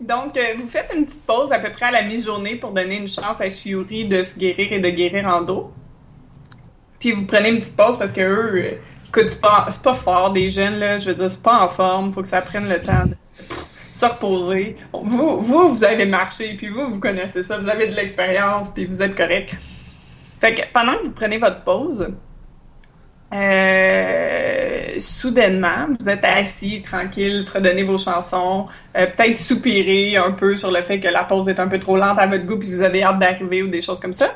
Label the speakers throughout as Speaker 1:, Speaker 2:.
Speaker 1: Donc, euh, vous faites une petite pause à peu près à la mi-journée pour donner une chance à Shiori de se guérir et de guérir Ando. Puis vous prenez une petite pause parce que eux, euh, écoute, c'est pas, c'est pas fort des jeunes, là. Je veux dire, c'est pas en forme. Faut que ça prenne le temps de pff, se reposer. Vous, vous, vous avez marché, puis vous, vous connaissez ça. Vous avez de l'expérience, puis vous êtes correct. Fait que pendant que vous prenez votre pause, euh, soudainement, vous êtes assis, tranquille, fredonnez vos chansons, euh, peut-être soupirer un peu sur le fait que la pause est un peu trop lente à votre goût, puis vous avez hâte d'arriver ou des choses comme ça.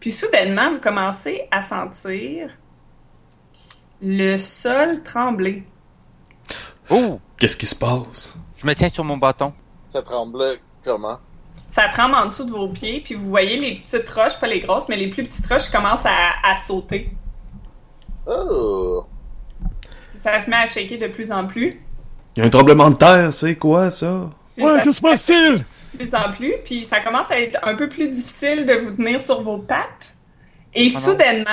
Speaker 1: Puis soudainement, vous commencez à sentir le sol trembler.
Speaker 2: Oh!
Speaker 3: Qu'est-ce qui se passe?
Speaker 2: Je me tiens sur mon bâton.
Speaker 4: Ça tremblait comment?
Speaker 1: Ça tremble en dessous de vos pieds, puis vous voyez les petites roches, pas les grosses, mais les plus petites roches commencent à, à sauter.
Speaker 4: Oh!
Speaker 1: Puis ça se met à shaker de plus en plus.
Speaker 3: Il y a un tremblement de terre, c'est quoi ça?
Speaker 1: Puis
Speaker 5: Ouais,
Speaker 1: ça-
Speaker 5: qu'est-ce qui se passe-t-il?
Speaker 1: de plus en plus, puis ça commence à être un peu plus difficile de vous tenir sur vos pattes. Et
Speaker 5: Ah
Speaker 1: soudainement,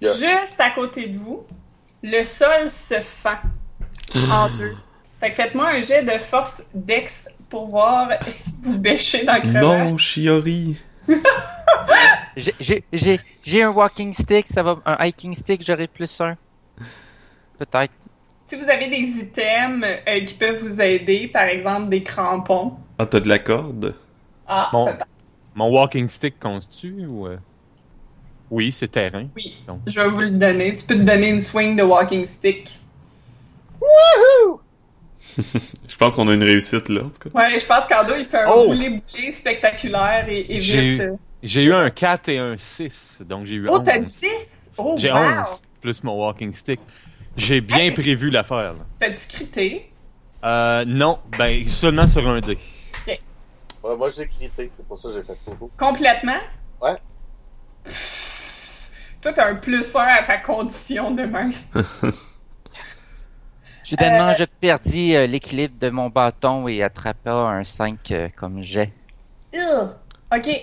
Speaker 4: Yeah.
Speaker 1: juste à côté de vous, le sol se fend
Speaker 5: Ah.
Speaker 1: en deux. Fait que faites-moi un jet de force d'ex pour voir si vous bêchez dans le crevasse.
Speaker 3: Non, Shiori.
Speaker 2: J'ai- j'ai- J'ai j'ai un walking stick, ça va. Un hiking stick, j'aurai plus un. Peut-être.
Speaker 1: Si vous avez des items euh, qui peuvent vous aider, par exemple des crampons.
Speaker 3: Ah, t'as de la corde?
Speaker 1: Ah,
Speaker 5: Bon.
Speaker 1: peut-être.
Speaker 5: Mon walking stick constitue ou. euh? Oui, c'est terrain.
Speaker 1: Oui,
Speaker 5: Donc.
Speaker 1: je vais vous le donner. Tu peux te donner une swing de walking stick.
Speaker 3: Je pense qu'on a une réussite là, en tout cas.
Speaker 1: Ouais, je pense qu'Ando, il fait un
Speaker 5: Oh!
Speaker 1: boulet-boulet spectaculaire et, et
Speaker 5: J'ai
Speaker 1: vite.
Speaker 5: eu-
Speaker 1: euh,
Speaker 5: J'ai eu un 4 et un 6, donc j'ai eu
Speaker 1: Oh,
Speaker 5: 11.
Speaker 1: t'as 10? Oh,
Speaker 5: J'ai
Speaker 1: wow!
Speaker 5: 11, plus mon walking stick. J'ai bien prévu l'affaire. là.
Speaker 1: T'as-tu crité?
Speaker 5: Euh, non, ben seulement sur un dé.
Speaker 4: Ouais, moi, j'ai crité, c'est pour ça que j'ai fait beaucoup.
Speaker 1: Complètement?
Speaker 4: Ouais.
Speaker 1: Pfff. Toi, t'as un plus 1 à ta condition demain.
Speaker 2: Soudainement, je perdis euh, l'équilibre de mon bâton et attrapa un 5 euh, comme jet.
Speaker 1: Ugh. OK.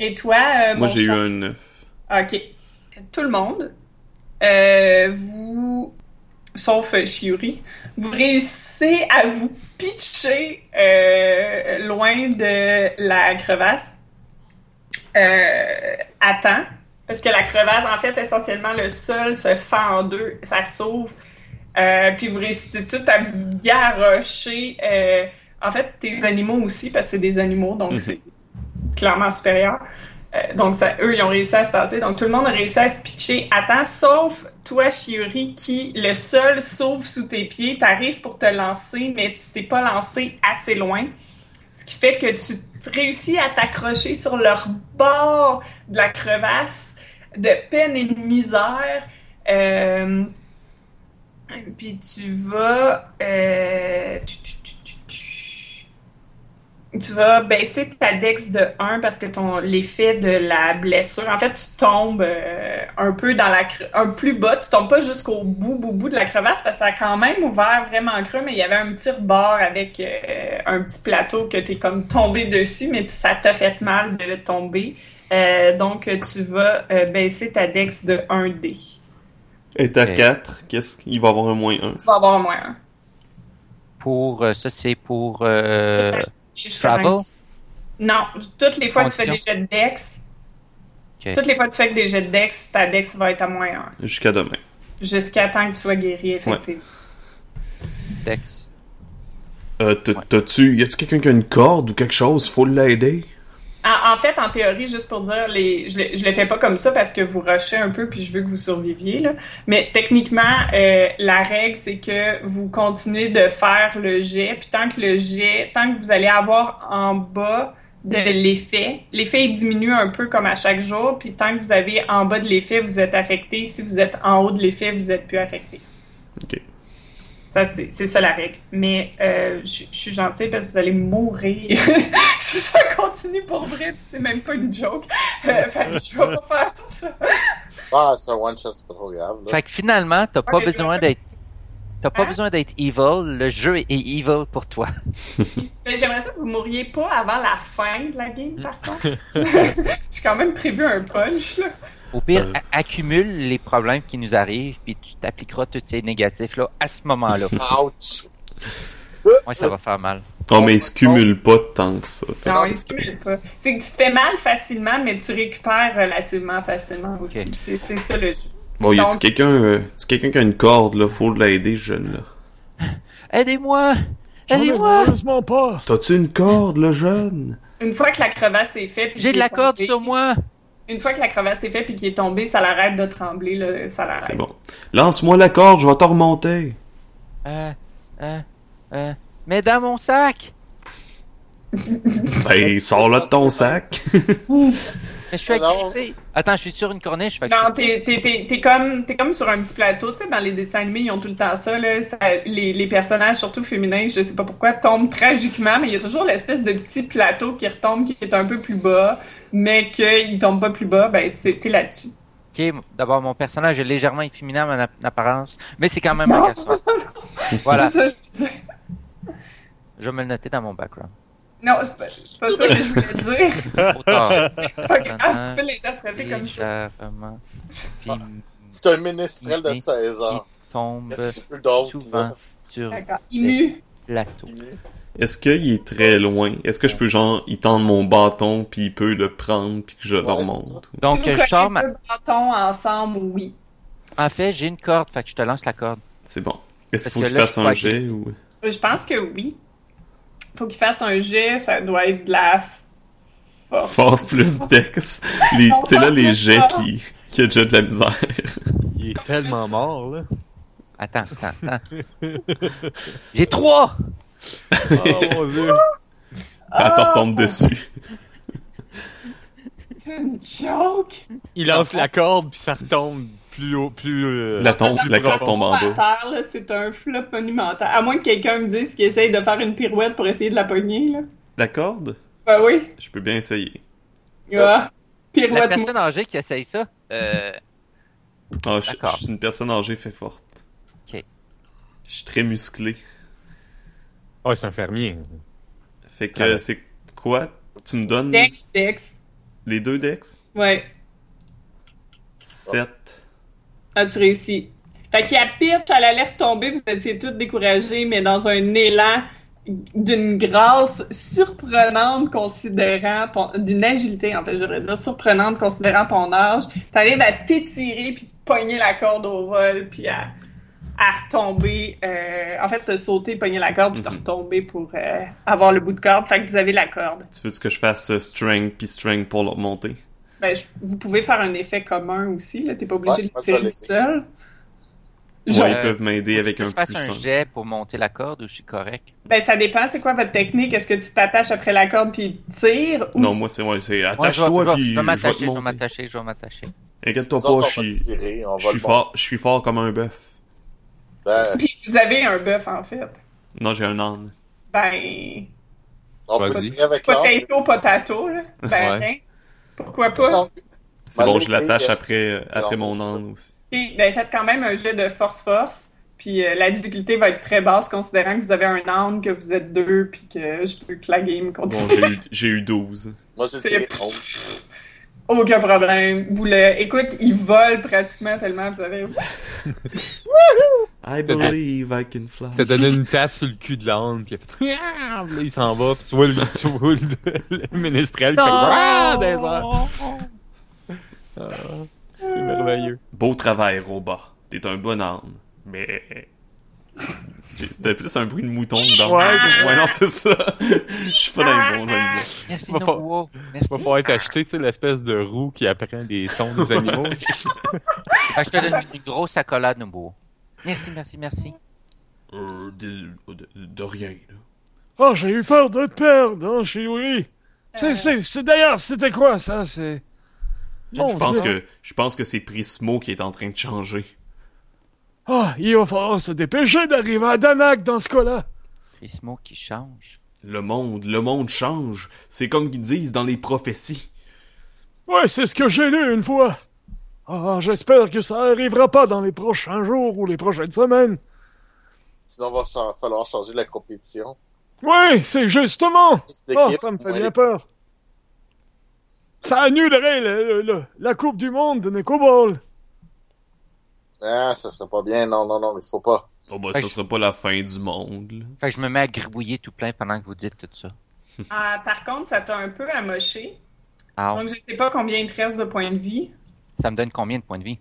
Speaker 1: Et toi, euh,
Speaker 3: Moi,
Speaker 1: mon
Speaker 3: j'ai eu
Speaker 1: chat?
Speaker 3: un 9.
Speaker 1: OK. Tout le monde, euh, vous, sauf euh, Shiori, vous réussissez à vous pitcher euh, loin de la crevasse euh, à temps. Parce que la crevasse, en fait, essentiellement, le sol se fend en deux, ça s'ouvre. Euh, puis vous réussissez tout à vous garrocher. euh, en fait, tes animaux aussi, parce que c'est des animaux, donc
Speaker 3: Mhm.
Speaker 1: c'est clairement supérieur. Euh, donc, ça, eux, ils ont réussi à se tasser. Donc, tout le monde a réussi à se pitcher à temps, sauf toi, Shiori, qui, le sol s'ouvre sous tes pieds. T'arrives pour te lancer, mais tu t'es pas lancé assez loin. Ce qui fait que tu réussis à t'accrocher sur leur bord de la crevasse de peine et de misère. Euh, puis tu vas... euh, tu- tu- tu- tu- tu- tu vas baisser ta dex de 1 parce que ton l'effet de la blessure, en fait, tu tombes euh, un peu dans la cre- un plus bas, tu tombes pas jusqu'au bout bout bout de la crevasse parce que ça a quand même ouvert vraiment creux, mais il y avait un petit rebord avec euh, un petit plateau que t'es comme tombé dessus, mais tu- ça t'a fait mal de tomber. Euh, donc tu vas euh, baisser ta dex de 1D.
Speaker 3: Et à
Speaker 2: Ok.
Speaker 3: 4, qu'est-ce qu'il va avoir un moins 1?
Speaker 1: Tu vas avoir moins un.
Speaker 2: Pour. euh, ça, c'est pour. euh,
Speaker 1: Jusqu'à
Speaker 2: travel?
Speaker 1: Non, toutes les fois que tu fais des
Speaker 2: Condition.
Speaker 1: jets de dex,
Speaker 2: Ok.
Speaker 1: toutes les fois que tu fais que des jets de dex, ta dex va être à moins 1.
Speaker 3: Jusqu'à demain.
Speaker 1: Jusqu'à temps que tu sois guéri, effectivement.
Speaker 2: Dex.
Speaker 3: Euh, t- t'as-tu. Y a-tu quelqu'un qui a une corde ou quelque chose? Faut l'aider?
Speaker 1: Ah, En, en fait, en théorie, juste pour dire, les, je, le, je le fais pas comme ça parce que vous rushez un peu puis je veux que vous surviviez. Là. Mais techniquement, euh, la règle, c'est que vous continuez de faire le jet. Puis tant que le jet, tant que vous allez avoir en bas de l'effet, l'effet il diminue un peu comme à chaque jour. Puis tant que vous avez en bas de l'effet, vous êtes affecté. Si vous êtes en haut de l'effet, vous êtes plus affecté.
Speaker 3: Ok.
Speaker 1: Ça, c'est c'est ça la règle. Mais euh, je je suis gentille parce que vous allez mourir si ça continue pour vrai, puis c'est même pas une joke. Euh, fait que je vais pas faire ça.
Speaker 4: Ah, c'est un one-shot, c'est pas trop grave, là.
Speaker 2: Fait que finalement, t'as pas
Speaker 1: mais je
Speaker 2: besoin
Speaker 1: sais-
Speaker 2: d'être. T'as pas
Speaker 1: Hein?
Speaker 2: besoin d'être evil, le jeu est evil pour toi.
Speaker 1: Mais Ben, j'aimerais ça que vous mouriez pas avant la fin de la game, par contre. J'ai quand même prévu un punch, là.
Speaker 2: Au pire,
Speaker 3: Euh.
Speaker 2: a- accumule les problèmes qui nous arrivent, puis tu t'appliqueras tous ces négatifs-là à ce moment-là.
Speaker 4: Ouch!
Speaker 2: Ouais, ça va faire mal.
Speaker 3: Non, Ah, mais il se cumule pas tant que ça. Fait que
Speaker 1: Non,
Speaker 3: c'est-
Speaker 1: il se cumule pas. C'est que tu te fais mal facilement, mais tu récupères relativement facilement aussi.
Speaker 2: Ok.
Speaker 1: C'est- C'est ça le jeu.
Speaker 3: Bon, y a-tu
Speaker 1: Donc-
Speaker 3: quelqu'un euh, y a-tu quelqu'un qui a une corde, là? Faut l'aider, jeune, là.
Speaker 2: Aidez-moi!
Speaker 6: J'en ai
Speaker 2: Aidez-moi!
Speaker 6: malheureusement pas.
Speaker 3: T'as-tu une corde, le jeune?
Speaker 1: Une fois que la crevasse est faite, puis
Speaker 2: J'ai de
Speaker 1: qu'il
Speaker 2: la
Speaker 1: est
Speaker 2: corde
Speaker 1: tombé-
Speaker 2: sur moi!
Speaker 1: Une fois que la crevasse est faite puis qu'il est tombé, ça l'arrête de trembler, là, ça l'arrête.
Speaker 3: C'est bon. Lance-moi la corde, je vais te remonter.
Speaker 2: Euh, euh, euh, mais dans mon sac!
Speaker 3: Ben, sors-la de ton sac.
Speaker 2: Mais je suis
Speaker 4: Alors?
Speaker 2: agrippé! Attends, je suis sur une corniche, fait que
Speaker 1: Non, t'es, t'es, t'es, t'es comme, t'es comme sur un petit plateau, tu sais, dans les dessins animés, ils ont tout le temps ça, là, ça- les, les personnages, surtout féminins, je sais pas pourquoi, tombent tragiquement, mais il y a toujours l'espèce de petit plateau qui retombe, qui est un peu plus bas, mais qu'il tombe pas plus bas, ben, c'est, t'es là-dessus.
Speaker 2: je suis- ok, D'abord, mon personnage est légèrement efféminant en ap- en apparence, Ah, mais c'est quand même agaçant. voilà,
Speaker 1: C'est ça, que je veux dire.
Speaker 2: je vais me le noter dans mon background.
Speaker 1: Non, c'est pas, c'est pas ça que je voulais dire.
Speaker 2: Trop tard.
Speaker 1: C'est pas grave, tu peux l'interpréter comme ça.
Speaker 2: Légèrement. Puis,
Speaker 4: C'est un ménestrel de
Speaker 2: Oui.
Speaker 4: 16 ans.
Speaker 2: il tombe
Speaker 4: Qu'est-ce que tu veux d'autre?
Speaker 2: souvent
Speaker 4: là?
Speaker 2: sur le
Speaker 1: D'accord. Il mue.
Speaker 2: plateau.
Speaker 3: Est-ce qu'il est très loin? Est-ce que je peux, genre, il tendre mon bâton, puis il peut le prendre, puis que je le
Speaker 4: Ouais, c'est ça.
Speaker 3: remonte?
Speaker 2: Donc,
Speaker 1: Nous
Speaker 2: je sors ma-
Speaker 1: connaît deux bâtons ensemble, oui.
Speaker 2: En fait, j'ai une corde, fait que je te lance la corde.
Speaker 3: C'est bon. Est-ce
Speaker 2: Parce
Speaker 3: qu'il faut
Speaker 2: que
Speaker 3: que je
Speaker 2: là,
Speaker 3: fasse
Speaker 2: je
Speaker 3: un
Speaker 2: crois
Speaker 3: jet ou...
Speaker 1: Euh, Je pense que oui. Faut qu'il fasse un jet, ça doit être de la force.
Speaker 3: Force plus Dex. Les-
Speaker 1: On
Speaker 3: C'est là
Speaker 1: passe
Speaker 3: les
Speaker 1: le
Speaker 3: jets
Speaker 1: temps.
Speaker 3: qui... qui a déjà de la misère.
Speaker 5: Il est tellement mort, là.
Speaker 2: Attends, attends, attends. j'ai trois!
Speaker 5: Oh mon dieu.
Speaker 3: Elle te retombe
Speaker 1: Ah!
Speaker 3: dessus.
Speaker 1: Oh, C'est une joke!
Speaker 5: Il lance la corde, puis ça retombe plus haut, plus... euh,
Speaker 3: La, tombe,
Speaker 5: plus
Speaker 3: la corde
Speaker 5: profond.
Speaker 3: tombe en bas.
Speaker 1: Terre, là, c'est un flop monumental. À moins que quelqu'un me dise qu'il essaye de faire une pirouette pour essayer de la pogner, là.
Speaker 3: La corde?
Speaker 1: Ben oui.
Speaker 3: Je peux bien essayer.
Speaker 1: Ah,
Speaker 2: La
Speaker 1: pirouette
Speaker 2: personne âgée qui essaye ça, euh,
Speaker 3: Ah, je,
Speaker 2: D'accord.
Speaker 3: je suis une personne âgée fait forte.
Speaker 2: Ok.
Speaker 3: Je suis très musclé.
Speaker 5: Oh, c'est un fermier.
Speaker 3: Fait que
Speaker 5: Très bien.
Speaker 3: euh, c'est quoi? Tu me donnes
Speaker 1: Dex, Dex.
Speaker 3: les deux Dex?
Speaker 1: Ouais.
Speaker 3: 7.
Speaker 1: Ah, tu réussis. Fait qu'il y a pitch, elle allait retomber, vous étiez toutes découragées, mais dans un élan d'une grâce surprenante considérant ton... d'une agilité, en fait, j'aurais dire, surprenante considérant ton âge, t'arrives à t'étirer puis pogner la corde au vol puis à, à retomber. euh, en fait, te sauter, pogner la corde puis te
Speaker 3: Mhm.
Speaker 1: retomber pour euh, avoir le bout de corde. Fait que vous avez la corde.
Speaker 3: Tu veux que je fasse euh, strength puis strength pour le remonter?
Speaker 1: Ben, je- vous pouvez faire un effet commun aussi, là. T'es pas obligé
Speaker 4: Ouais,
Speaker 1: de
Speaker 4: moi,
Speaker 1: le
Speaker 4: je
Speaker 1: tirer
Speaker 4: vais
Speaker 1: tout
Speaker 4: l'essayer.
Speaker 1: seul.
Speaker 3: Ouais,
Speaker 2: Euh,
Speaker 3: ils peuvent m'aider avec
Speaker 2: que
Speaker 3: un
Speaker 2: je fasse
Speaker 3: plus
Speaker 2: un
Speaker 3: un.
Speaker 2: jet pour monter la corde ou je suis correct?
Speaker 1: Ben, ça dépend, c'est quoi votre technique? Est-ce que tu t'attaches après la corde puis tires? ou
Speaker 3: Non,
Speaker 1: tu-
Speaker 3: moi c'est ouais, c'est
Speaker 2: Ouais, je vais-
Speaker 3: attache-toi
Speaker 2: je vais-
Speaker 3: puis
Speaker 2: Je vais m'attacher,
Speaker 3: te
Speaker 2: je vais
Speaker 3: monter.
Speaker 2: m'attacher, je vais m'attacher.
Speaker 3: Inquiète-toi
Speaker 4: Nous
Speaker 3: pas,
Speaker 4: autres,
Speaker 3: je
Speaker 4: on va le
Speaker 3: suis
Speaker 4: tirer, on
Speaker 3: je
Speaker 4: va
Speaker 3: suis
Speaker 4: le
Speaker 3: fort, je suis fort comme un bœuf.
Speaker 4: monter. Ben,
Speaker 1: Puis vous avez un bœuf, en fait.
Speaker 3: Non, j'ai un âne.
Speaker 1: Ben,
Speaker 4: on peut
Speaker 5: Vas-y.
Speaker 4: tirer avec l'arbre.
Speaker 1: potato, potato, là. Ben,
Speaker 5: Ouais.
Speaker 1: rien. Pourquoi pas?
Speaker 4: Non,
Speaker 3: C'est bon,
Speaker 4: Malgré
Speaker 3: je l'attache
Speaker 4: que-
Speaker 3: après euh,
Speaker 4: c'est
Speaker 3: après mon
Speaker 4: bon, ça.
Speaker 3: âne aussi.
Speaker 1: Puis, ben, faites quand même un jet de force-force. Puis euh, la difficulté va être très basse, considérant que vous avez un âne, que vous êtes deux, puis que je veux que la game
Speaker 3: Bon,
Speaker 1: continue.
Speaker 3: j'ai eu, j'ai eu 12.
Speaker 4: Moi, j'ai
Speaker 1: C'est-
Speaker 4: tiré 11.
Speaker 1: Aucun problème. Vous le... Écoute, il vole pratiquement tellement, vous avez...
Speaker 3: I believe I can fly.
Speaker 5: T'as donné une tape sur le cul de l'âne, puis il a fait... Là, il s'en va, puis tu vois le, tu vois le, le ménestrel
Speaker 1: Oh!
Speaker 5: qui fait... Ah, dans les airs. C'est merveilleux.
Speaker 3: Beau travail, robot. T'es un bon âne. Mais. J'ai- C'était plus un bruit de mouton que d'âne.
Speaker 5: Ouais, c'est ça.
Speaker 3: Ouais, non, c'est ça. Je suis pas dans les bons animaux.
Speaker 2: Merci,
Speaker 5: Va
Speaker 2: no-
Speaker 5: fa-
Speaker 2: wow, merci.
Speaker 5: Va falloir t'acheter, tu sais, l'espèce de roue qui apprend les sons des animaux.
Speaker 2: Fait que je te donne une, une grosse accolade, Nouveau. Merci, merci, merci.
Speaker 3: Euh, de, de- de rien, là.
Speaker 6: Oh, j'ai eu peur de te perdre, hein, Chiwi. C'est, c'est, c'est d'ailleurs, c'était quoi ça, c'est. Mon
Speaker 3: Je pense
Speaker 6: Dieu.
Speaker 3: que, je pense que c'est Prismo qui est en train de changer.
Speaker 6: Ah, il va falloir se dépêcher d'arriver à Danak dans ce cas-là.
Speaker 2: C'est ce mot qui change.
Speaker 3: Le monde, le monde change. C'est comme qu'ils disent dans les prophéties.
Speaker 6: Ouais, c'est ce que j'ai lu une fois. Ah, j'espère que ça arrivera pas dans les prochains jours ou les prochaines semaines.
Speaker 4: Sinon, il va chan- falloir changer la compétition.
Speaker 6: Ouais, c'est justement.
Speaker 4: Cette
Speaker 6: Oh,
Speaker 4: équipe,
Speaker 6: ça me fait
Speaker 4: ouais,
Speaker 6: bien peur. Ça annulerait le- le- le- la Coupe du Monde de Necoball.
Speaker 4: Ah, ça serait pas bien. Non, non, non, il faut pas.
Speaker 3: Bon, bah,
Speaker 2: Fait
Speaker 3: ça
Speaker 2: que-
Speaker 3: sera pas la fin du monde. là.
Speaker 2: Fait que je me mets à gribouiller tout plein pendant que vous dites tout ça.
Speaker 1: Ah, par contre, ça t'a un peu amoché.
Speaker 2: Ah,
Speaker 1: Donc, je sais pas combien il te reste de points de vie.
Speaker 2: ça me donne combien de points de vie?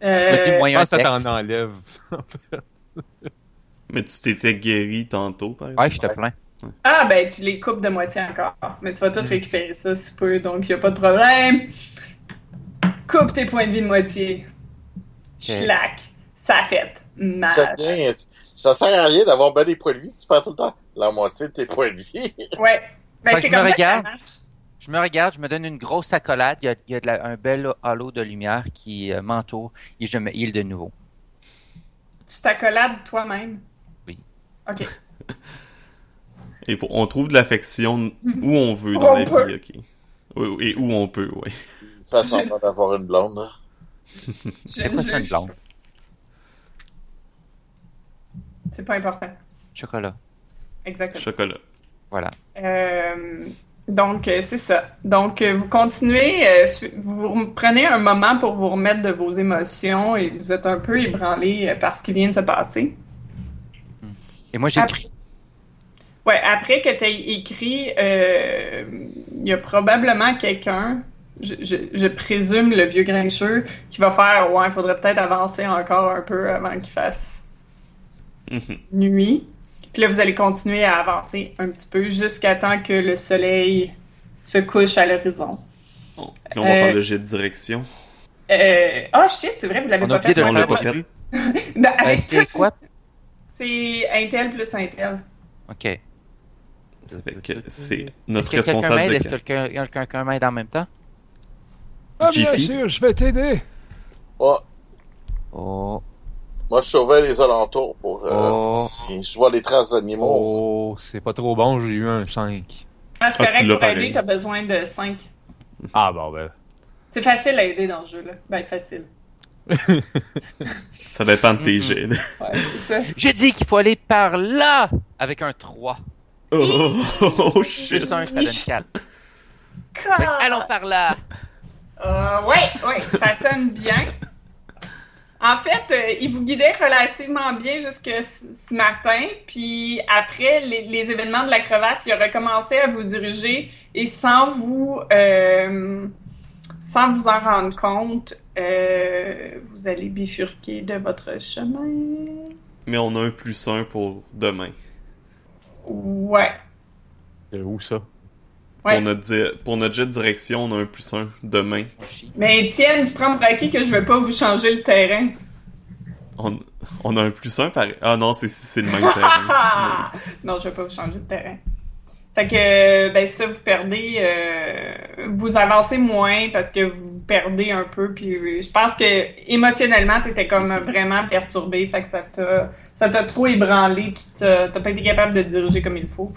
Speaker 2: Tu m'as dit
Speaker 1: Euh,
Speaker 5: Je
Speaker 2: moyen
Speaker 5: pense que ça t'en
Speaker 2: texte.
Speaker 5: enlève.
Speaker 3: Mais tu t'étais guéri tantôt, par exemple.
Speaker 2: Ouais, je te plains.
Speaker 1: ah, ben, tu les coupes de moitié encore. Mais tu vas
Speaker 2: Mm.
Speaker 1: tout récupérer ça si peu, donc il a pas de problème. Coupe tes points de vie de moitié. Schlack. Ça fait mal.
Speaker 4: Ça, vient, ça sert à rien d'avoir bien des points de vie. Tu perds tout le temps la moitié de tes points de vie.
Speaker 1: Ouais.
Speaker 2: Fait
Speaker 1: Ben,
Speaker 2: que
Speaker 1: c'est
Speaker 2: je me
Speaker 1: comme ça que ça
Speaker 2: regarde.
Speaker 1: marche.
Speaker 2: Je me regarde, je me donne une grosse accolade. Il y a, il y a de la- un bel halo de lumière qui euh, m'entoure et je me heal de nouveau.
Speaker 1: Tu t'accolades toi-même.
Speaker 2: Oui.
Speaker 1: OK.
Speaker 3: Il faut- on trouve de l'affection où on veut
Speaker 1: On
Speaker 3: dans la
Speaker 1: peut.
Speaker 3: vie, ok. Oui, oui, et où on peut, oui.
Speaker 4: Fais semblant d'avoir une blonde. hein. là.
Speaker 2: C'est quoi ça, une blonde?
Speaker 1: C'est pas important.
Speaker 2: Chocolat.
Speaker 1: Exactement.
Speaker 3: Chocolat.
Speaker 2: Voilà.
Speaker 1: Euh, donc, euh, c'est ça. Donc, euh, vous continuez, euh, su- vous rem- prenez un moment pour vous remettre de vos émotions et vous êtes un peu ébranlé euh, par ce qui vient de se passer.
Speaker 2: Et moi, j'ai
Speaker 1: Après-
Speaker 2: écrit.
Speaker 1: Ouais, après que tu écrit, euh, il y a probablement quelqu'un, je, je, je présume le vieux grincheux, qui va faire Ouais, il faudrait peut-être avancer encore un peu avant qu'il fasse
Speaker 3: Mhm.
Speaker 1: nuit. Puis là, vous allez continuer à avancer un petit peu jusqu'à temps que le soleil se couche à l'horizon.
Speaker 3: Bon. Puis on va
Speaker 1: Euh,
Speaker 3: faire le jet de direction.
Speaker 1: Euh, Ah shit, c'est vrai, vous l'avez
Speaker 2: On a
Speaker 1: pas
Speaker 2: oublié
Speaker 1: fait.
Speaker 2: de
Speaker 1: moi,
Speaker 3: Mais on
Speaker 2: le
Speaker 3: l'a
Speaker 1: je
Speaker 3: pas
Speaker 2: faire.
Speaker 1: l'ai
Speaker 2: au
Speaker 3: fait.
Speaker 2: début.
Speaker 1: Non,
Speaker 2: Euh,
Speaker 1: avec
Speaker 2: C'est
Speaker 1: tout-
Speaker 2: quoi?
Speaker 1: C'est Intel plus Intel.
Speaker 2: OK.
Speaker 3: Ça fait que c'est
Speaker 2: Est-ce
Speaker 3: notre
Speaker 2: que quelqu'un
Speaker 3: responsable
Speaker 2: m'aide?
Speaker 3: de
Speaker 2: Est-ce que quelqu'un quelqu'un m'aide en même temps?
Speaker 6: Ah, bien
Speaker 3: Jiffy.
Speaker 6: sûr, je vais t'aider.
Speaker 4: Oh,
Speaker 2: Oh,
Speaker 4: moi, je sauvais les alentours pour. euh,
Speaker 2: Oh.
Speaker 4: voir si Je vois les traces d'animaux.
Speaker 5: Oh, c'est pas trop bon, j'ai eu un 5.
Speaker 1: Ah, c'est
Speaker 3: Ah, tu
Speaker 1: correct,
Speaker 3: l'as
Speaker 1: pour
Speaker 3: pareil.
Speaker 1: aider, t'as besoin de 5.
Speaker 5: Ah, bon, ben.
Speaker 1: C'est facile à aider dans le jeu, là. Ben, facile.
Speaker 3: Ça dépend de
Speaker 2: Mhm.
Speaker 3: tes jets. là.
Speaker 1: Ouais, c'est ça.
Speaker 2: J'ai dit qu'il faut aller par là avec un 3.
Speaker 3: Oh, oh, oh, shit.
Speaker 2: Plus un, ça donne 4.
Speaker 1: Allons par là. Euh, ouais, ouais, ça sonne bien. En fait, euh, il vous guidait relativement bien jusque ce ce matin, puis après les, les événements de la crevasse, il aurait commencé à vous diriger et sans vous, euh, sans vous en rendre compte, euh, vous allez bifurquer de votre chemin.
Speaker 3: Mais on a un plus un pour demain.
Speaker 1: Ouais.
Speaker 5: C'est où ça?
Speaker 1: Ouais.
Speaker 3: Pour, notre di- pour notre jet de direction, on a un plus un demain.
Speaker 1: Mais Étienne, tu prends pour acquis que je vais pas vous changer le terrain.
Speaker 3: On, on a un plus un par... Ah non, c'est c'est le même terrain.
Speaker 1: Non, je vais pas vous changer de terrain. Fait que, ben, ça, vous perdez, euh, vous avancez moins parce que vous perdez un peu. Puis euh, je pense que émotionnellement, t'étais comme vraiment perturbé. Fait que ça t'a, ça t'a trop ébranlé. Tu t'as, t'as pas été capable de te diriger comme il faut.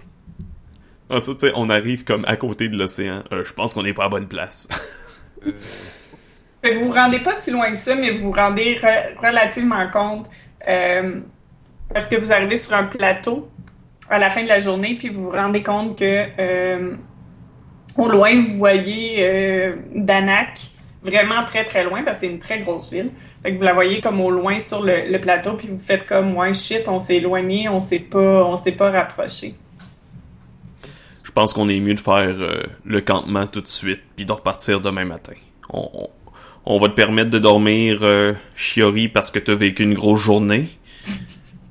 Speaker 3: Ah, ça, tu sais, on arrive comme à côté de l'océan. Euh, je pense qu'on n'est pas à bonne place.
Speaker 1: Fait que vous vous rendez pas si loin que ça, mais vous vous rendez re- relativement compte euh, parce que vous arrivez sur un plateau à la fin de la journée, puis vous vous rendez compte que euh, au loin, vous voyez euh, Danak, vraiment très très loin, parce que c'est une très grosse ville. Fait que vous la voyez comme au loin sur le, le plateau, puis vous faites comme ouais shit, on s'est éloigné, on s'est pas, on s'est pas rapproché.
Speaker 3: Je pense qu'on est mieux de faire euh, le campement tout de suite, puis de repartir demain matin. On, on- on va te permettre de dormir, euh, Chiori, parce que t'as vécu une grosse journée.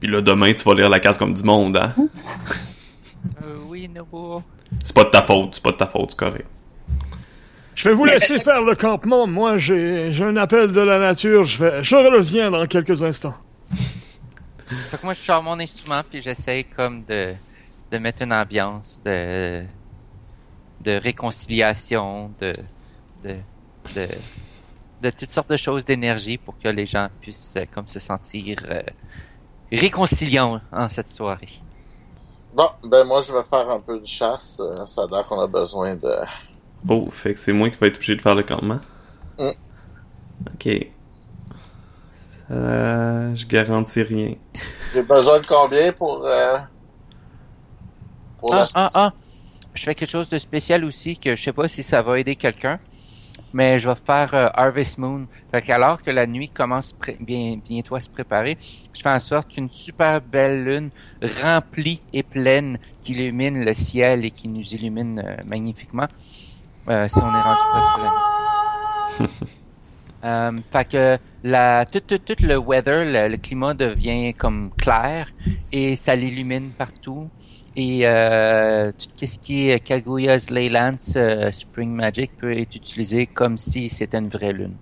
Speaker 3: Puis là, demain, tu vas lire la carte comme du monde, hein?
Speaker 2: Euh, oui, Nobo.
Speaker 3: C'est pas de ta faute, c'est pas de ta faute, c'est correct.
Speaker 6: Je vais vous laisser faire le campement. Moi, j'ai j'ai un appel de la nature. Je, vais, je reviens dans quelques instants.
Speaker 2: Fait que moi, je sors mon instrument puis j'essaie comme de, de mettre une ambiance de, de réconciliation, de, de, de, de toutes sortes de choses d'énergie pour que les gens puissent euh, comme se sentir euh, réconciliants en cette soirée.
Speaker 4: Bon, ben, moi, je vais faire un peu de chasse. Euh, Ça a l'air qu'on a besoin de.
Speaker 3: Oh, fait que c'est moi qui vais être obligé de faire le campement.
Speaker 4: Mm.
Speaker 3: Ok. Ça, je garantis rien.
Speaker 4: J'ai besoin de combien pour. euh, pour
Speaker 2: Ah,
Speaker 4: la
Speaker 2: ah,
Speaker 4: chasse?
Speaker 1: ah,
Speaker 2: ah! Je fais quelque chose de spécial aussi que je sais pas si ça va aider quelqu'un. mais je vais faire euh, Harvest Moon. Fait qu'alors que la nuit commence pré- bien, bientôt à se préparer, je fais en sorte qu'une super belle lune remplie et pleine qui illumine le ciel et qui nous illumine euh, magnifiquement. Euh, si on est rendu presque la nuit. Euh, fait que la, tout, tout, tout le weather, le, le climat devient comme clair et ça l'illumine partout. Et euh, tout ce qui est Kaguya's Leylands euh, Spring Magic peut être utilisé comme si c'était une vraie lune.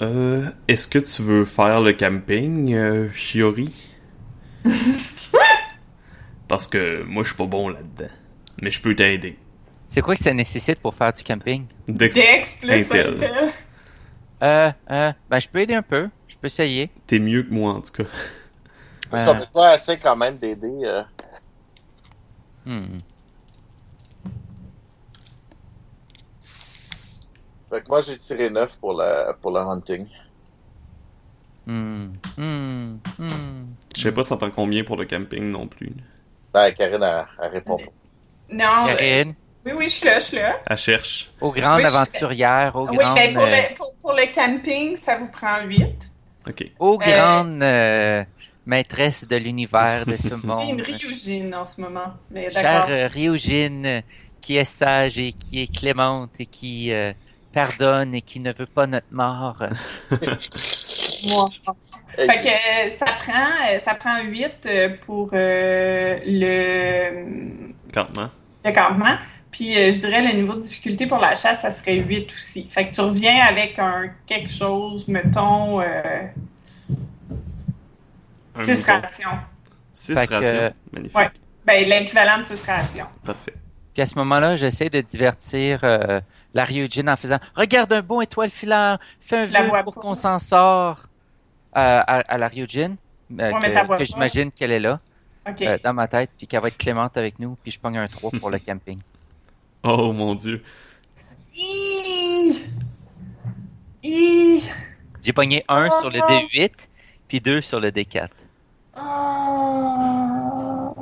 Speaker 3: Euh, Est-ce que tu veux faire le camping, euh, Shiori? Parce que moi, je suis pas bon là-dedans. Mais je peux t'aider.
Speaker 2: C'est quoi que ça nécessite pour faire du camping?
Speaker 3: Dex,
Speaker 1: Dex plus
Speaker 3: Intel.
Speaker 1: Intel.
Speaker 2: Euh, euh, ben je peux aider un peu, je peux essayer.
Speaker 3: t'es mieux que moi, en tout cas.
Speaker 1: ah.
Speaker 2: Ouais.
Speaker 4: Ça peut pas assez quand même d'aider. euh.
Speaker 2: Hmm.
Speaker 4: Fait que moi, j'ai tiré 9 pour la, pour le hunting.
Speaker 2: Hmm. Hmm. Hmm.
Speaker 3: Je sais pas ça prend combien pour le camping non plus.
Speaker 4: Ben, Karine a, a répondu.
Speaker 1: Non.
Speaker 2: Karine,
Speaker 1: Oui, oui, je suis là, je suis là.
Speaker 3: Elle cherche.
Speaker 2: aux grandes
Speaker 1: Oui, je-
Speaker 2: aventurières, aux
Speaker 1: Oui,
Speaker 2: grandes...
Speaker 1: ben, pour,
Speaker 2: euh,
Speaker 1: le, pour, pour le camping, ça vous prend 8.
Speaker 3: Ok.
Speaker 2: aux
Speaker 1: Euh,
Speaker 2: grandes euh, maîtresses de l'univers de ce
Speaker 1: Je suis une
Speaker 2: monde.
Speaker 1: Ryujin en ce moment. Mais
Speaker 2: Chère
Speaker 1: d'accord.
Speaker 2: euh, Ryujin, euh, qui est sage et qui est clémente et qui euh, pardonne et qui ne veut pas notre mort.
Speaker 1: Fait que euh, ça prend, euh, ça prend 8 euh, pour euh, le,
Speaker 3: Campement.
Speaker 1: le campement. Puis euh, je dirais le niveau de difficulté pour la chasse, ça serait 8 aussi. Fait que tu reviens avec un quelque chose, mettons, euh,
Speaker 3: Un
Speaker 1: 6
Speaker 3: mouton.
Speaker 1: rations.
Speaker 3: Six
Speaker 2: Fait que- euh,
Speaker 3: rations. Magnifique.
Speaker 1: Ouais. Ben, l'équivalent de 6 rations.
Speaker 3: Parfait.
Speaker 2: Puis à ce moment-là, j'essaie de divertir euh, la Ryujin en faisant « Regarde un bon étoile filard, fais un
Speaker 1: Tu la
Speaker 2: vœu
Speaker 1: vois
Speaker 2: pour
Speaker 1: pas.
Speaker 2: qu'on s'en sort euh, à, à la Ryujin. euh,
Speaker 1: Ouais, mais t'as
Speaker 2: que
Speaker 1: vois
Speaker 2: que
Speaker 1: pas.
Speaker 2: j'imagine qu'elle est là,
Speaker 1: OK.
Speaker 2: euh, dans ma tête, puis qu'elle va être clémente avec nous, puis je pogne un 3 pour le camping.
Speaker 3: Oh mon dieu.
Speaker 1: Hi! Hi!
Speaker 2: J'ai pogné 1 sur le D8, puis 2 sur le D4.
Speaker 1: Ah.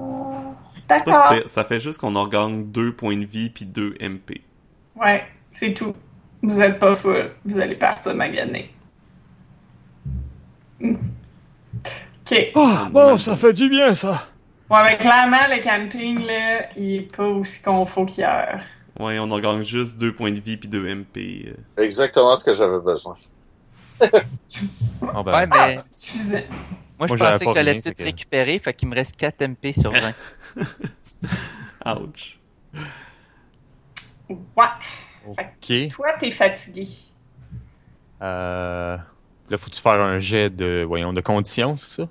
Speaker 3: C'est pas
Speaker 1: D'accord.
Speaker 3: super. Ça fait juste qu'on en gagne 2 points de vie puis 2 MP.
Speaker 1: Ouais, c'est tout. Vous êtes pas full. Vous allez partir maganer. Hmm. OK.
Speaker 6: Ah, bon, ça fait du bien, ça.
Speaker 1: Ouais, mais clairement, le camping, là, il est pas aussi qu'on faut qu'hier.
Speaker 3: Ouais, on en gagne juste 2 points de vie puis 2 MP. euh.
Speaker 4: Exactement ce que j'avais besoin.
Speaker 5: Ah ben,
Speaker 2: Ouais, mais...
Speaker 1: C'est suffisant.
Speaker 2: Moi, je
Speaker 5: Moi, j'avais
Speaker 2: pensais que
Speaker 5: pas
Speaker 2: j'allais
Speaker 5: rien,
Speaker 2: tout
Speaker 5: fait que-
Speaker 2: récupérer, fait qu'il me reste 4 MP sur 20.
Speaker 3: euh. Ouch.
Speaker 1: Ouais.
Speaker 5: ok.
Speaker 1: Toi, t'es fatigué.
Speaker 5: Euh, là, faut-tu faire un jet de, voyons, de conditions, c'est ça?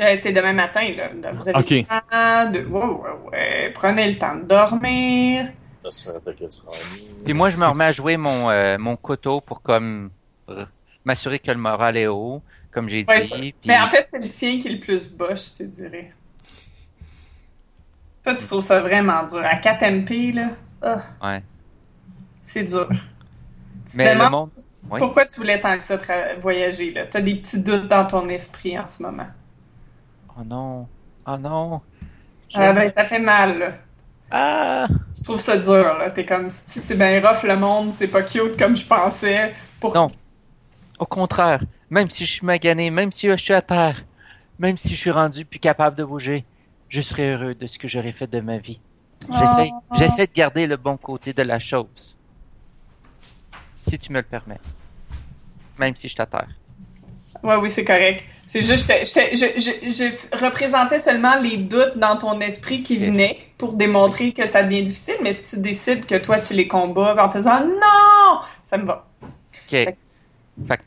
Speaker 1: Euh, c'est demain matin, là. Là, Vous avez
Speaker 5: OK.
Speaker 1: le temps de... ouais, ouais, ouais. Prenez le temps de dormir.
Speaker 4: Ça se fait attaquer du crâne.
Speaker 2: Puis moi, je me remets à jouer mon, euh, mon couteau pour comme r- m'assurer que le moral est haut, comme j'ai
Speaker 1: Ouais,
Speaker 2: dit.
Speaker 1: ça-
Speaker 2: puis-
Speaker 1: Mais en fait, c'est le tien qui est le plus bas, je te dirais. Toi, tu trouves ça vraiment dur. À 4 MP, là, ah,
Speaker 2: ouais.
Speaker 1: c'est dur. Tu te
Speaker 2: Mais le
Speaker 1: demandes
Speaker 2: monde... Oui.
Speaker 1: pourquoi tu voulais tant que ça tra- voyager, là. T'as des petits doutes dans ton esprit en ce moment.
Speaker 2: Oh non. Oh non. Je-
Speaker 1: Ah, ben, ça fait mal, là.
Speaker 2: Ah!
Speaker 1: Tu trouves ça dur, là. T'es comme, si c'est bien rough le monde, c'est pas cute comme je pensais. Pour...
Speaker 2: Non. Au contraire, même si je suis magané, même si je suis à terre, même si je suis rendu plus capable de bouger, je serai heureux de ce que j'aurais fait de ma vie. J'essaie,
Speaker 1: Ah.
Speaker 2: j'essaie de garder le bon côté de la chose. Si tu me le permets. Même si je suis à terre.
Speaker 1: Ouais, oui, c'est correct. C'est juste, j'étais- j'étais- je, je, je f- représentais seulement les doutes dans ton esprit qui
Speaker 2: Ok.
Speaker 1: venaient pour démontrer que ça devient difficile, mais si tu décides que toi, tu les combats en faisant non, ça me va.
Speaker 2: Ok. Fait que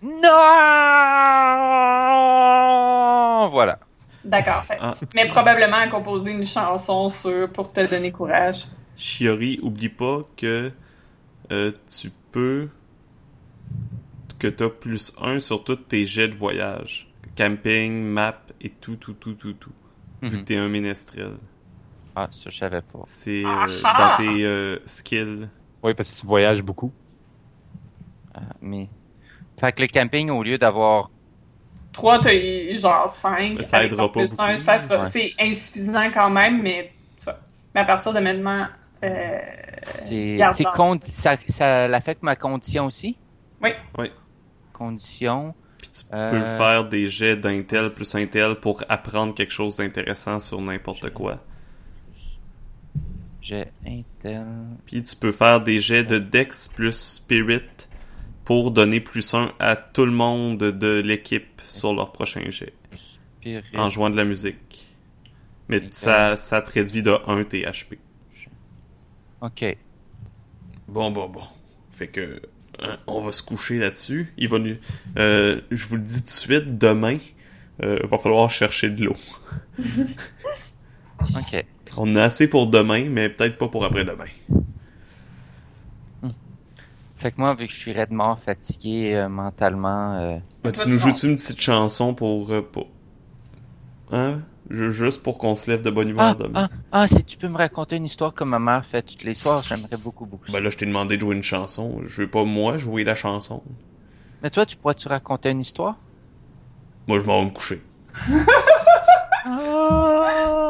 Speaker 2: non! Voilà.
Speaker 1: D'accord. Fait que
Speaker 3: Ah.
Speaker 1: Tu te mets probablement à composer une chanson sur pour te donner courage.
Speaker 3: Shiori, oublie pas que euh, tu peux. que t'as plus 1 sur tous tes jets de voyage. Camping, map et tout, tout, tout, tout, tout. Vu que
Speaker 2: Mhm.
Speaker 3: t'es un ménestrel.
Speaker 2: Ah, ça, je savais pas.
Speaker 3: C'est euh,
Speaker 1: Ah
Speaker 3: dans
Speaker 1: ah!
Speaker 3: tes euh, skills.
Speaker 5: Oui, parce que tu voyages beaucoup.
Speaker 2: Mais. Fait que le camping, au lieu d'avoir.
Speaker 1: Trois, t'as eu genre cinq.
Speaker 3: Ça
Speaker 1: Avec
Speaker 3: aidera
Speaker 1: ton
Speaker 3: pas
Speaker 1: plus un,
Speaker 3: beaucoup.
Speaker 1: ça, se va-
Speaker 2: Ouais.
Speaker 1: C'est insuffisant quand même, mais ça. Mais à partir de maintenant, euh,
Speaker 2: C'est,
Speaker 1: Garde
Speaker 2: c'est
Speaker 1: l'ordre.
Speaker 2: condi- ça, ça l'affecte ma condition aussi?
Speaker 1: Oui.
Speaker 3: Oui.
Speaker 2: Condition.
Speaker 3: Puis tu
Speaker 2: Euh.
Speaker 3: peux faire des jets d'intel plus intel pour apprendre quelque chose d'intéressant sur n'importe quoi.
Speaker 2: J'ai intel.
Speaker 3: Puis tu peux faire des jets de Dex plus Spirit pour donner plus un à tout le monde de l'équipe sur leur prochain jet
Speaker 2: Spirit.
Speaker 3: en jouant de la musique. Mais
Speaker 2: Nickel.
Speaker 3: ça, ça te réduit de 1 tes HP.
Speaker 2: Ok.
Speaker 3: Bon, bon, bon. Fait que euh, on va se coucher là-dessus. Il va nous. euh, je vous le dis tout de suite, demain, euh, va falloir chercher de l'eau.
Speaker 2: Ok.
Speaker 3: On en a assez pour demain, mais peut-être pas pour après-demain.
Speaker 2: Fait que moi, vu que je suis raide mort, fatigué euh, mentalement, euh,
Speaker 3: Ben,
Speaker 1: Toi,
Speaker 3: tu nous
Speaker 1: tu
Speaker 3: joues-tu une petite chanson pour. euh, pour- Hein? Ju- Juste pour qu'on se lève de bonne humeur
Speaker 2: Ah,
Speaker 3: demain.
Speaker 2: ah, ah, si tu peux me raconter une histoire que ma mère fait tous les soirs, j'aimerais beaucoup, beaucoup. ça.
Speaker 3: Ben là, je t'ai demandé de jouer une chanson. Je veux pas, moi, jouer la chanson.
Speaker 2: Mais toi, tu pourrais-tu raconter une histoire?
Speaker 3: Moi, je m'en vais me coucher.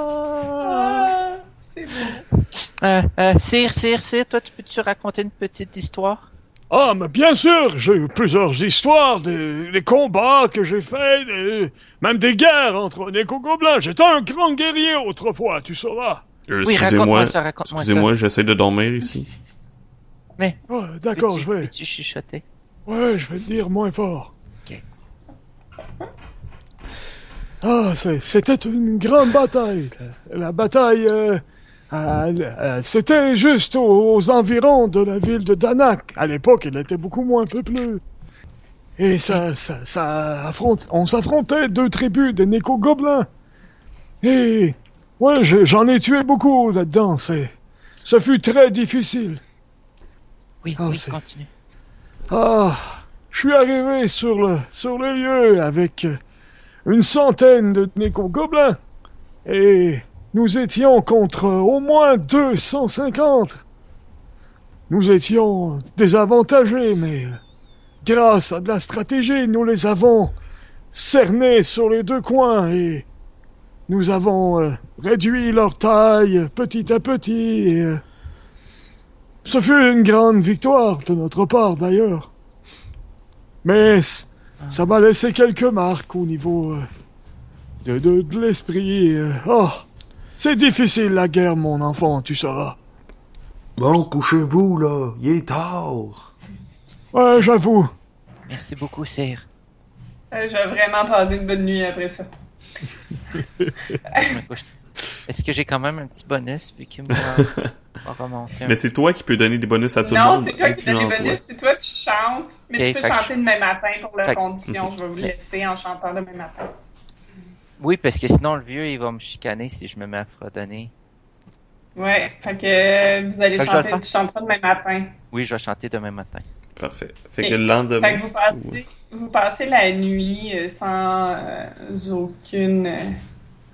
Speaker 1: Ah, c'est beau.
Speaker 2: Euh, euh, Sire, Sire, Sire, toi, tu peux-tu raconter une petite histoire?
Speaker 6: Ah, mais bien sûr, j'ai eu plusieurs histoires, des, des combats que j'ai faits, des- même des guerres entre Neko Gobelins. J'étais un grand guerrier autrefois, tu sauras.
Speaker 3: Euh,
Speaker 2: Oui, raconte-moi ça, raconte-moi ça.
Speaker 3: Excusez-moi, j'essaie de dormir ici.
Speaker 6: Ouais, d'accord,
Speaker 2: Peux-tu-
Speaker 6: je vais.
Speaker 2: Peux-tu chuchoter?
Speaker 6: Ouais, je vais le dire moins fort.
Speaker 2: Ok.
Speaker 6: Ah, c'est- c'était une grande bataille. La, la bataille, euh, à- à- c'était juste aux, aux environs de la ville de Danak. À l'époque, elle était beaucoup moins peuplée. Et ça, ça, ça affronte, on s'affrontait deux tribus de Neko gobelins. Et ouais, j'ai- j'en ai tué beaucoup là-dedans. C'est, ce fut très difficile.
Speaker 2: Oui,
Speaker 6: Oh,
Speaker 2: oui,
Speaker 6: c'est-
Speaker 2: continue.
Speaker 6: Ah, je suis arrivé sur le, sur le lieu avec euh, une centaine de néco-gobelins. Et nous étions contre au moins 250. Nous étions désavantagés, mais euh, grâce à de la stratégie, nous les avons cernés sur les deux coins et nous avons euh, réduit leur taille petit à petit. Et, euh, ce fut une grande victoire de notre part d'ailleurs. Mais c- ça m'a laissé quelques marques au niveau euh, de, de, de l'esprit. euh. oh, c'est difficile la guerre, mon enfant, tu sauras.
Speaker 3: Bon, couchez-vous, là. Il est tard.
Speaker 6: Ouais, j'avoue.
Speaker 2: Merci beaucoup, Sire.
Speaker 1: Euh, Je vais vraiment passer une bonne nuit après ça.
Speaker 2: Je me couche. Est-ce que j'ai quand même un petit bonus, vu qu'il m'a m'a remonté un
Speaker 3: Mais c'est toi qui peux donner des bonus à tout le
Speaker 1: non,
Speaker 3: monde.
Speaker 1: c'est toi qui donnes les
Speaker 3: incluant toi.
Speaker 1: bonus. C'est toi qui chantes. Mais
Speaker 2: Ok,
Speaker 1: tu peux
Speaker 2: fait que
Speaker 1: chanter demain matin pour la
Speaker 2: fait que-
Speaker 1: condition. Je vais vous
Speaker 2: Mais-
Speaker 1: laisser en chantant demain matin.
Speaker 2: Oui, parce que sinon le vieux il va me chicaner si je me mets à fredonner.
Speaker 1: Ouais, fait que euh, vous allez
Speaker 2: Fait que je vais le
Speaker 1: chanter,
Speaker 2: faire.
Speaker 1: tu chanteras demain matin.
Speaker 2: Oui, je vais chanter demain matin.
Speaker 3: Parfait. Fait
Speaker 1: Ok.
Speaker 3: que le lendemain.
Speaker 1: Fait que vous passez,
Speaker 3: Ouais.
Speaker 1: vous passez la nuit euh, sans euh, aucune, euh,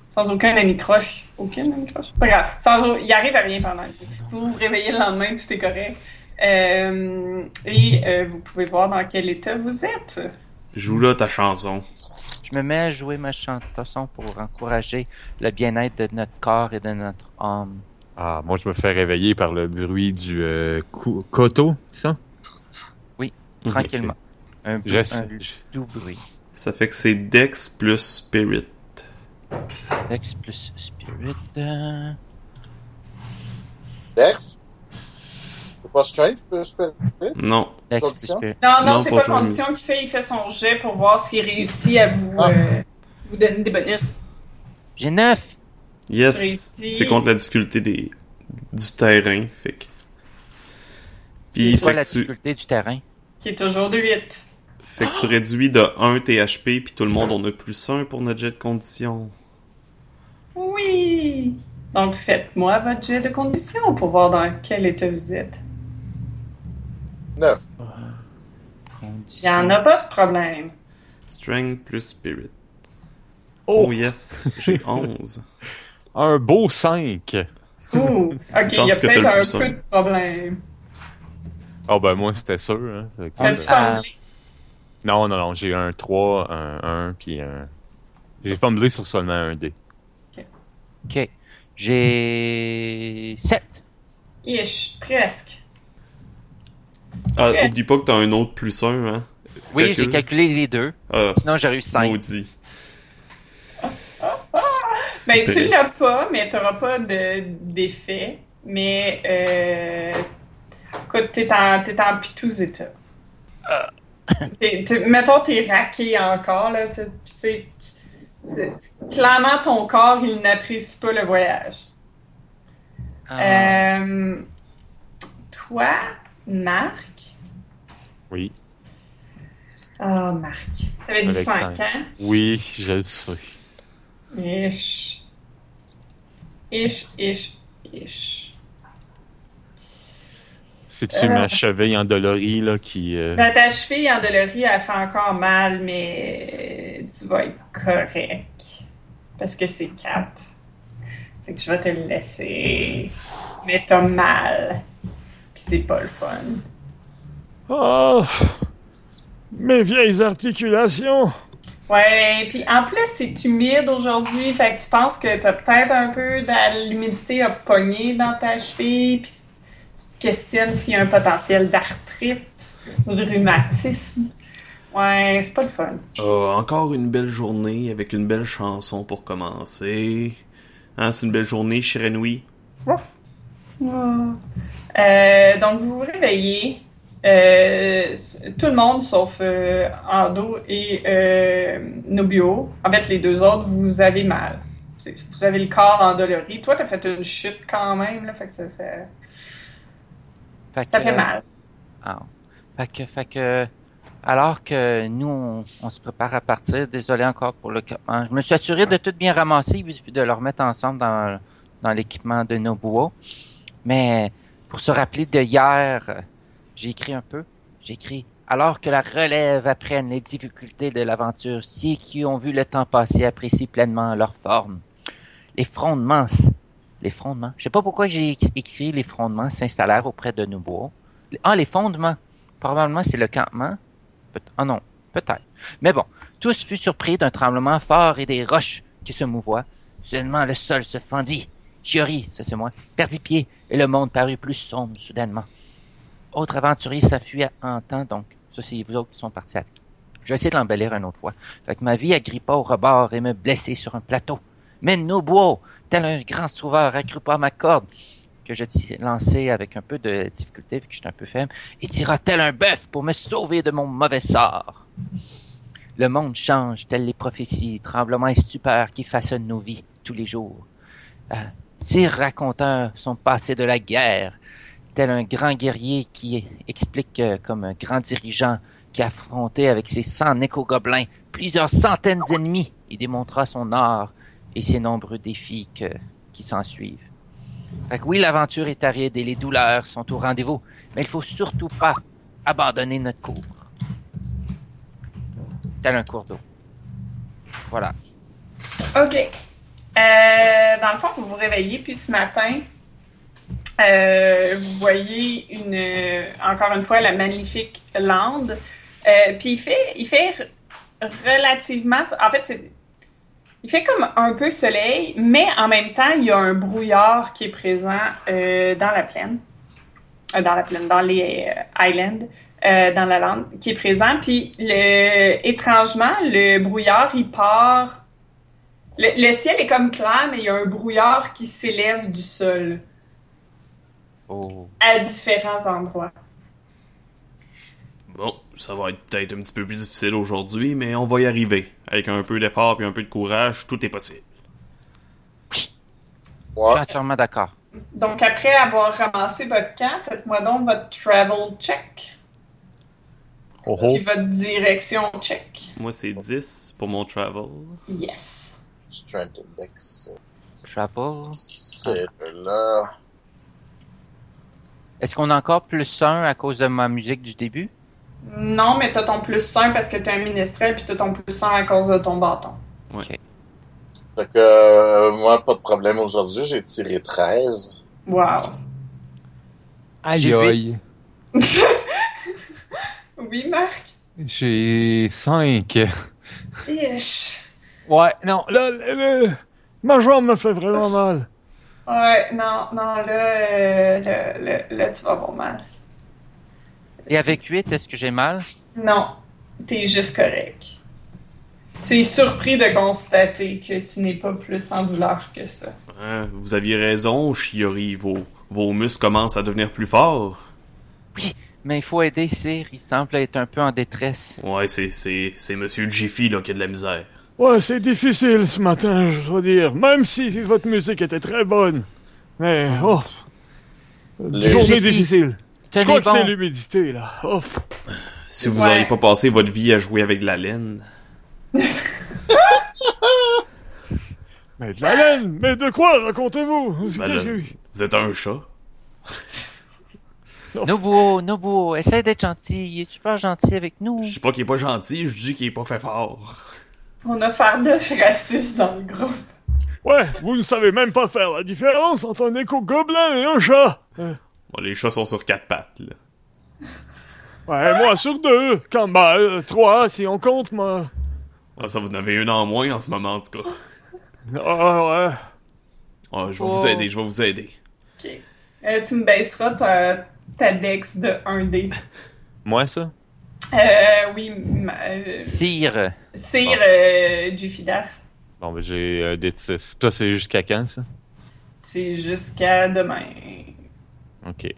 Speaker 1: sans aucun anicroche, aucune anicroche. Pas grave. Sans, au- il arrive à rien pendant la nuit. Vous vous réveillez le lendemain, tout est correct. Euh, et euh, vous pouvez voir dans quel état vous êtes.
Speaker 3: Joue là ta chanson.
Speaker 2: Je me mets à jouer ma chanson pour encourager le bien-être de notre corps et de notre âme.
Speaker 5: Ah, moi, je me fais réveiller par le bruit du euh, cou- coteau, ça?
Speaker 2: Tranquillement. Un,
Speaker 5: Je,
Speaker 2: un doux bruit.
Speaker 3: Ça fait que c'est Dex plus Spirit.
Speaker 2: Dex plus spirit. euh,
Speaker 4: Dex? C'est pas strength, plus spirit?
Speaker 3: Non.
Speaker 2: Dex plus
Speaker 4: Condition?
Speaker 2: spirit.
Speaker 1: Non, non,
Speaker 3: Non,
Speaker 1: c'est
Speaker 3: pas
Speaker 1: pas
Speaker 3: toujours.
Speaker 1: condition qu'il fait. Il fait son jet pour voir s'il réussit à vous,
Speaker 4: Ah.
Speaker 1: euh, vous donner des bonus.
Speaker 2: J'ai neuf!
Speaker 3: Yes.
Speaker 1: Réussi.
Speaker 3: C'est contre la difficulté des... du terrain. Fait que. Puis,
Speaker 2: C'est quoi
Speaker 3: fait
Speaker 2: la
Speaker 3: que, tu...
Speaker 2: difficulté du terrain?
Speaker 1: Qui est toujours de 8.
Speaker 3: fait que tu réduis de 1 tes HP, puis tout le monde, on a plus 1 pour notre jet de condition.
Speaker 1: Oui. Donc, faites-moi votre jet de condition pour voir dans quel état vous êtes.
Speaker 4: 9.
Speaker 1: Il n'y en a pas de problème.
Speaker 3: Strength plus Spirit.
Speaker 5: Oh.
Speaker 3: Oh, yes. J'ai 11.
Speaker 5: Un beau 5.
Speaker 1: Ouh, OK, il y a
Speaker 3: Chance que t'as
Speaker 1: peut-être
Speaker 3: le
Speaker 1: un
Speaker 3: poussin.
Speaker 1: peu de problème.
Speaker 5: Ah, ben, moi, c'était sûr. Hein. Fait que-
Speaker 1: T'as-tu fumblé?
Speaker 5: Non, non, non, j'ai un 3, un 1, puis un. J'ai fumblé sur seulement un dé.
Speaker 2: Ok. J'ai sept.
Speaker 1: Ish, presque.
Speaker 3: Ah,
Speaker 1: Yes.
Speaker 3: oublie pas que t'as un autre plus un, hein.
Speaker 2: Oui,
Speaker 3: Calcul.
Speaker 2: j'ai calculé les deux.
Speaker 3: Ah,
Speaker 2: Sinon, j'aurais eu 5.
Speaker 3: maudit.
Speaker 1: Ben, tu
Speaker 3: Super.
Speaker 1: l'as pas, mais t'auras pas de- d'effet. Mais, euh, écoute, t'es en, t'es en pitous état. T'es- t'es- mettons, t'es raqué encore, là. tu- tu sais, tu- tu- tu- clairement, ton corps, il n'apprécie pas le voyage.
Speaker 2: Ah.
Speaker 1: Euh, toi, Marc.
Speaker 5: Oui.
Speaker 1: Ah, Marc. T'avais dit
Speaker 5: Avec
Speaker 1: 5,
Speaker 5: cinq.
Speaker 1: hein?
Speaker 5: Oui, je le sais.
Speaker 1: Ish. Ish, ish, ish.
Speaker 5: C'est-tu
Speaker 1: Euh.
Speaker 5: ma cheville endolorie, là, qui... euh,
Speaker 1: Ben, ta cheville endolorie, elle fait encore mal, mais euh, tu vas être correct. Parce que c'est 4. Fait que je vais te le laisser. Mais t'as mal. Puis c'est pas le fun.
Speaker 6: Ah, mes vieilles articulations.
Speaker 1: Ouais, puis en plus, c'est humide aujourd'hui, fait que tu penses que t'as peut-être un peu de l'humidité à pogner dans ta cheville, puis tu te questionnes s'il y a un potentiel d'arthrite ou de rhumatisme. Ouais, c'est pas le fun.
Speaker 3: Euh, encore une belle journée avec une belle chanson pour commencer. Hein, c'est une belle journée, Chirenoui.
Speaker 1: Oh. Euh, donc, vous vous réveillez, euh, s- tout le monde sauf euh, Ando et euh, Nobio. En fait, les deux autres, vous avez mal. C'est- Vous avez le corps endolori. Toi, t'as fait une chute quand même, là, fait que ça, ça, ça
Speaker 2: que-
Speaker 1: fait mal.
Speaker 2: Ah. Fait que, fait que, alors que nous, on, on se prépare à partir, désolé encore pour le campement, je me suis assuré de tout bien ramasser puis puis de le remettre ensemble dans, dans l'équipement de nos bois. Mais pour se rappeler de hier, euh, j'ai écrit un peu. J'ai écrit alors que la relève apprenne les difficultés de l'aventure, ceux qui ont vu le temps passer apprécient pleinement leur forme. Les fondements, s- les fondements. Je sais pas pourquoi j'ai éc- écrit les fondements s'installèrent auprès de nos bois. Ah, les fondements. Probablement, c'est le campement. Peut- ah non, peut-être. Mais bon, tous furent surpris d'un tremblement fort et des roches qui se mouvoient. Seulement le sol se fendit. Chiori, ça c'est moi, perdit pied et le monde parut plus sombre soudainement. Autre aventurier s'affuit en temps, donc, ça c'est vous autres qui sont partis à... Je vais essayer de l'embellir une autre fois. Fait que ma vie agrippa au rebord et me blessait sur un plateau. Mais nos bois, tel un grand sauveur, accroupa ma corde que je ti- lançai avec un peu de difficulté, vu que j'étais un peu faible, et tira tel un bœuf pour me sauver de mon mauvais sort. Le monde change, telles les prophéties, tremblements et stupeurs qui façonnent nos vies tous les jours. Euh, ces raconteurs sont passés de la guerre, tel un grand guerrier qui explique euh, comme un grand dirigeant qui a affronté avec ses cent néco-gobelins plusieurs centaines d'ennemis. Il démontra son art et ses nombreux défis que, qui s'ensuivent. Fait que oui, l'aventure est aride et les douleurs sont au rendez-vous, mais il faut surtout pas abandonner notre cours. Tel un cours d'eau. Voilà.
Speaker 1: OK. Euh, dans le fond, vous vous réveillez, puis ce matin, euh, vous voyez une, euh, encore une fois la magnifique lande. Euh, puis il fait, il fait r- relativement. En fait, c'est. Il fait comme un peu soleil, mais en même temps, il y a un brouillard qui est présent euh, dans la plaine. Euh, dans la plaine, dans les euh, highlands, euh, dans la lande, qui est présent. Puis, le, étrangement, le brouillard, il part le, le ciel est comme clair, mais il y a un brouillard qui s'élève du sol
Speaker 2: Oh.
Speaker 1: à différents endroits.
Speaker 3: Bon, ça va être peut-être un petit peu plus difficile aujourd'hui, mais on va y arriver. Avec un peu d'effort et un peu de courage, tout est possible.
Speaker 2: Je
Speaker 4: Ouais.
Speaker 6: Ah.
Speaker 2: suis entièrement d'accord.
Speaker 1: Donc, après avoir ramassé votre camp, faites-moi donc votre travel check,
Speaker 5: Oh,
Speaker 1: puis
Speaker 5: oh.
Speaker 1: votre direction check.
Speaker 3: Moi, c'est 10 pour mon travel.
Speaker 1: Yes.
Speaker 4: Strength Index.
Speaker 2: Travel.
Speaker 4: C'est là.
Speaker 2: Est-ce qu'on a encore plus un à cause de ma musique du début?
Speaker 1: Non, mais t'as ton plus 1 parce que t'es un minestrel, puis t'as ton plus 1 à cause de ton bâton.
Speaker 4: Fait que, euh, moi, pas de problème aujourd'hui, j'ai tiré 13.
Speaker 1: Wow.
Speaker 5: Aïe
Speaker 2: J'ai
Speaker 5: aïe.
Speaker 1: Oui, Marc?
Speaker 5: J'ai 5.
Speaker 1: Ish.
Speaker 5: Ouais, non,
Speaker 6: Là, là, là, ma jambe me fait vraiment mal.
Speaker 1: Ouais, non, non, là, euh, là, là, là, tu vas avoir mal.
Speaker 2: Et avec 8, est-ce que j'ai mal?
Speaker 1: Non, t'es juste correct. Tu es surpris de constater que tu n'es pas plus en douleur que ça.
Speaker 3: Hein, vous aviez raison, Shiori. Vos, vos muscles commencent à devenir plus forts.
Speaker 2: Mais il faut aider Sir, il semble être un peu en détresse.
Speaker 3: Ouais, c'est, c'est, c'est Monsieur Jiffy là, qui a de la misère.
Speaker 6: Ouais, c'est difficile ce matin, je dois dire, même si votre musique était très bonne. Mais, oh,
Speaker 4: Les-
Speaker 6: journée
Speaker 2: J'ai fini.
Speaker 6: difficile. Je
Speaker 2: Tenez
Speaker 6: crois que
Speaker 2: bon.
Speaker 6: c'est l'humidité, là. Oh,
Speaker 3: Si vous
Speaker 1: Ouais.
Speaker 3: n'auriez pas passé votre vie à jouer avec de la laine.
Speaker 6: mais de la laine, mais de quoi, racontez-vous? C'est
Speaker 3: Madame.
Speaker 6: qu'est-ce que-
Speaker 3: Vous êtes un chat.
Speaker 2: Nobuo, Nobuo, essaie d'être gentil, il est super gentil avec nous.
Speaker 3: Je dis pas qu'il est pas gentil, je dis qu'il est pas fait fort.
Speaker 1: On a Fardoche raciste dans le groupe.
Speaker 6: Ouais, vous ne savez même pas faire la différence entre un éco-gobelin et un chat.
Speaker 3: Bon, les chats sont sur quatre pattes, là.
Speaker 6: Ouais, moi sur deux, quand, bah, euh, trois si on compte, moi.
Speaker 3: Ah, ça, vous en avez une en moins en ce moment, en tout cas.
Speaker 6: Ah, ouais.
Speaker 3: Ah, je vais
Speaker 2: Oh.
Speaker 3: vous aider, je vais vous aider.
Speaker 1: Ok. Euh, tu me baisseras ta, ta dex de 1D.
Speaker 5: Moi, ça?
Speaker 1: Euh, oui, ma- euh,
Speaker 2: Sire,
Speaker 1: Sire euh, Jiffy Daff,
Speaker 5: Bon, ben, j'ai euh, des 6. Ça, c'est jusqu'à quand, ça?
Speaker 1: c'est jusqu'à demain.
Speaker 5: OK.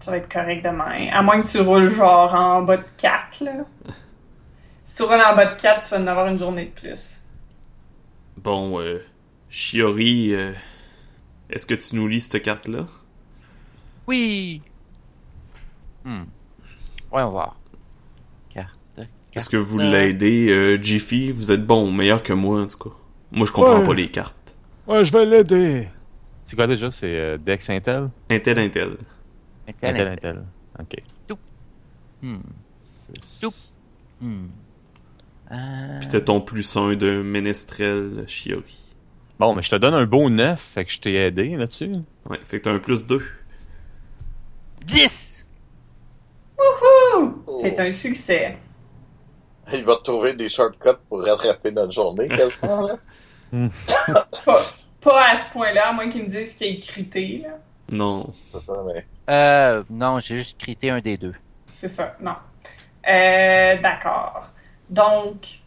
Speaker 1: Tu vas être correct demain. À moins que tu roules genre en bas de 4, là. Si tu roules en bas de 4, tu vas en avoir une journée de plus.
Speaker 3: Bon, euh, Shiori, euh, est-ce que tu nous lis cette carte-là?
Speaker 2: oui. Hmm. Voyons voir. Carte.
Speaker 3: Est-ce que vous
Speaker 2: Euh.
Speaker 3: l'aidez, euh, Jiffy? Vous êtes bon, meilleur que moi, en tout cas. Moi, je comprends
Speaker 6: Ouais.
Speaker 3: pas les cartes.
Speaker 6: Ouais, je vais l'aider.
Speaker 5: C'est quoi déjà? C'est euh, Dex Intel?
Speaker 3: Intel, Intel.
Speaker 2: Internet.
Speaker 5: Intel, Intel. OK.
Speaker 2: Hmm.
Speaker 5: Six.
Speaker 2: Toup. Hmm. Euh,
Speaker 3: Puis t'as ton plus un de Ménestrel, Shiori.
Speaker 5: Bon, mais je te donne un beau 9, fait que je t'ai aidé là-dessus.
Speaker 3: Ouais, fait que t'as un plus deux.
Speaker 2: 10!
Speaker 1: Wouhou!
Speaker 4: Oh.
Speaker 1: C'est un succès.
Speaker 4: Il va trouver des shortcuts pour rattraper notre journée, quasiment, là.
Speaker 1: Pas, pas à ce point-là, à moins qu'ils me disent qu'il est crité, là.
Speaker 3: Non.
Speaker 4: C'est ça, mais...
Speaker 2: Euh, non, j'ai juste crité un des deux.
Speaker 1: C'est ça, non. Euh, D'accord. Donc,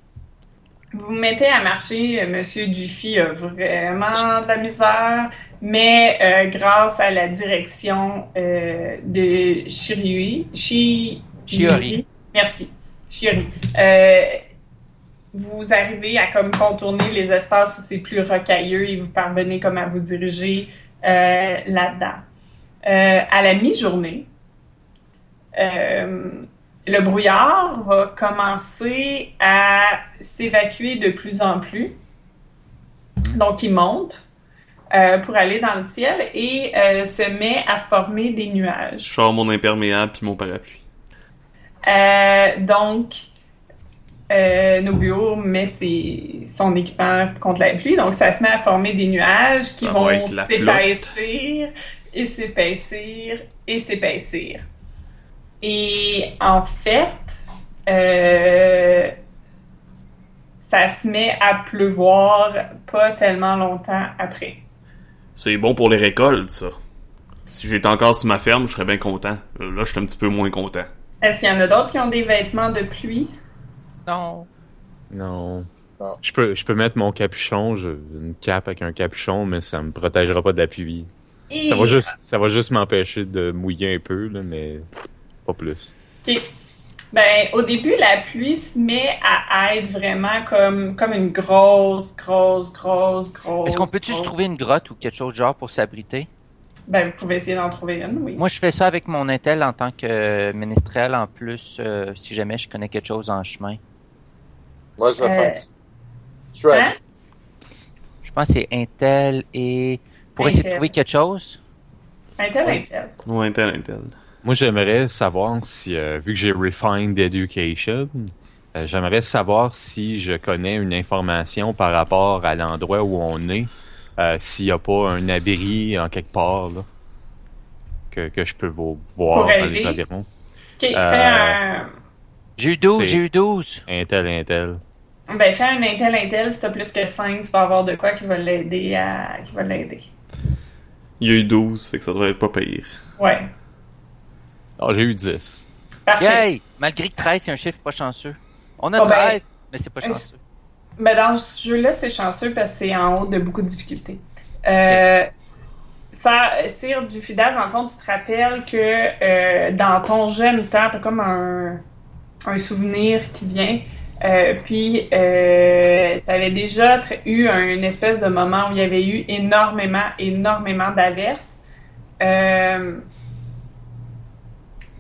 Speaker 1: vous vous mettez à marcher. euh, Monsieur Jiffy a vraiment de la misère, mais euh, grâce à la direction euh, de Shirui, Shi...
Speaker 2: Shiori.
Speaker 1: Merci. Shiori. Euh, vous arrivez à comme contourner les espaces où c'est plus rocailleux et vous parvenez comme à vous diriger euh, là-dedans. Euh, à la mi-journée, euh, le brouillard va commencer à s'évacuer de plus en plus. Donc, il monte euh, pour aller dans le ciel et euh, se met à former des
Speaker 3: Je
Speaker 1: nuages.
Speaker 3: sors mon imperméable puis mon parapluie.
Speaker 1: Euh, donc, euh, Nobuo met ses- son équipement contre la pluie, donc ça se met à former des nuages qui
Speaker 3: Ça va
Speaker 1: vont
Speaker 3: être la
Speaker 1: s'épaissir et s'épaissir et s'épaissir. Et en fait, euh, ça se met à pleuvoir pas tellement longtemps après.
Speaker 3: C'est bon pour les récoltes, ça. Si j'étais encore sur ma ferme, je serais bien content. Euh, Là, je suis un petit peu moins content.
Speaker 1: Est-ce qu'il y en a d'autres qui ont des vêtements de pluie?
Speaker 2: Non.
Speaker 5: Non.
Speaker 1: Ah.
Speaker 4: Non.
Speaker 5: Je peux, je peux mettre mon capuchon, je- une cape avec un capuchon, mais ça me protégera pas de la pluie. Ça va juste, ça va juste m'empêcher de mouiller un peu, là, mais pas plus.
Speaker 1: OK. Ben, au début, la pluie se met à être vraiment comme, comme une grosse, grosse, grosse, grosse.
Speaker 2: Est-ce qu'on peut-tu se
Speaker 1: grosse-
Speaker 2: trouver une grotte ou quelque chose de genre pour s'abriter?
Speaker 1: Ben, vous pouvez essayer d'en trouver une, oui.
Speaker 2: Moi, je fais ça avec mon intel en tant que euh, ministrel. En plus, euh, si jamais je connais quelque chose en chemin.
Speaker 4: Moi, je vais
Speaker 1: Euh,
Speaker 4: faire un petit track.
Speaker 1: hein?
Speaker 2: Je pense que c'est intel et... Pour essayer de
Speaker 1: Intel.
Speaker 2: trouver quelque chose?
Speaker 1: Un tel, un tel.
Speaker 3: Ouais, intel, intel.
Speaker 5: Moi, j'aimerais savoir si, euh, vu que j'ai Refined Education, euh, j'aimerais savoir si je connais une information par rapport à l'endroit où on est, euh, s'il n'y a pas un abri en quelque part, là, que, que je peux vo- voir
Speaker 1: Pour
Speaker 5: dans
Speaker 1: aider.
Speaker 5: les environs.
Speaker 1: OK, fais
Speaker 5: Euh,
Speaker 1: un.
Speaker 2: J'ai eu 12,
Speaker 5: C'est-
Speaker 2: j'ai eu 12.
Speaker 5: Intel, Intel.
Speaker 1: Ben, fais un intel, intel. Si t'as plus que 5, tu vas avoir de quoi qui va l'aider à. qui va l'aider.
Speaker 3: Il y a eu 12, fait que ça devrait être pas pire.
Speaker 1: Ouais.
Speaker 5: Ah, j'ai eu 10.
Speaker 1: Parfait.
Speaker 2: Yay! Malgré que 13, c'est un chiffre pas chanceux. On a
Speaker 1: Oh, ben.
Speaker 2: 13, mais c'est pas chanceux.
Speaker 1: Mais Ben, dans ce jeu-là, c'est chanceux parce que c'est en haut de beaucoup de difficultés. Euh, ça, Sir Jufida, dans le fond, tu te rappelles que euh, dans ton jeune temps, t'as comme un, un souvenir qui vient. Euh, puis, euh, t'avais déjà tr- eu un- une espèce de moment où il y avait eu énormément, énormément d'averses. Euh,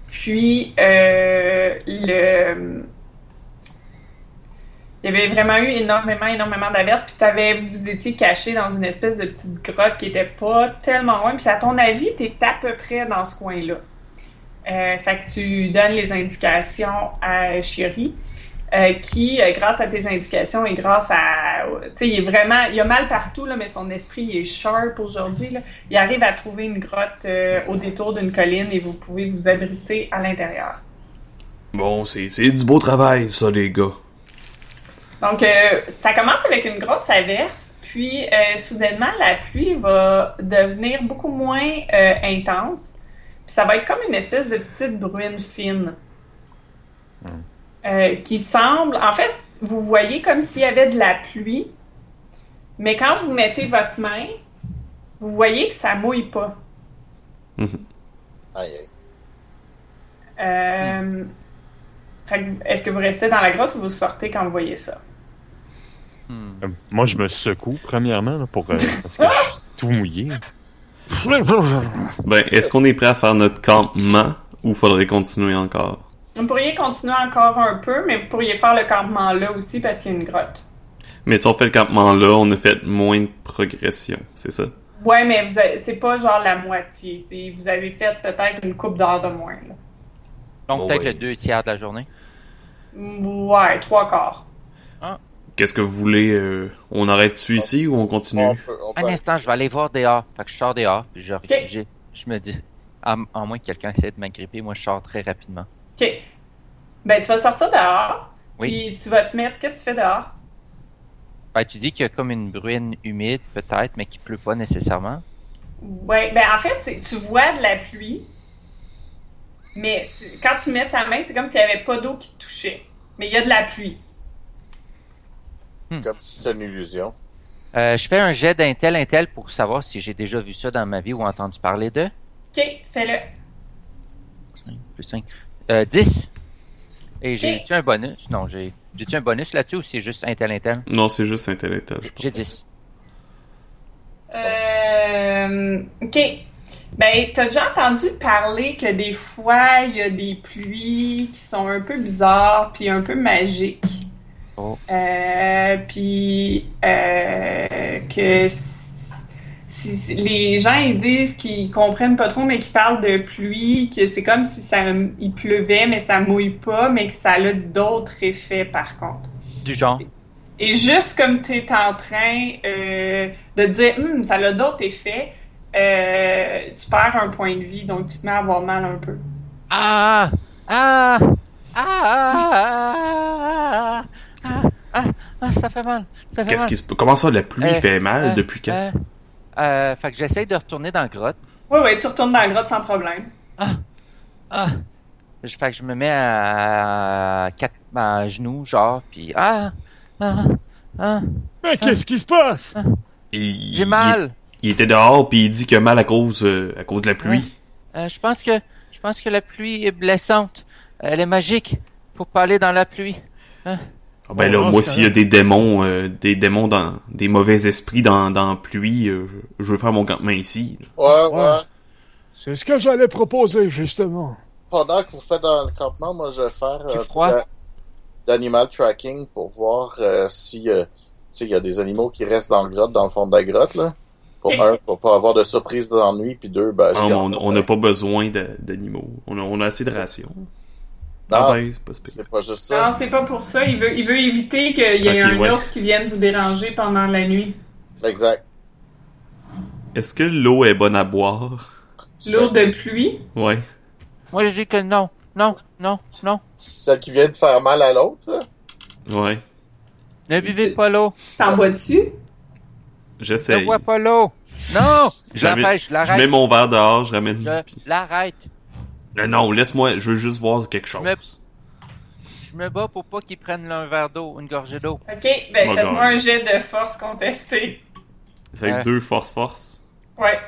Speaker 1: puis, euh, le il y avait vraiment eu énormément, énormément d'averses, puis t'avais, vous vous étiez caché dans une espèce de petite grotte qui était pas tellement loin, puis à ton avis, t'es à peu près dans ce coin-là. Euh, fait que tu donnes les indications à Chéri, qui, euh, grâce à tes indications et grâce à... Tu sais, il est vraiment... Il a mal partout, là, mais son esprit il est sharp aujourd'hui. là. Il arrive à trouver une grotte euh, au détour d'une colline et vous pouvez vous abriter à l'intérieur.
Speaker 3: Bon, c'est c'est du beau travail, ça, les gars.
Speaker 1: Donc, euh, ça commence avec une grosse averse, puis euh, soudainement, la pluie va devenir beaucoup moins euh, intense. Puis ça va être comme une espèce de petite bruine fine Euh, qui semble... En fait, vous voyez comme s'il y avait de la pluie, mais quand vous mettez votre main, vous voyez que ça mouille pas.
Speaker 4: Aïe, aïe.
Speaker 1: Euh, fait que- Est-ce que vous restez dans la grotte ou vous sortez quand vous voyez ça?
Speaker 2: Hmm.
Speaker 5: Euh, Moi, je me secoue, premièrement, là, pour, euh, parce que je suis tout mouillé.
Speaker 3: Ben, est-ce qu'on est prêt à faire notre campement ou faudrait continuer encore?
Speaker 1: Vous pourriez continuer encore un peu, mais vous pourriez faire le campement là aussi parce qu'il y a une grotte.
Speaker 3: Mais si on fait le campement là, on a fait moins de progression, c'est ça?
Speaker 1: Ouais, mais vous avez- c'est pas genre la moitié. C'est, vous avez fait peut-être une coupe d'heure de moins. là.
Speaker 2: Donc,
Speaker 5: Bon,
Speaker 2: peut-être
Speaker 5: Oh, ouais.
Speaker 2: le 2 tiers de la journée.
Speaker 1: Ouais, trois quarts.
Speaker 3: Qu'est-ce que vous voulez? euh, on arrête dessus ici ou on continue?
Speaker 4: On peut, on peut
Speaker 2: Un instant, je vais aller voir dehors. Fait que je sors dehors, puis je,
Speaker 1: Ok.
Speaker 2: j'ai- je me dis, à, à moins que quelqu'un essaie de m'agripper, moi je sors très rapidement.
Speaker 1: OK. Ben, tu vas sortir dehors.
Speaker 2: Oui.
Speaker 1: Puis tu vas te mettre. Qu'est-ce que tu fais dehors?
Speaker 2: Ben, tu dis qu'il y a comme une bruine humide, peut-être, mais qui pleut pas nécessairement.
Speaker 1: Ouais, ben, en fait, c'est- tu vois de la pluie. Mais c'est- quand tu mets ta main, c'est comme s'il n'y avait pas d'eau qui te touchait. Mais il y a de la pluie.
Speaker 4: comme si c'était une illusion.
Speaker 2: Euh, je fais un jet d'intel intel pour savoir si j'ai déjà vu ça dans ma vie ou entendu parler de.
Speaker 1: OK, fais-le.
Speaker 2: Plus 5. Euh, 10. Et j'ai
Speaker 1: Ok.
Speaker 2: tu un bonus? Non, j'ai. J'ai-tu un bonus là-dessus ou c'est juste intel intel?
Speaker 3: Non, c'est juste intellectuel, je pense.
Speaker 2: J'ai 10.
Speaker 1: Euh, OK. Ben, t'as déjà entendu parler que des fois, il y a des pluies qui sont un peu bizarres, puis un peu magiques.
Speaker 2: Oh.
Speaker 1: Euh, puis euh, que si, si- les gens, ils disent qu'ils comprennent pas trop, mais qu'ils parlent de pluie, que c'est comme si ça, il pleuvait, mais ça mouille pas, mais que ça a d'autres effets, par contre.
Speaker 2: Du genre.
Speaker 1: Et juste comme tu es en train euh, de dire, Hum, ça a d'autres effets, euh, tu perds un point de vie, donc tu te mets à avoir mal un peu.
Speaker 2: Ah! Ah! Ah! Ah! Ah! Ah! Ah! Ah! Ça fait mal! Ça fait
Speaker 3: Qu'est-ce
Speaker 2: mal!
Speaker 3: qui se... Comment ça, la pluie
Speaker 2: Ah. Euh,
Speaker 3: fait mal
Speaker 2: euh,
Speaker 3: depuis quand?
Speaker 2: Euh, euh, fait que j'essaye de retourner dans la grotte.
Speaker 1: Ouais, ouais, tu retournes dans la grotte sans problème.
Speaker 2: Ah! Je- Fait que je me mets à, à quatre à genoux, genre, puis ah! Ah! Ah!
Speaker 6: Mais qu'est-ce qui se passe?
Speaker 3: Il-
Speaker 2: J'ai mal!
Speaker 3: Il, il était dehors puis il dit qu'il a mal à cause, euh, à cause de la pluie.
Speaker 2: Euh, je pense que je pense que la pluie est blessante. Elle est magique. Faut pas aller dans la pluie.
Speaker 3: Ah ben
Speaker 6: Bon,
Speaker 3: là,
Speaker 6: non,
Speaker 3: moi,
Speaker 6: c'est
Speaker 3: s'il y a des démons, euh, des démons dans, des mauvais esprits dans, dans la pluie, euh, je, je veux faire mon campement ici.
Speaker 4: Ouais, ouais.
Speaker 6: Ouais. C'est ce que j'allais proposer, justement.
Speaker 4: Pendant que vous faites dans le campement, moi, je vais faire
Speaker 2: J'ai
Speaker 4: euh,
Speaker 2: froid.
Speaker 4: d'a- d'animal tracking pour voir euh, si, euh, tu sais, il y a des animaux qui restent dans la grotte, dans le fond de la grotte, là. Pour
Speaker 1: Ok.
Speaker 4: un, pour pas avoir de surprise d'ennui, puis deux, ben,
Speaker 3: Ah,
Speaker 4: si
Speaker 3: mais on on n'a pas besoin de- d'animaux. On a, on a assez de rations.
Speaker 4: Non,
Speaker 3: Ah ben,
Speaker 4: c'est-
Speaker 3: c'est pas si pire.
Speaker 4: c'est pas juste ça.
Speaker 1: Non, c'est pas pour ça. Il veut, il veut éviter qu'il y ait
Speaker 3: Ok,
Speaker 1: un
Speaker 3: ouais.
Speaker 1: ours qui vienne vous déranger pendant la nuit.
Speaker 4: Exact.
Speaker 3: Est-ce que l'eau est bonne à boire?
Speaker 1: L'eau de pluie.
Speaker 3: Ouais.
Speaker 2: Moi, je dis que non, non, non, non.
Speaker 4: Celle qui vient de faire mal à l'autre, là.
Speaker 3: Ouais.
Speaker 2: Ne buvez pas l'eau.
Speaker 3: Ah.
Speaker 1: T'en bois-tu?
Speaker 2: Ne
Speaker 3: J'essaye.
Speaker 2: bois pas l'eau. Non! Je
Speaker 3: Je ramène-
Speaker 2: l'empêche, je
Speaker 3: Je mets
Speaker 2: l'arrête.
Speaker 3: mon verre dehors, je ramène.
Speaker 2: Je l'arrête.
Speaker 3: Euh, non, laisse-moi, je veux juste voir quelque chose.
Speaker 2: Mais- Je me bats pour pas qu'ils prennent un verre d'eau, une gorgée d'eau.
Speaker 1: OK, ben
Speaker 3: Oh,
Speaker 1: faites-moi
Speaker 3: God.
Speaker 1: un jet de force contestée.
Speaker 3: Fait que
Speaker 2: Ouais.
Speaker 3: deux force-force.
Speaker 1: Ouais.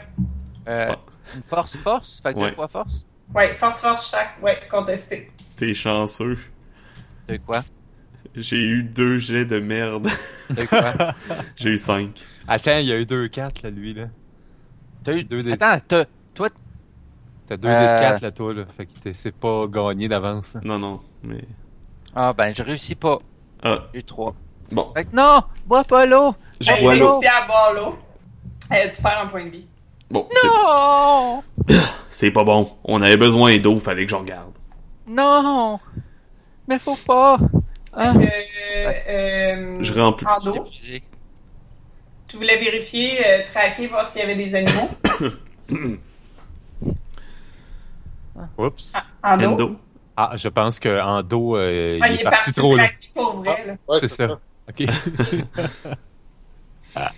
Speaker 2: Euh,
Speaker 3: Ouais.
Speaker 2: une force, force. Fait que
Speaker 3: Ouais.
Speaker 2: deux fois force.
Speaker 1: Ouais, force, force chaque. Ouais, contesté.
Speaker 3: T'es chanceux.
Speaker 2: De quoi?
Speaker 3: J'ai eu deux jets de merde.
Speaker 2: De quoi?
Speaker 3: J'ai eu cinq.
Speaker 5: Attends, il y a eu 2-4, là, lui, là.
Speaker 2: T'as eu
Speaker 5: Deux dés.
Speaker 2: Attends, t'as- toi,
Speaker 5: T'as 2
Speaker 2: Euh.
Speaker 5: dés de 4, là, toi, là. Fait que t'es- c'est pas gagné d'avance, là.
Speaker 3: Non, non, mais...
Speaker 2: Ah ben, je réussis pas.
Speaker 3: Ah,
Speaker 2: J'ai eu trois.
Speaker 3: bon.
Speaker 2: Fait que non! Bois pas l'eau!
Speaker 3: Je
Speaker 1: Hey,
Speaker 3: bois l'eau.
Speaker 1: réussis à boire l'eau. Euh, tu perds un point de vie.
Speaker 3: Bon, c'est-
Speaker 2: Non!
Speaker 3: c'est pas bon. On avait besoin d'eau, fallait que je regarde.
Speaker 2: Non! Mais faut pas! Ah,
Speaker 1: Euh, euh,
Speaker 3: Je remplis.
Speaker 1: en
Speaker 2: j'ai
Speaker 1: eau.
Speaker 2: épuisé.
Speaker 1: Tu voulais vérifier, euh, traquer, voir s'il y avait des animaux.
Speaker 5: Oups.
Speaker 1: En eau.
Speaker 3: Endo.
Speaker 5: Ah, je pense qu'en dos, euh,
Speaker 1: Ah,
Speaker 5: il, est parti, trop loin.
Speaker 1: traquer pour vrai. là.
Speaker 4: Ouais,
Speaker 5: c'est ça. OK.
Speaker 1: Fait que tu
Speaker 5: Ah,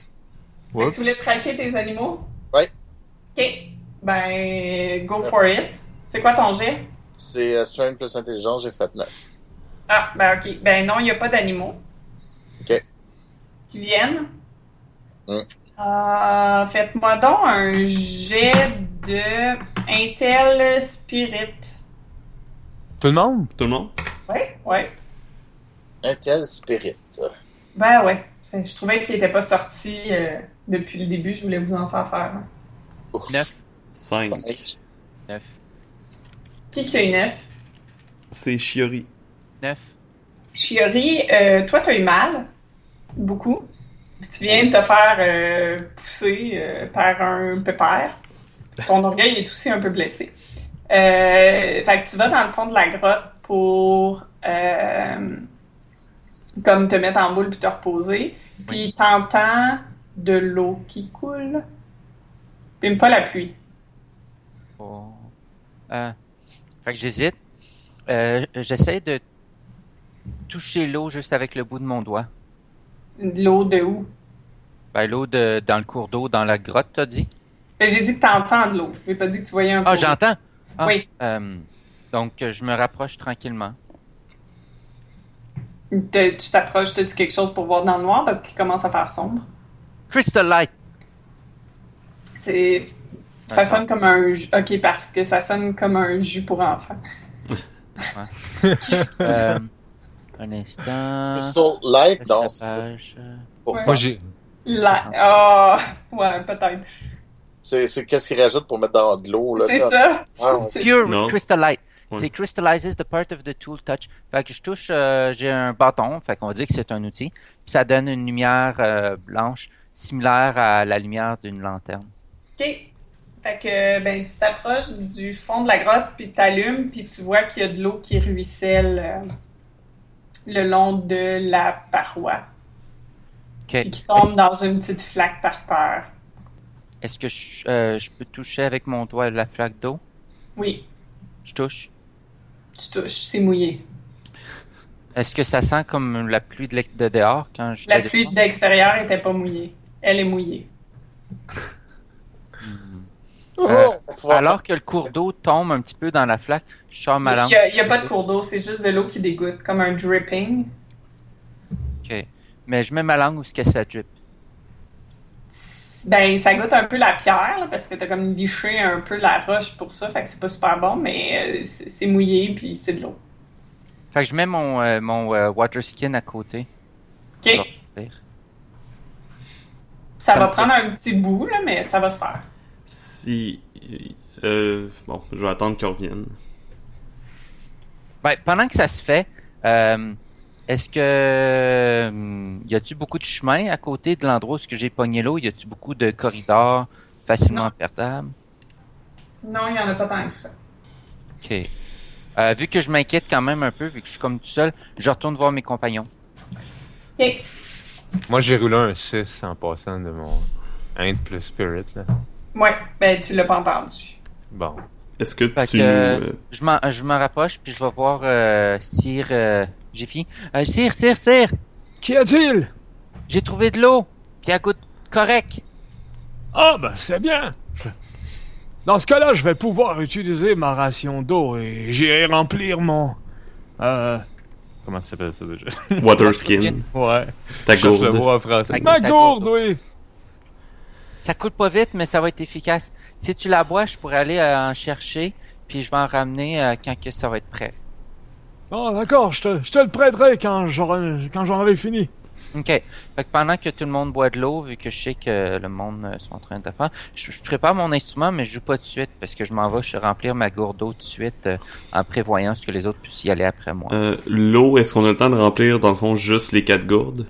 Speaker 5: Oups.
Speaker 1: voulais traquer tes animaux?
Speaker 4: Ouais.
Speaker 1: OK. Ben, go for it. C'est quoi ton jet?
Speaker 4: C'est euh, Strength plus Intelligence, j'ai fait 9.
Speaker 1: Ah, ben OK. Ben non, il n'y a pas d'animaux.
Speaker 4: OK.
Speaker 1: Qui viennent.
Speaker 4: Mm.
Speaker 1: Euh, Faites-moi donc un jet de Intel Spirit.
Speaker 5: Tout le monde?
Speaker 3: Tout le monde?
Speaker 1: Ouais, ouais.
Speaker 4: Intel Spirit.
Speaker 1: Ben ouais. C'est- Je trouvais qu'il n'était pas sorti euh, depuis le début. Je voulais vous en faire faire. un.
Speaker 4: Ouf.
Speaker 2: Neuf.
Speaker 3: Cinq.
Speaker 4: Cinq.
Speaker 2: Neuf.
Speaker 1: Qui qui a eu neuf?
Speaker 3: C'est Chiori.
Speaker 2: Neuf.
Speaker 1: Chiori, euh, toi, t'as eu mal, beaucoup. Puis tu viens de te faire euh, pousser euh, par un pépère. Ton orgueil est aussi un peu blessé. Euh, fait que tu vas dans le fond de la grotte pour euh, comme te mettre en boule puis te reposer. Puis t'entends de l'eau qui coule. Puis pas la pluie.
Speaker 2: Bon. Euh, Oh. fait que j'hésite. Euh, J'essaie de toucher l'eau juste avec le bout de mon doigt.
Speaker 1: L'eau de où?
Speaker 2: Ben, l'eau de- dans le cours d'eau, dans la grotte, t'as dit?
Speaker 1: Ben, J'ai dit que t'entends de l'eau. J'ai pas dit que tu voyais un
Speaker 2: Ah,
Speaker 1: cours d'eau.
Speaker 2: j'entends! Ah,
Speaker 1: Oui.
Speaker 2: euh, donc, euh, je me rapproche tranquillement.
Speaker 1: Te- tu t'approches, tu quelque chose pour voir dans le noir parce qu'il commence à faire sombre.
Speaker 2: Crystal Light!
Speaker 1: C'est, ça
Speaker 2: D'accord.
Speaker 1: sonne comme un jus. Ok, parce que ça sonne comme un jus pour enfants.
Speaker 2: Euh, un instant.
Speaker 4: Crystal Light, non, c'est ça.
Speaker 2: Tapage, euh,
Speaker 4: Pour
Speaker 1: Ouais.
Speaker 4: faire.
Speaker 5: Moi, j'ai...
Speaker 1: La, ah, ouais, peut-être.
Speaker 4: C'est c'est qu'est-ce qu'ils rajoutent pour mettre dans de l'eau, là.
Speaker 1: C'est
Speaker 4: tu sais.
Speaker 1: ça.
Speaker 4: Ah, ouais.
Speaker 1: C'est-
Speaker 2: Pure
Speaker 3: Non.
Speaker 2: Crystal Light.
Speaker 3: Ouais.
Speaker 2: C'est crystallizes the part of the tool touch. Fait que je touche, euh, j'ai un bâton, fait qu'on dit que c'est un outil. Puis ça donne une lumière euh, blanche similaire à la lumière d'une lanterne.
Speaker 1: Ok. Fait que, ben, tu t'approches du fond de la grotte, puis t'allumes, puis tu vois qu'il y a de l'eau qui ruisselle euh, le long de la paroi,
Speaker 2: Ok.
Speaker 1: puis qui tombe dans une petite flaque par terre.
Speaker 2: Est-ce que je, euh, je peux toucher avec mon doigt la flaque d'eau
Speaker 1: Oui,
Speaker 2: Je touche.
Speaker 1: tu touches, c'est mouillé.
Speaker 2: Est-ce que ça sent comme la pluie de, l'ex- de dehors quand je
Speaker 1: La
Speaker 2: j'étais
Speaker 1: pluie
Speaker 2: dehors?
Speaker 1: d'extérieur était pas mouillée. Elle est mouillée.
Speaker 4: Oh, on va pouvoir
Speaker 2: Euh, Alors que le cours d'eau tombe un petit peu dans la flaque, je sors ma langue.
Speaker 1: Il n'y a, pas de cours d'eau, c'est juste de l'eau qui dégoutte, comme un dripping.
Speaker 2: Ok. Mais je mets ma langue où ce que ça drip.
Speaker 1: Ben, ça goûte un peu la pierre, là, parce que t'as comme liché un peu la roche pour ça, fait que c'est pas super bon, mais euh, c'est c'est mouillé, puis c'est de l'eau.
Speaker 2: Fait que je mets mon, euh, mon euh, water skin à côté.
Speaker 1: OK?
Speaker 2: Bon, pire.
Speaker 1: ça
Speaker 2: ça
Speaker 1: va
Speaker 2: me
Speaker 1: prendre un petit bout, là, mais ça va se faire.
Speaker 3: Si... Euh... Bon, je vais attendre qu'ils reviennent.
Speaker 2: Ouais, Ben, pendant que ça se fait, euh, est-ce que hum, y a-tu beaucoup de chemins à côté de l'endroit où est-ce que j'ai pogné l'eau Y a-tu beaucoup de corridors facilement
Speaker 1: Non.
Speaker 2: perdables
Speaker 1: Non, il n'y en a pas tant que ça.
Speaker 2: Ok. Euh, vu que je m'inquiète quand même un peu, vu que je suis comme tout seul, je retourne voir mes compagnons.
Speaker 1: OK.
Speaker 5: Moi, j'ai roulé un 6 en passant de mon Int plus Spirit, là.
Speaker 1: Ouais, ben, tu l'as pas entendu.
Speaker 5: Bon.
Speaker 3: Est-ce que
Speaker 2: Fait
Speaker 3: tu...
Speaker 2: que,
Speaker 3: euh,
Speaker 2: Je m'en, je m'en rapproche puis je vais voir euh, Sir euh, Jiffy. Euh, Sir, Sir, Sir,
Speaker 6: Qu'y a-t-il
Speaker 2: j'ai trouvé de l'eau. Puis elle coûte correct.
Speaker 6: Ah, ben c'est bien. Je- Dans ce cas-là, je vais pouvoir utiliser ma ration d'eau et j'irai remplir mon... Euh,
Speaker 5: Comment ça s'appelle ça déjà?
Speaker 3: Waterskin,
Speaker 5: ouais.
Speaker 3: ta
Speaker 5: Je cherche le
Speaker 3: gourde.
Speaker 5: mot en français.
Speaker 2: Avec
Speaker 6: ma
Speaker 2: ta
Speaker 6: gourde,
Speaker 2: gourde.
Speaker 6: oui.
Speaker 2: Ça coule pas vite, mais ça va être efficace. Si tu la bois, je pourrais aller euh, en chercher, puis je vais en ramener euh, quand que ça va être prêt.
Speaker 6: Bon, d'accord, je te, je te le prêterai quand j'aurai, quand j'en aurai fini.
Speaker 2: Ok. Fait que pendant que tout le monde boit de l'eau, vu que je sais que le monde euh, sont en train de faire, je, je prépare mon instrument, mais je joue pas de suite parce que je m'en vais, je vais remplir ma gourde d'eau tout de suite euh, en prévoyant ce que les autres puissent y aller après moi.
Speaker 3: Euh, L'eau, est-ce qu'on a le temps de remplir, dans le fond, juste les quatre gourdes?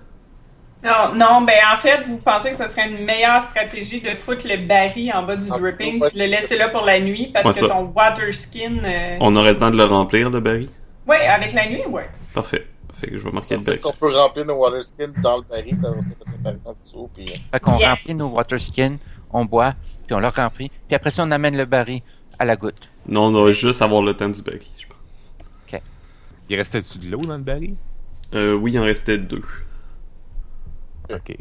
Speaker 1: Non, non, ben en fait, vous pensez que ce serait une meilleure stratégie de foutre le baril en bas du
Speaker 4: Ah,
Speaker 1: dripping
Speaker 4: ouais.
Speaker 1: puis de le laisser là pour la nuit parce
Speaker 3: Ouais,
Speaker 1: que
Speaker 3: ça.
Speaker 1: ton water skin. euh,
Speaker 3: On aurait le temps de le remplir, le baril?
Speaker 1: Ouais, avec la nuit, ouais.
Speaker 3: Parfait. Fait que je vais marquer
Speaker 4: Ça
Speaker 3: le
Speaker 4: veut dire
Speaker 3: baril.
Speaker 4: qu'on peut remplir nos water skins dans le baril, puis on s'est fait baril en dessous, puis
Speaker 2: Fait qu'on
Speaker 1: Yes.
Speaker 2: remplit nos water skins, on boit, puis on le remplit, puis après ça on amène le baril à la goutte.
Speaker 3: Non, on doit juste avoir le temps du baril, je pense.
Speaker 5: Il restait-tu de l'eau dans le baril?
Speaker 3: Euh, oui, il en restait deux.
Speaker 5: Ok.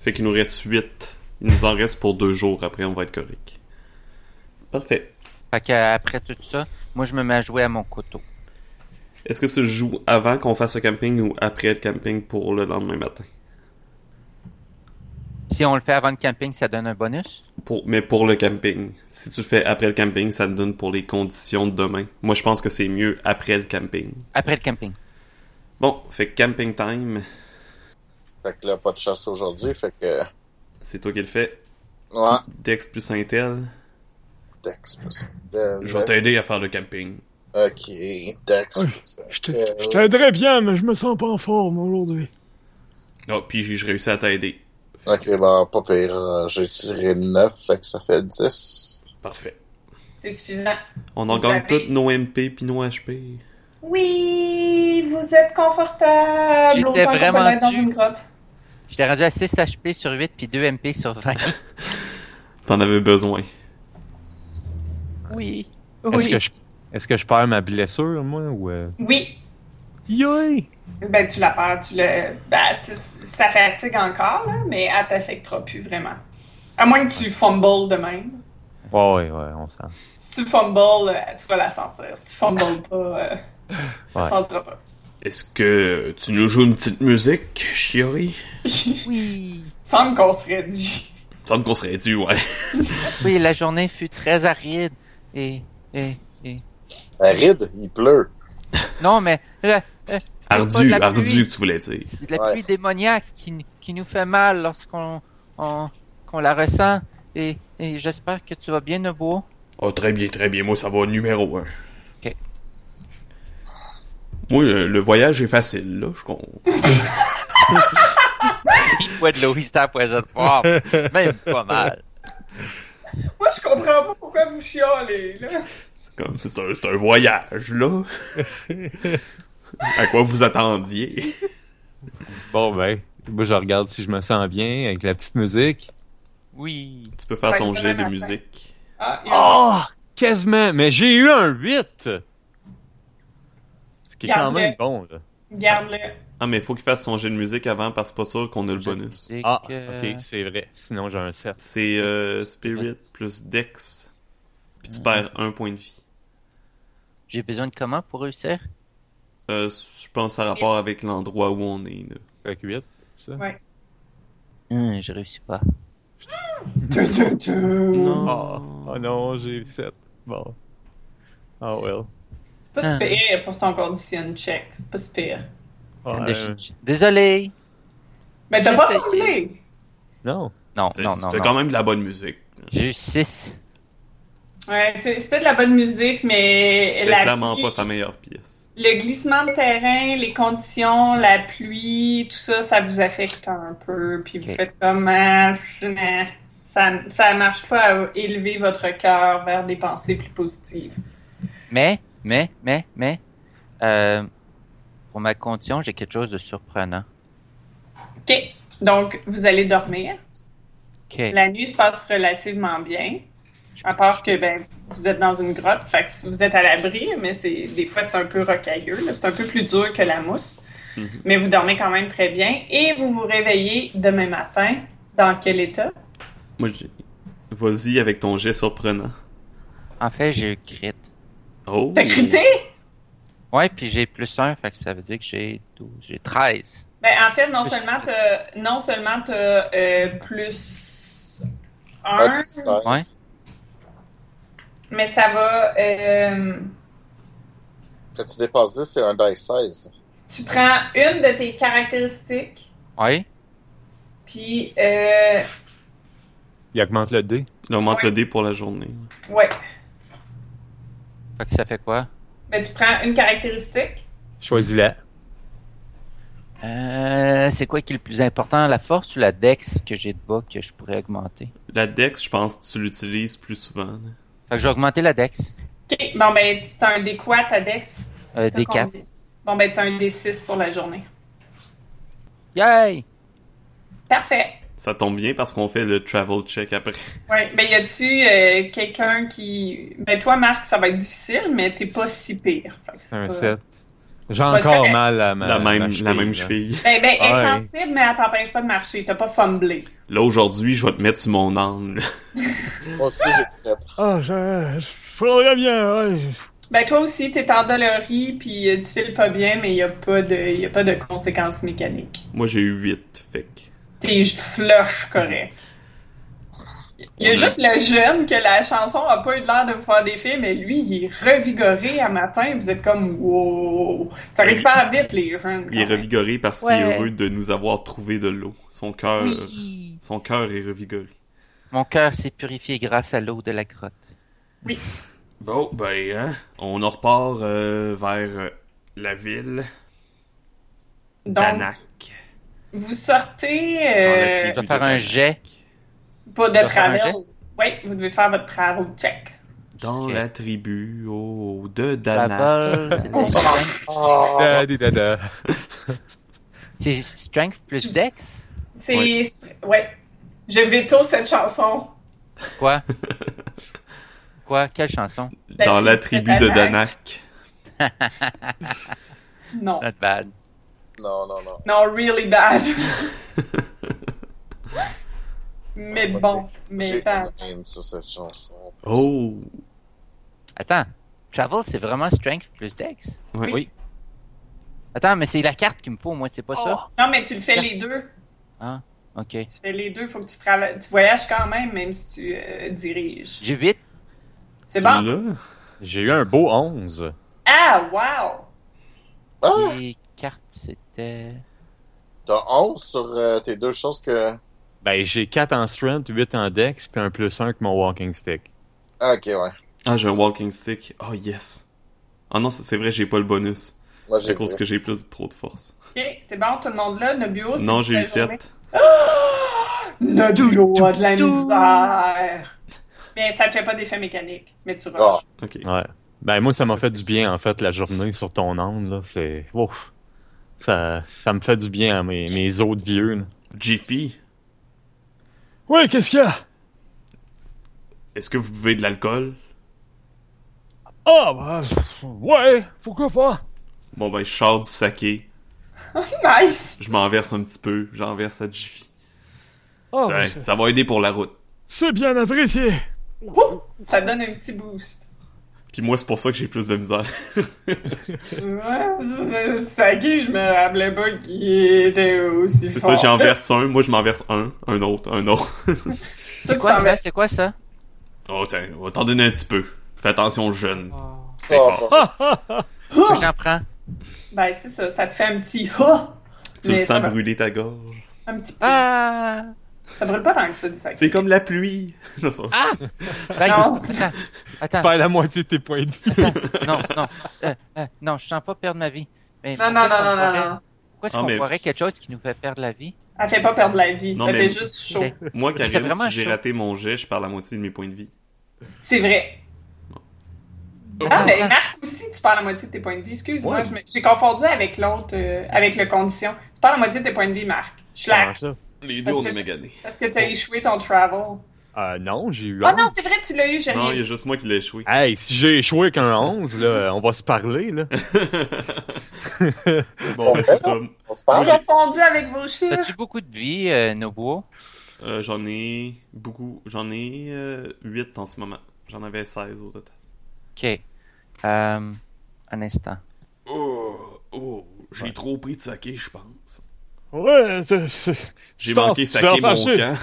Speaker 3: Fait qu'il nous reste huit. Il nous en reste pour deux jours, après on va être correct. Parfait.
Speaker 2: Fait qu'après tout ça, moi je me mets à jouer à mon couteau.
Speaker 3: Est-ce que ça se joue avant qu'on fasse le camping ou après le camping pour le lendemain matin?
Speaker 2: Si on le fait avant le camping, ça donne un bonus.
Speaker 3: Pour, mais pour le camping. Si tu le fais après le camping, ça te donne pour les conditions de demain. Moi, je pense que c'est mieux après le camping.
Speaker 2: Après le camping.
Speaker 3: Bon, fait que camping time,
Speaker 4: fait que là, pas de chasse aujourd'hui, fait que...
Speaker 3: c'est toi qui le fais.
Speaker 4: Ouais,
Speaker 3: Dex plus Intel.
Speaker 4: Dex plus Intel.
Speaker 3: Je vais Oh, t'aider à faire le camping.
Speaker 4: Ok, Dex
Speaker 6: Ouais,
Speaker 4: plus
Speaker 6: Je, te,
Speaker 4: Intel.
Speaker 6: je t'aiderai bien, mais je me sens pas en forme aujourd'hui.
Speaker 3: Oh, puis j'ai j'ai réussi à t'aider.
Speaker 4: Ok, bon, pas pire. euh, J'ai tiré 9, fait que ça fait 10.
Speaker 3: Parfait.
Speaker 1: C'est suffisant.
Speaker 3: On en
Speaker 1: Vous
Speaker 3: gagne
Speaker 1: avez-
Speaker 3: toutes nos MP puis nos HP.
Speaker 1: Oui, vous êtes confortable.
Speaker 2: J'étais
Speaker 1: Autant qu'on peut
Speaker 2: vraiment
Speaker 1: l'être dans
Speaker 2: dû.
Speaker 1: une grotte.
Speaker 2: J'étais rendu à 6 HP sur 8 puis 2 MP sur 20.
Speaker 3: T'en avais besoin.
Speaker 2: oui.
Speaker 1: Oui.
Speaker 5: Est-ce que, je... Est-ce que je perds ma blessure, moi, ou... euh?
Speaker 1: Oui.
Speaker 5: Yoï!
Speaker 1: Ben, tu la perds, tu le. Ben, c'est- ça fatigue encore, là, mais elle t'affectera plus vraiment. À moins que tu fumbles de même.
Speaker 5: Ouais, ouais, ouais, on sent.
Speaker 1: Si tu fumbles, euh, tu vas la sentir. Si tu fumbles pas, euh, tu la
Speaker 5: Ouais.
Speaker 1: sentiras pas.
Speaker 3: Est-ce que tu nous joues une petite musique, Chiori?
Speaker 2: Oui.
Speaker 1: Semble qu'on serait dû.
Speaker 3: Il me semble qu'on serait dû, ouais.
Speaker 2: Oui, la journée fut très aride et et et
Speaker 4: Aride, Euh, il pleut.
Speaker 2: non mais la, euh, c'est pas de
Speaker 3: Ardu,
Speaker 2: la
Speaker 3: ardu
Speaker 2: pluie,
Speaker 3: que tu voulais dire.
Speaker 2: c'est de la
Speaker 4: Ouais.
Speaker 2: pluie démoniaque qui, n- qui nous fait mal lorsqu'on on- qu'on la ressent et, et j'espère que tu vas bien Nobuo.
Speaker 3: Oh, très bien, très bien. Moi, ça va numéro un.
Speaker 2: Ok.
Speaker 3: Moi, euh, le, le voyage est facile, là. Je con...
Speaker 2: Il boit de l'eau, il s'empoisonne fort, même pas mal.
Speaker 1: Moi, je comprends pas pourquoi vous chialez, là.
Speaker 3: c'est comme- C'est un, c'est un voyage, là. à quoi vous attendiez?
Speaker 5: Bon, ben, moi, je regarde si je me sens bien avec la petite musique.
Speaker 2: Oui.
Speaker 3: Tu peux faire
Speaker 1: Ouais,
Speaker 3: ton
Speaker 1: demain
Speaker 3: jet de
Speaker 1: matin.
Speaker 3: musique.
Speaker 1: Ah, il y a-
Speaker 5: Oh! Quasiment! Mais j'ai eu un 8! Ce qui est quand
Speaker 1: Garde-le.
Speaker 5: même bon, là.
Speaker 1: Garde-le.
Speaker 3: Ah, mais il faut qu'il fasse son jet de musique avant parce que c'est pas sûr qu'on a le
Speaker 2: J'ai
Speaker 3: bonus.
Speaker 2: musique,
Speaker 5: Ah,
Speaker 2: euh,
Speaker 5: ok, c'est vrai. Sinon, j'ai un 7.
Speaker 3: C'est euh, Spirit plus Dex. Puis tu perds un point de vie.
Speaker 2: J'ai besoin de comment pour réussir
Speaker 3: Euh, je pense à rapport avec l'endroit où on est. Là.
Speaker 5: Fait que 8, c'est ça?
Speaker 1: Ouais.
Speaker 2: Hum, Je réussis pas.
Speaker 5: Oh, oh non, j'ai eu 7. Bon. Oh, well.
Speaker 2: Ah.
Speaker 1: Pas si pire pour ton condition check. C'est pas si pire.
Speaker 3: Ah,
Speaker 5: Ouais,
Speaker 2: De-
Speaker 5: euh,
Speaker 2: Désolé.
Speaker 1: Mais t'as pas
Speaker 2: J'essaie.
Speaker 1: fumblé.
Speaker 5: non.
Speaker 2: Non,
Speaker 3: C'est-
Speaker 2: non, non.
Speaker 3: C'était
Speaker 2: non.
Speaker 3: quand même de la bonne musique.
Speaker 2: J'ai eu 6.
Speaker 1: Ouais, c'est- c'était de la bonne musique, mais.
Speaker 3: C'était
Speaker 1: la
Speaker 3: clairement
Speaker 1: pluie-
Speaker 3: pas sa meilleure pièce.
Speaker 1: Le glissement de terrain, les conditions, la pluie, tout ça, ça vous affecte un peu. Puis vous
Speaker 2: Ok.
Speaker 1: faites comme Ah, je- mais ça, ça marche pas à élever votre cœur vers des pensées plus positives.
Speaker 2: Mais, mais, mais, mais, euh, pour ma condition, j'ai quelque chose de surprenant.
Speaker 1: Ok, donc vous allez dormir.
Speaker 2: Ok.
Speaker 1: La nuit se passe relativement bien. À part que ben, vous êtes dans une grotte, fait que vous êtes à l'abri, mais c'est des fois c'est un peu rocailleux, là. c'est un peu plus dur que la mousse.
Speaker 3: Mhm.
Speaker 1: Mais vous dormez quand même très bien et vous vous réveillez demain matin. Dans quel état
Speaker 3: Moi, j'ai... Vas-y avec ton jet surprenant.
Speaker 2: En fait, j'ai eu crit.
Speaker 3: Oh!
Speaker 1: T'as crité?
Speaker 2: Ouais, puis j'ai plus un, fait que ça veut dire que j'ai 12, j'ai 13.
Speaker 1: Ben, en fait, non
Speaker 2: Plus-
Speaker 1: seulement t'as, non seulement t'as euh, plus
Speaker 4: Un,
Speaker 1: 1,
Speaker 4: seize.
Speaker 2: Ouais.
Speaker 1: mais ça va. euh,
Speaker 4: Quand tu dépasses 10, c'est un dice 16.
Speaker 1: tu prends une de tes caractéristiques,
Speaker 2: Ouais.
Speaker 1: puis. Euh,
Speaker 5: Il augmente le dé.
Speaker 3: Il augmente
Speaker 1: Ouais.
Speaker 3: le dé pour la journée.
Speaker 1: ouais.
Speaker 2: Fait que ça fait quoi?
Speaker 1: Ben, tu prends une caractéristique.
Speaker 5: Choisis-la.
Speaker 2: Euh, c'est quoi qui est le plus important? La force ou la dex que j'ai de bas que je pourrais augmenter?
Speaker 3: La Dex, je pense que tu l'utilises plus souvent. là.
Speaker 2: Fait que j'ai augmenté la dex.
Speaker 1: OK. Bon, ben, t'as un D4 ta Dex? T'as
Speaker 2: Euh, des 4.
Speaker 1: combien? Bon, ben, t'as un D6 pour la journée.
Speaker 2: Yay!
Speaker 1: Parfait.
Speaker 3: Ça tombe bien parce qu'on fait le travel check après.
Speaker 1: Ouais. Ben, y a-tu euh, quelqu'un qui. Ben, toi, Marc, ça va être difficile, mais t'es pas si pire. Fait que c'est
Speaker 5: C'est un
Speaker 1: pas-
Speaker 5: 7. J'ai
Speaker 1: Parce
Speaker 5: encore
Speaker 1: que-
Speaker 5: mal à ma,
Speaker 3: la
Speaker 5: ma
Speaker 3: même,
Speaker 5: cheville,
Speaker 3: la même
Speaker 5: là.
Speaker 3: cheville.
Speaker 1: Ben, ben, elle est
Speaker 5: Ouais.
Speaker 1: sensible, mais elle t'empêche pas de marcher. T'as pas fumblé.
Speaker 3: Là, aujourd'hui, je vais te mettre sur mon âme. là.
Speaker 4: Moi aussi, j'ai 7.
Speaker 6: Ah, je, je faudrait bien. ouais, je-
Speaker 1: Ben, toi aussi, t'es endolori, puis euh, tu files pas bien, mais y a pas de, y a pas de conséquences mécaniques.
Speaker 3: Moi, j'ai eu 8, fait que-
Speaker 1: T'es juste flush, correct. Il y a
Speaker 3: Ouais.
Speaker 1: juste le jeune que la chanson a pas eu l'air de vous faire des films, mais lui, il est revigoré à matin, vous êtes comme wow! Ça récupère vite, les jeunes.
Speaker 3: Il est
Speaker 1: quand même.
Speaker 3: revigoré parce qu'il est
Speaker 2: Ouais.
Speaker 3: heureux de nous avoir trouvé de l'eau. Son cœur, euh, son cœur est revigoré.
Speaker 2: Mon cœur s'est purifié grâce à l'eau de la grotte.
Speaker 3: Bon, ben, hein, on en repart euh, vers euh, la ville
Speaker 1: Donc,
Speaker 3: d'Anak.
Speaker 1: vous sortez
Speaker 3: Dans la
Speaker 1: euh,
Speaker 3: tribu
Speaker 2: Je vais
Speaker 3: de
Speaker 2: faire un
Speaker 3: Danak.
Speaker 2: jet.
Speaker 1: pas
Speaker 2: On
Speaker 1: de
Speaker 2: doit faire un
Speaker 1: travel.
Speaker 2: jet?
Speaker 1: Oui, vous devez faire votre travel check.
Speaker 3: Dans la tribu oh, de
Speaker 2: La
Speaker 3: Danak.
Speaker 2: balle, c'est des strength.
Speaker 5: Da, di, da, da.
Speaker 2: C'est strength plus dex?
Speaker 1: C'est. Ouais. Je veto cette chanson.
Speaker 2: Quoi? Quoi? Quelle chanson?
Speaker 3: Dans la tribu de Danak.
Speaker 1: Non.
Speaker 2: Not bad.
Speaker 4: Non, non, non.
Speaker 1: Non, really bad. mais bon, mais
Speaker 4: J'ai
Speaker 1: bad.
Speaker 4: une haine sur cette chanson.
Speaker 3: Oh,
Speaker 2: Attends. Travel, c'est vraiment strength plus dex?
Speaker 3: ouais.
Speaker 5: Oui.
Speaker 2: Attends, mais c'est la carte qu'il me faut, moi, c'est pas ça?
Speaker 1: Oh. Non, mais tu le fais les deux.
Speaker 2: Ok.
Speaker 1: Tu fais les deux, faut que tu travailles. Tu voyages quand même, même si tu euh, diriges.
Speaker 2: J'ai 8.
Speaker 1: C'est bon?
Speaker 3: Là,
Speaker 5: J'ai eu un beau 11.
Speaker 1: Ah, wow!
Speaker 4: Ah!
Speaker 2: Les cartes, c'était.
Speaker 4: T'as 11 sur euh, tes deux choses que.
Speaker 5: Ben, j'ai 4 en strength, 8 en dex, puis un plus 1 que mon walking stick.
Speaker 4: Ah, ok, ouais.
Speaker 3: ah, j'ai un walking stick. Oh, yes. Ah non, c'est c'est vrai, j'ai pas le bonus.
Speaker 4: Moi,
Speaker 3: C'est
Speaker 4: j'ai
Speaker 3: à cause que
Speaker 4: 10.
Speaker 3: j'ai plus trop de force.
Speaker 1: Ok, c'est bon, tout le monde là, Nobuo. Oh, c'est
Speaker 3: Non,
Speaker 1: toute
Speaker 3: j'ai
Speaker 1: la
Speaker 3: eu
Speaker 1: journée.
Speaker 3: 7.
Speaker 1: Nobuo a de la misère! Bien, ça te fait pas d'effet mécanique, mais tu rushes.
Speaker 4: Ah.
Speaker 3: Ok.
Speaker 5: Ouais. Ben, moi, ça m'a fait du bien, en fait, la journée sur ton onde, là. C'est. Ouf. Ça, ça me fait du bien à mes, mes autres vieux, là.
Speaker 3: Jiffy,
Speaker 6: Ouais, qu'est-ce qu'il y a
Speaker 3: est-ce que vous buvez de l'alcool?
Speaker 6: Ah, bah, pff, ouais, pourquoi pas
Speaker 3: Bon, ben, je sors du saké.
Speaker 2: Ah.
Speaker 1: Nice!
Speaker 3: Je m'en verse un petit peu. J'en verse à Jiffy.
Speaker 6: Ah, bah,
Speaker 3: Tiens,
Speaker 6: c'est-
Speaker 3: ça va aider pour la route.
Speaker 6: c'est bien apprécié.
Speaker 1: Ouh! Ça donne un petit boost.
Speaker 3: Puis moi, c'est pour ça que j'ai plus de misère.
Speaker 1: Ouais, Saki, je me rappelais pas qu'il était aussi
Speaker 3: C'est
Speaker 1: fort.
Speaker 3: ça, j'en verse un, moi je m'en verse un, un autre, un autre.
Speaker 1: Toi,
Speaker 2: C'est
Speaker 1: tu
Speaker 2: quoi
Speaker 1: t'en
Speaker 2: ça?
Speaker 1: mets-
Speaker 2: C'est quoi ça?
Speaker 3: Oh tiens, on va t'en donner un petit peu. Fais attention jeune. C'est
Speaker 4: Ah,
Speaker 3: fort.
Speaker 4: bah,
Speaker 1: Oh!
Speaker 2: Moi, J'en prends.
Speaker 1: Ben, c'est ça, ça te fait un petit ha!
Speaker 3: Tu le
Speaker 1: Mais ça
Speaker 3: sens
Speaker 1: va.
Speaker 3: brûler ta gorge.
Speaker 1: Un petit peu.
Speaker 2: Ah!
Speaker 1: Ça brûle pas tant que ça, du Saki.
Speaker 3: C'est comme la pluie. Non, ça va.
Speaker 2: Attends,
Speaker 1: Non.
Speaker 5: Tu
Speaker 2: attends,
Speaker 5: perds la moitié de tes points de vie.
Speaker 2: non, non, euh, euh, non, je sens pas perdre ma vie. Mais
Speaker 1: Non, non,
Speaker 2: pourquoi
Speaker 1: non,
Speaker 2: est-ce
Speaker 1: non, non,
Speaker 2: qu'on ferait-
Speaker 1: non.
Speaker 2: Pourquoi est-ce
Speaker 3: Ah,
Speaker 2: qu'on
Speaker 3: mais-
Speaker 2: ferait quelque chose qui nous fait perdre la vie?
Speaker 1: Elle fait pas perdre la vie,
Speaker 3: Non,
Speaker 1: ça
Speaker 3: mais-
Speaker 1: fait juste chaud.
Speaker 2: Mais-
Speaker 3: Moi,
Speaker 2: C'était
Speaker 3: Karine,
Speaker 2: vraiment
Speaker 3: si j'ai
Speaker 2: chaud.
Speaker 3: raté mon jet, je perds la moitié de mes points de vie.
Speaker 1: C'est vrai. Ah,
Speaker 2: Attends,
Speaker 1: ben,
Speaker 2: attends.
Speaker 1: Marc aussi, tu perds la moitié de tes points de vie. Excuse-moi,
Speaker 5: Ouais.
Speaker 1: je me- j'ai confondu avec l'autre, euh, avec le condition. Tu perds la moitié de tes points de vie, Marc.
Speaker 5: Comment
Speaker 1: Schlack,
Speaker 5: ça?
Speaker 3: Les
Speaker 1: deux, Parce on est que-
Speaker 3: méganés.
Speaker 1: parce que t'as échoué ton travel.
Speaker 5: Euh, non, j'ai eu
Speaker 1: Oh
Speaker 5: 11.
Speaker 1: non, c'est vrai, tu l'as eu, j'ai
Speaker 3: Non,
Speaker 1: rien
Speaker 3: il y a
Speaker 1: dit.
Speaker 3: juste moi qui l'ai échoué.
Speaker 5: Hey, si j'ai échoué qu'un 11, là, on va se parler, là.
Speaker 3: bon, ben c'est ça.
Speaker 4: on se
Speaker 1: J'ai
Speaker 4: parle?
Speaker 1: confondu avec vos chiffres. Ah.
Speaker 2: T'as-tu beaucoup de vie, euh, Nobuo?
Speaker 3: Euh, j'en ai beaucoup. J'en ai 8 en ce moment. J'en avais 16 au total.
Speaker 2: Ok. Euh, un instant.
Speaker 3: Oh, oh, j'ai trop pris de saké, je pense.
Speaker 6: Ouais, hein, c'est- c'est-
Speaker 3: J'ai
Speaker 6: tu t'en-
Speaker 3: manqué
Speaker 6: tu t'es
Speaker 3: saké mon
Speaker 6: enfargé.
Speaker 3: camp.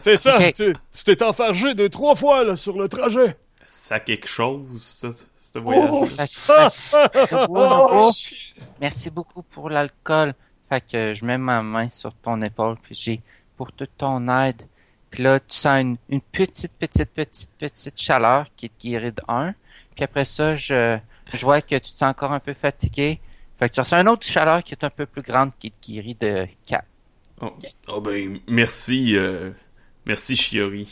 Speaker 6: C'est ça,
Speaker 2: Ok.
Speaker 6: tu tu t'es enfargé deux, trois fois là, sur le trajet.
Speaker 3: Ça quelque chose, ce, ce voyage.
Speaker 6: Ah, ah, ah,
Speaker 1: Oh, shit.
Speaker 2: Merci beaucoup pour l'alcool. Fait que je mets ma main sur ton épaule, puis j'ai pour toute ton aide. Puis là, tu sens une, une petite, petite, petite, petite chaleur qui te guérit de 1. Puis après ça, je, je vois que tu te sens encore un peu fatigué. Fait que tu ressens une autre chaleur qui est un peu plus grande qui te guérit de 4.
Speaker 3: Oh. oh, ben, merci, euh, merci Shiori.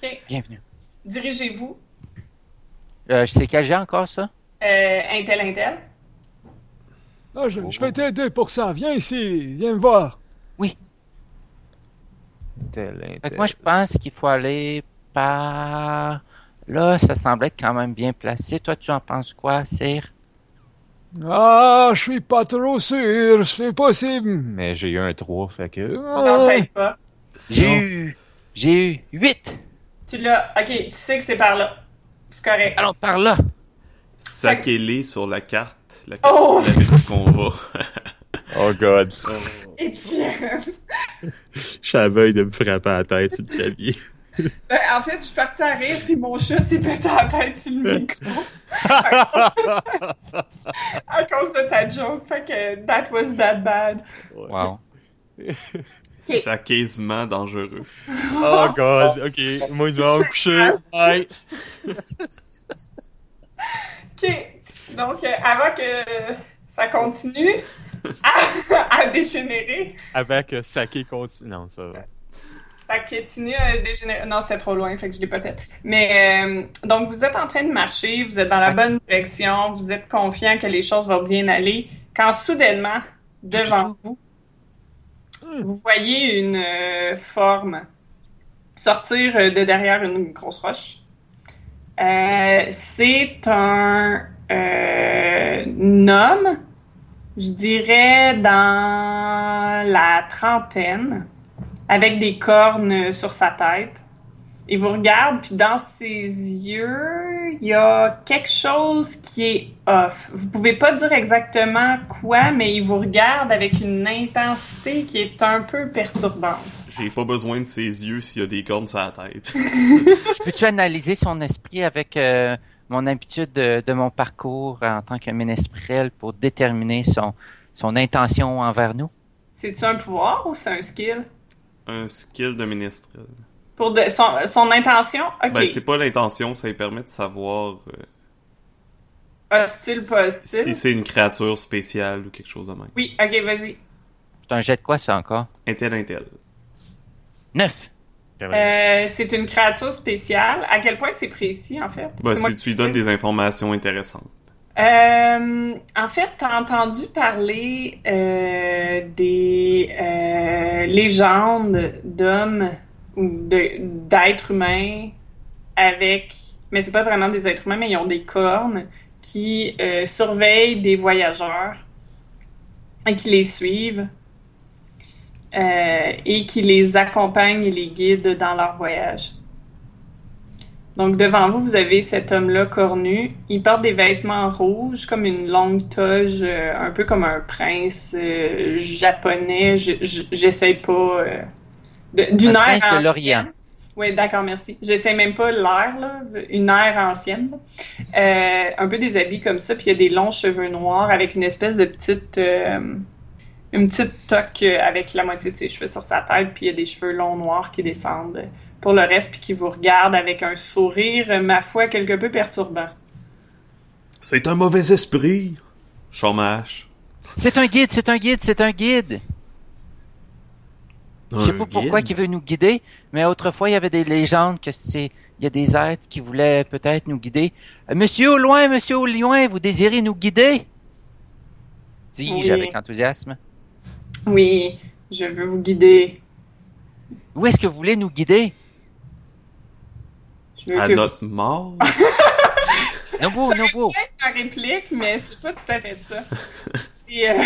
Speaker 1: OK.
Speaker 2: Bienvenue.
Speaker 1: Dirigez-vous.
Speaker 2: Euh, je sais quel j'ai encore ça?
Speaker 1: Euh, Intel, Intel.
Speaker 6: ah, je, je
Speaker 3: Oh.
Speaker 6: vais t'aider pour ça. Viens ici, viens me voir.
Speaker 5: Tel,
Speaker 2: Fait que moi, je pense qu'il faut aller par... Là, ça semble être quand même bien placé. Toi, tu en penses quoi, Cyr?
Speaker 6: Ah, je suis pas trop sûr, c'est possible. Ah,
Speaker 5: Mais j'ai eu un 3, fait que... euh,
Speaker 6: Oh,
Speaker 1: Non, peut-être pas.
Speaker 2: J'ai eu. J'ai eu 8.
Speaker 1: Tu l'as. OK, tu sais que c'est par là. C'est correct.
Speaker 2: Allons par là.
Speaker 3: Sakele sur la carte, la carte
Speaker 1: Oh!
Speaker 3: de la ville qu'on va.
Speaker 5: Oh god.
Speaker 1: Étienne.
Speaker 5: Je suis à veille de me frapper la tête sur le clavier.
Speaker 1: Ben, en fait, je suis partie à rire, puis mon chat s'est pété la tête sur le micro. à cause de ta joke. Fait que that was that bad.
Speaker 2: Wow.
Speaker 3: Sakeusement dangereux.
Speaker 5: Oh god, ok. Moi, je vais me coucher. Bye.
Speaker 1: OK. Donc, euh, avant que ça continue à, à dégénérer,
Speaker 5: Avec euh, Saké continue. Non, ça va.
Speaker 1: ça continue à dégénérer. Non, c'était trop loin, fait que je l'ai pas fait. Mais euh, donc, vous êtes en train de marcher, vous êtes dans la bonne direction, vous êtes confiant que les choses vont bien aller, quand soudainement, devant vous, vous voyez une euh, forme sortir euh, de derrière une grosse roche. Euh, c'est un, euh, un homme, je dirais dans la trentaine, avec des cornes sur sa tête. Il vous regarde, puis dans ses yeux, il y a quelque chose qui est off. Vous pouvez pas dire exactement quoi, mais il vous regarde avec une intensité qui est un peu perturbante.
Speaker 3: J'ai pas besoin de ses yeux s'il y a des cornes sur la tête.
Speaker 2: Je peux-tu analyser son esprit avec euh, mon habitude de, de mon parcours en tant que ménestrel pour déterminer son, son intention envers nous?
Speaker 1: C'est-tu un pouvoir ou c'est un skill?
Speaker 3: Un skill de ménestrel.
Speaker 1: Pour de- son, son intention? OK.
Speaker 3: Ben, c'est pas l'intention, ça lui permet de savoir euh,
Speaker 1: Hostile, pas hostile.
Speaker 3: si c'est une créature spéciale ou quelque chose de même.
Speaker 1: Oui, ok, vas-y.
Speaker 2: C'est un jet de quoi, ça, encore?
Speaker 3: Intel, intel.
Speaker 2: 9.
Speaker 1: Euh, c'est une créature spéciale. À quel point c'est précis, en fait?
Speaker 3: Ben,
Speaker 1: C'est moi
Speaker 3: si
Speaker 1: qui
Speaker 3: tu lui donnes
Speaker 1: fais.
Speaker 3: des informations intéressantes.
Speaker 1: Euh, en fait, t'as entendu parler euh, des euh, légendes d'hommes ou de- d'êtres humains avec... Mais c'est pas vraiment des êtres humains, mais ils ont des cornes qui euh, surveillent des voyageurs et qui les suivent euh, et qui les accompagnent et les guident dans leur voyage. Donc, devant vous, vous avez cet homme-là cornu. Il porte des vêtements rouges, comme une longue toge, euh, un peu comme un prince euh, japonais. Je- je- J'essaie pas. euh, de- D'une
Speaker 2: Un
Speaker 1: ère
Speaker 2: prince de l'Orient.
Speaker 1: Oui, d'accord, merci. J'essaie même pas l'air, là, une ère ancienne. Euh, un peu des habits comme ça, puis il y a des longs cheveux noirs avec une espèce de petite. euh, une petite toque euh, avec la moitié de ses cheveux sur sa tête, puis il y a des cheveux longs noirs qui descendent pour le reste, puis qui vous regarde avec un sourire, euh, ma foi, quelque peu perturbant.
Speaker 3: C'est un mauvais esprit! Chômage.
Speaker 2: C'est un guide, c'est un guide, c'est un guide. Je sais pas pourquoi il veut nous guider, mais autrefois, il y avait des légendes que c'est... Il y a des êtres qui voulaient peut-être nous guider. Euh, Monsieur au loin, monsieur au loin, vous désirez nous guider? Dis-je
Speaker 1: Oui.
Speaker 2: avec enthousiasme.
Speaker 1: Oui, je veux vous guider.
Speaker 2: Où est-ce que vous voulez nous guider?
Speaker 1: Je veux
Speaker 3: À
Speaker 1: que
Speaker 3: notre
Speaker 1: vous...
Speaker 3: mort?
Speaker 2: Nobo, Nobo.
Speaker 1: Peut-être ma réplique, mais c'est pas tout à fait ça. C'est, euh,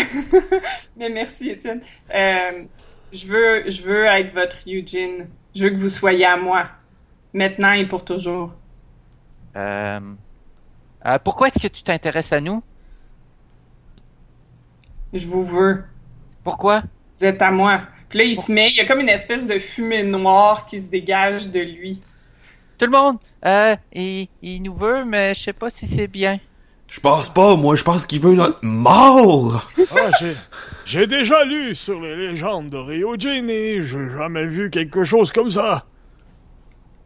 Speaker 1: mais merci, Étienne. Euh, Je veux, je veux être votre Eugene. Je veux que vous soyez à moi. Maintenant et pour toujours.
Speaker 2: Euh, euh, pourquoi est-ce que tu t'intéresses à nous?
Speaker 1: Je vous veux.
Speaker 2: Pourquoi?
Speaker 1: Vous êtes à moi. Puis là, il se met, il y a comme une espèce de fumée noire qui se dégage de lui.
Speaker 2: Tout le monde, euh, il, il nous veut, mais je sais pas si c'est bien.
Speaker 3: Je pense pas, moi, je pense qu'il veut notre mort!
Speaker 6: Ah, j'ai- j'ai déjà lu sur les légendes de Ryojin et j'ai jamais vu quelque chose comme ça.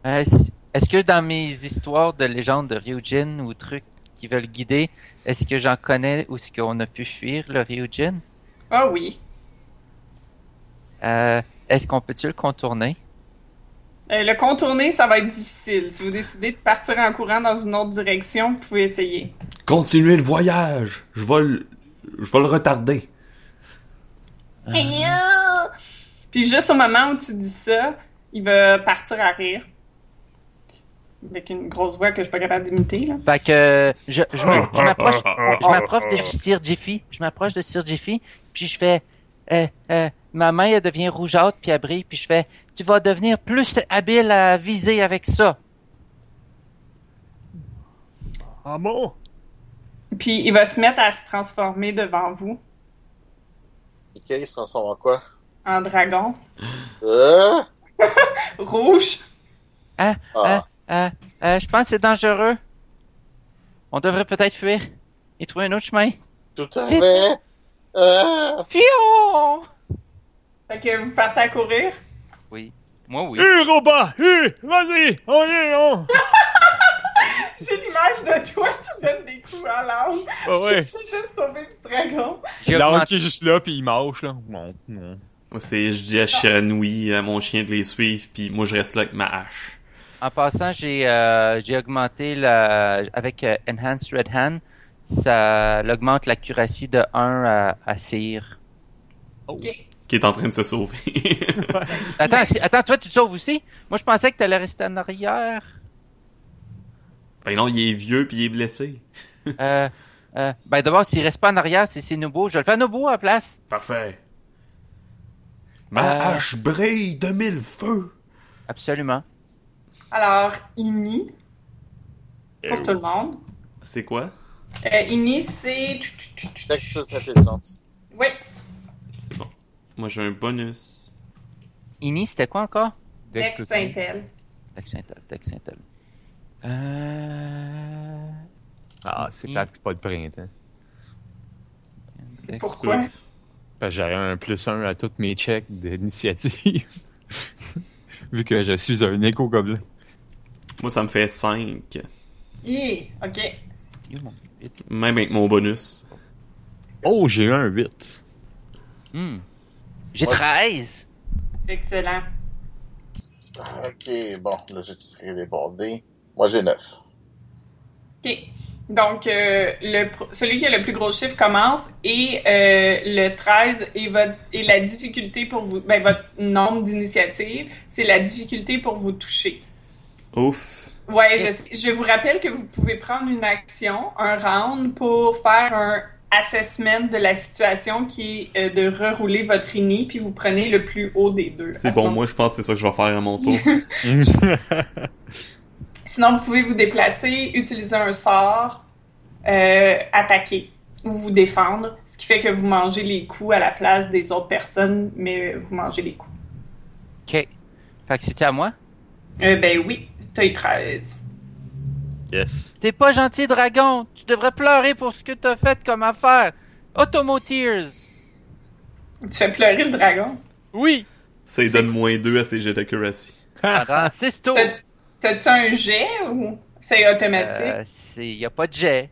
Speaker 2: Euh, si- est-ce que dans mes histoires de légendes de Ryujin ou trucs qui veulent guider, est-ce que j'en connais où ce qu'on a pu fuir le Ryujin?
Speaker 1: Ah oui.
Speaker 2: Euh, est-ce qu'on peut-tu le contourner?
Speaker 1: Euh, le contourner, ça va être difficile. Si vous décidez de partir en courant dans une autre direction, vous pouvez essayer.
Speaker 3: Continuez le voyage! Je vais le, je vais le retarder.
Speaker 1: Ah. Puis juste au moment où tu dis ça, il va partir à rire. Avec une grosse voix que je suis pas capable d'imiter, là.
Speaker 2: Fait que je, je me- je m'approche je m'approche de Sir Jiffy, je m'approche de Sir Jiffy, puis je fais euh, euh, ma main elle devient rougeâtre puis elle brille, puis je fais tu vas devenir plus habile à viser avec ça.
Speaker 6: Ah bon?
Speaker 1: Puis il va se mettre à se transformer devant vous
Speaker 4: Ok, il se transforme en quoi?
Speaker 1: en dragon
Speaker 4: Euh?
Speaker 1: rouge.
Speaker 4: Ah,
Speaker 2: Euh, euh, je pense que c'est dangereux. On devrait peut-être fuir et trouver un autre chemin.
Speaker 4: tout à fait! Ah!
Speaker 2: Pion!
Speaker 1: Fait que vous partez à courir.
Speaker 2: Moi
Speaker 3: Hein?
Speaker 2: oui.
Speaker 6: Hé, Robin! Hé, vas-y! On y est, on!
Speaker 1: J'ai l'image de toi qui donne des coups à l'arme.
Speaker 5: Ah ouais.
Speaker 1: J'essaie de sauver du dragon.
Speaker 2: J'ai
Speaker 5: L'arbre
Speaker 2: augmenté-
Speaker 5: qui est juste là, puis il mâche, là. Non, non.
Speaker 3: Moi, C'est, je dis à Chiranoui, à mon chien de les suivre, puis moi, je reste là avec ma hache.
Speaker 2: En passant, j'ai euh, j'ai augmenté la avec euh, Enhanced Red Hand, ça augmente l'accuracy de 1 à, à Sire.
Speaker 3: Qui est en train de se sauver.
Speaker 2: Attends, si- attends, toi tu te sauves aussi Moi je pensais que t'allais rester en arrière.
Speaker 3: ben non, il est vieux, puis il est blessé.
Speaker 2: Euh, euh, ben d'abord, s'il reste pas en arrière, c'est c'est Nobo. Je le fais à Nobo à la place.
Speaker 3: Parfait. Ma
Speaker 2: Euh.
Speaker 3: hache brille de mille feux!
Speaker 2: Absolument.
Speaker 1: Alors, Ini, pour tout le monde.
Speaker 3: C'est quoi?
Speaker 1: Euh, Ini, c'est.
Speaker 4: Textus intelligence.
Speaker 1: Oui,
Speaker 3: C'est bon. Moi, j'ai un bonus.
Speaker 2: Ini, c'était quoi encore
Speaker 5: Dex,
Speaker 1: Dex Intel.
Speaker 2: Dex Intel, Dex Intel. Euh...
Speaker 5: Ah, c'est
Speaker 2: Mm.
Speaker 5: plate que c'est pas hein. le printemps.
Speaker 2: Dex-
Speaker 1: Pourquoi?
Speaker 5: Parce que j'aurais un plus un à toutes mes checks d'initiative. Vu que je suis un éco-gobelin.
Speaker 3: Moi, ça me fait 5.
Speaker 1: Hi, ok.
Speaker 2: You, mon bit.
Speaker 3: Même avec mon bonus.
Speaker 5: Oh, j'ai eu un 8.
Speaker 2: Hmm. J'ai
Speaker 4: Ouais.
Speaker 2: 13!
Speaker 1: Excellent.
Speaker 4: Ok, bon, là j'ai tiré les bordées. Moi j'ai 9.
Speaker 1: OK. Donc, euh, le, pr- celui qui a le plus gros chiffre commence et euh, le 13 est, votre, est la difficulté pour vous. Ben, votre nombre d'initiatives, c'est la difficulté pour vous toucher.
Speaker 3: Ouf.
Speaker 1: Ouais, je, sais. je vous rappelle que vous pouvez prendre une action, un round, pour faire un assessment de la situation qui est euh, de rerouler votre INI, puis vous prenez le plus haut des deux.
Speaker 3: C'est
Speaker 1: À ce
Speaker 3: bon,
Speaker 1: moment-
Speaker 3: moi, je pense que c'est ça que je vais faire à mon tour.
Speaker 1: Sinon, vous pouvez vous déplacer, utiliser un sort, euh, attaquer ou vous défendre, ce qui fait que vous mangez les coups à la place des autres personnes, mais euh, vous mangez les coups.
Speaker 2: Ok. Fait que c'était à moi?
Speaker 1: Euh, ben oui, t'as eu 13.
Speaker 5: yes.
Speaker 2: T'es pas gentil, dragon! Tu devrais pleurer pour ce que t'as fait comme affaire! Automo Tears!
Speaker 1: Tu fais pleurer le dragon.
Speaker 2: Oui!
Speaker 3: Ça lui donne moins 2 à ses jets d'accuracy.
Speaker 2: Pendant 6 tours!
Speaker 1: T'as- T'as-tu un jet ou c'est automatique?
Speaker 2: Euh, c'est... Y a pas de jet.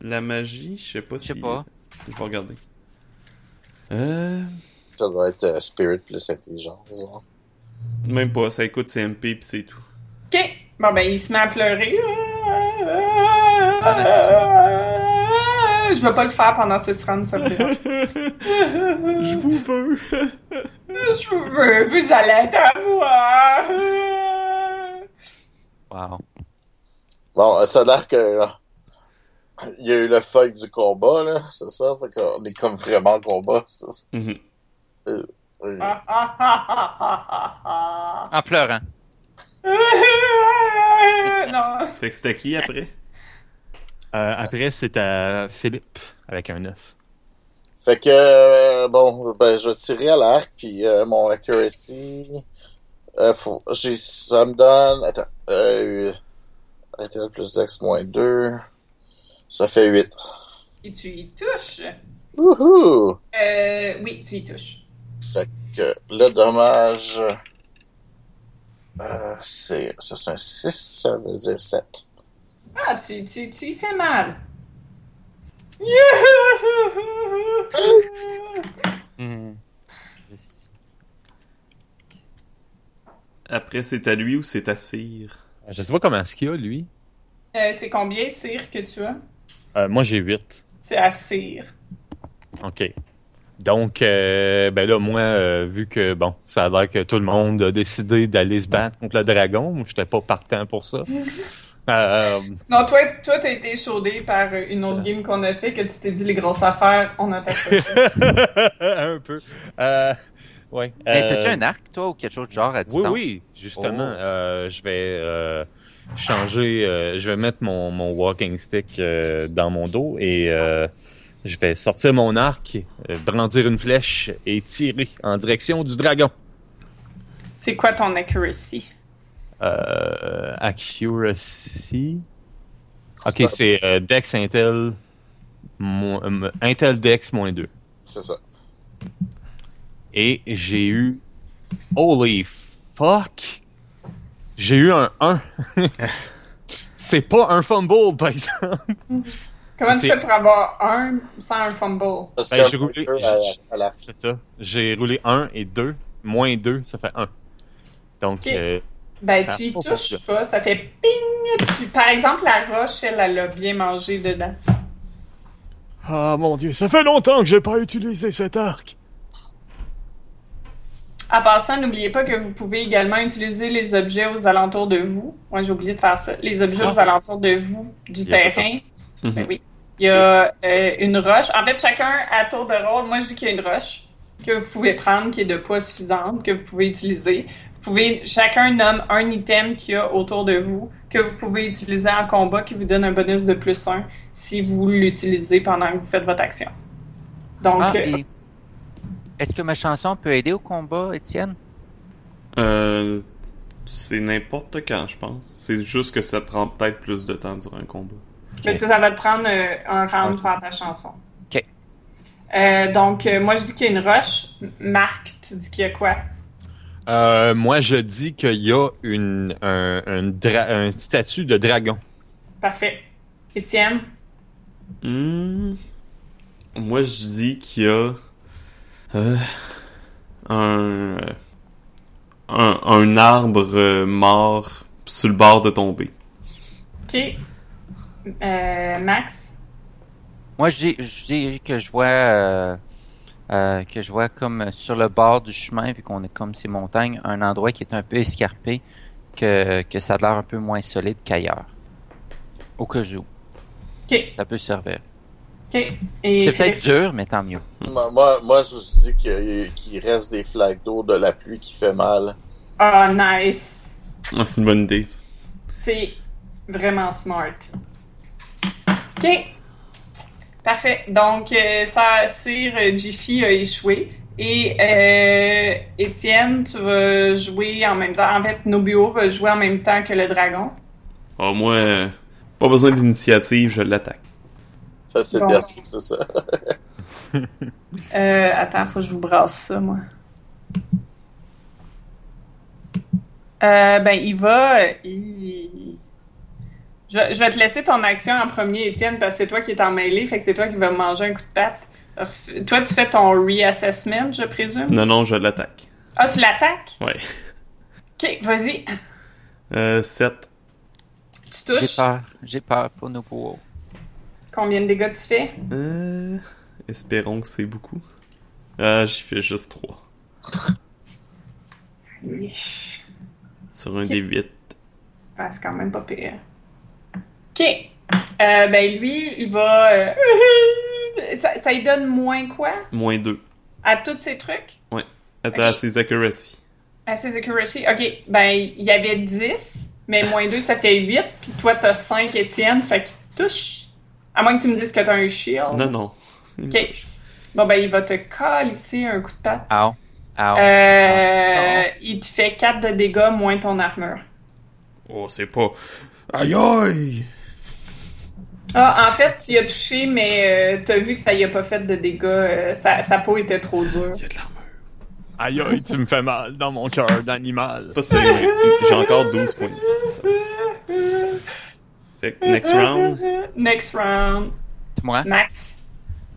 Speaker 3: La magie, je sais pas
Speaker 2: Je
Speaker 3: si...
Speaker 2: sais pas.
Speaker 3: Je vais regarder. Euh...
Speaker 4: Ça doit être euh, Spirit plus intelligence. hein.
Speaker 3: Même pas, ça écoute CMP puis c'est tout.
Speaker 1: Ok. Bon, ben il se met à pleurer.
Speaker 2: Pendant
Speaker 1: Je vais pas le faire pendant ces 30 ça me dérange.
Speaker 3: Je vous veux!
Speaker 1: Je veux, vous allez être à moi.
Speaker 2: Wow.
Speaker 4: Bon, euh, ça a l'air que. euh, il y a eu le feuille du combat, là, c'est ça? Fait qu'on est comme vraiment en combat. ça.
Speaker 3: Mhm.
Speaker 4: Euh, Euh,
Speaker 1: Ah, ah, ah, ah, ah, ah,
Speaker 2: En pleurant.
Speaker 1: ah. non.
Speaker 3: Fait que c'était qui après?
Speaker 5: Euh, après, c'est à Philippe avec un 9.
Speaker 4: Fait que, euh, bon, ben, je tirais à l'arc, puis euh, mon accuracy, euh, faut- j'ai, ça me donne, attends, euh, intérêt plus dex moins 2, ça fait 8.
Speaker 1: Et tu y touches.
Speaker 4: Wouhou!
Speaker 1: Euh, oui, tu y touches.
Speaker 4: Fait que le dommage, euh, c'est, ça c'est un 6, ça veut dire 7.
Speaker 1: Ah, tu, tu, tu y fais mal.
Speaker 3: Après, c'est à lui ou c'est à Cyr?
Speaker 5: Je sais pas comment est-ce qu'il a, lui.
Speaker 1: Euh, c'est combien, Cire, que tu as?
Speaker 5: Euh, moi, j'ai 8.
Speaker 1: C'est à Cire.
Speaker 5: OK. Donc, euh, ben là, moi, euh, vu que, bon, ça a l'air que tout le monde a décidé d'aller se battre contre le dragon, moi, j'étais pas partant pour ça. Euh,
Speaker 1: Non, toi, toi, t'as été chaudé par euh, une autre game qu'on a fait que tu t'es dit les grosses affaires, on attaque pas ça.
Speaker 5: un peu. Euh, ouais.
Speaker 2: Mais
Speaker 5: euh,
Speaker 2: t'as-tu un arc, toi, ou quelque chose de genre à
Speaker 5: Oui,
Speaker 2: distance?
Speaker 5: oui, justement.
Speaker 2: Oh.
Speaker 5: euh, je vais euh, changer, euh, je vais mettre mon, mon walking stick euh, dans mon dos et euh, je vais sortir mon arc, euh, brandir une flèche et tirer en direction du dragon.
Speaker 1: C'est quoi ton accuracy?
Speaker 5: Euh, accuracy. Ok,
Speaker 4: Stop.
Speaker 5: c'est euh, Dex Intel. moins- euh, Intel Dex moins 2.
Speaker 4: C'est ça.
Speaker 5: Et j'ai eu. Holy fuck! J'ai eu un 1. c'est pas un fumble, par exemple.
Speaker 1: Comment tu
Speaker 5: C'est-
Speaker 1: fais pour avoir un sans un fumble?
Speaker 4: Parce
Speaker 5: Ben,
Speaker 4: que
Speaker 5: j'ai roulé-
Speaker 4: à, à l'arc.
Speaker 5: C'est ça. J'ai roulé 1 et 2. Moins 2, ça fait 1. Donc,
Speaker 1: Ok.
Speaker 5: euh,
Speaker 1: Ben,
Speaker 5: Ça
Speaker 1: tu y
Speaker 5: a pas
Speaker 1: touches
Speaker 5: fonctionné.
Speaker 1: pas, ça fait ping! Tu- Par exemple, la roche, elle, elle a bien mangé dedans.
Speaker 6: Ah mon dieu, ça fait longtemps que j'ai pas utilisé cet arc.
Speaker 1: En passant, n'oubliez pas que vous pouvez également utiliser les objets aux alentours de vous. Moi, j'ai oublié de faire ça. Les objets aux alentours de vous, du
Speaker 5: Il y a pas
Speaker 1: terrain.
Speaker 3: Mhm.
Speaker 1: Ben oui. Il y a euh, une roche. En fait, chacun à tour de rôle, moi, je dis qu'il y a une roche que vous pouvez prendre qui est de poids suffisante, que vous pouvez utiliser. Vous pouvez, chacun nomme un item qu'il y a autour de vous que vous pouvez utiliser en combat qui vous donne un bonus de plus 1 si vous l'utilisez pendant que vous faites votre action. Donc,
Speaker 2: Ah,
Speaker 1: euh,
Speaker 2: et- Est-ce que ma chanson peut aider au combat, Étienne?
Speaker 3: Euh, c'est n'importe quand, je pense. C'est juste que ça prend peut-être plus de temps durant un combat.
Speaker 1: Parce que ça va te prendre euh, un round pour faire ta chanson.
Speaker 2: Ok.
Speaker 1: Euh, donc, euh, moi, je dis qu'il y a une roche. M- Marc, tu dis qu'il y a quoi?
Speaker 5: euh, moi, je dis qu'il y a une, un, un, dra- un statut de dragon.
Speaker 1: Parfait. Étienne?
Speaker 3: Hmm. Moi, je dis qu'il y a euh, un, euh, un un arbre euh, mort sur le bord de tomber.
Speaker 1: OK. Euh, Max?
Speaker 2: Moi, je dis, je dis que je vois euh, euh, que je vois comme sur le bord du chemin, vu qu'on est comme ces montagnes, un endroit qui est un peu escarpé, que, que ça a l'air un peu moins solide qu'ailleurs. Au cas où,
Speaker 1: OK.
Speaker 2: ça peut servir.
Speaker 1: OK. Et
Speaker 2: C'est peut-être
Speaker 1: Philippe?
Speaker 2: dur, mais tant mieux.
Speaker 4: Moi, moi, moi, je vous dis que- qu'il reste des flaques d'eau de la pluie qui fait mal.
Speaker 1: Ah, nice.
Speaker 3: Ah, c'est une bonne idée. ça.
Speaker 1: C'est vraiment smart. OK. Parfait. Donc, euh, ça, Sir euh, Jiffy a échoué. Et euh, Étienne, tu vas jouer en même temps. En fait, Nobio va jouer en même temps que le dragon.
Speaker 3: Ah, moi, euh, pas besoin d'initiative, je l'attaque.
Speaker 4: Ça, c'est
Speaker 1: Bon.
Speaker 4: bien, c'est ça.
Speaker 1: Euh, attends, faut que je vous brasse ça, moi. Euh, ben, il va. il- Je, je vais te laisser ton action en premier, Étienne, parce que c'est toi qui es en mêlée, fait que c'est toi qui vas me manger un coup de patte. Ref- Toi, tu fais ton reassessment, je présume.
Speaker 3: Non, non, je l'attaque.
Speaker 1: Ah, tu l'attaques?
Speaker 3: Ouais.
Speaker 1: Ok, vas-y.
Speaker 3: Euh, 7.
Speaker 1: Tu
Speaker 2: J'ai
Speaker 1: touches.
Speaker 2: peur, j'ai peur pour nos bourreaux.
Speaker 1: Combien de dégâts tu fais?
Speaker 3: Euh, espérons que c'est beaucoup. Ah, j'y fais juste 3. Sur un des 8.
Speaker 1: Ah, c'est quand même pas pire. OK. Euh, ben lui, il va... euh, ça, ça lui donne moins quoi
Speaker 3: Moins 2.
Speaker 1: à tous ces trucs?
Speaker 3: Attends,
Speaker 1: Ok.
Speaker 3: ses accuracy.
Speaker 1: À ses accuracy, OK. Ben, il y avait 10, mais moins 2, ça fait 8. Puis toi, t'as 5, Étienne, fait qu'il te touche. À moins que tu me dises que t'as un shield.
Speaker 3: Non, non. Il me
Speaker 1: Oh. Ok.
Speaker 3: touche.
Speaker 1: Bon, ben, il va te ici un coup de patte.
Speaker 2: Ow.
Speaker 3: Ah.
Speaker 2: Ow.
Speaker 1: Euh, Il te fait 4 de dégâts moins ton armure.
Speaker 3: Oh, c'est pas. Aïe aïe!
Speaker 1: Ah, en fait, tu y as touché, mais euh, t'as vu que ça y a pas fait de dégâts. euh, sa, sa peau était trop dure.
Speaker 3: Il y a de l'armure.
Speaker 5: Aïe, aïe, tu me fais mal dans mon cœur d'animal.
Speaker 3: C'est Pas spoiler. J'ai encore 12 points. de vie. Fait que next round.
Speaker 1: Next round.
Speaker 2: C'est moi.
Speaker 1: Max.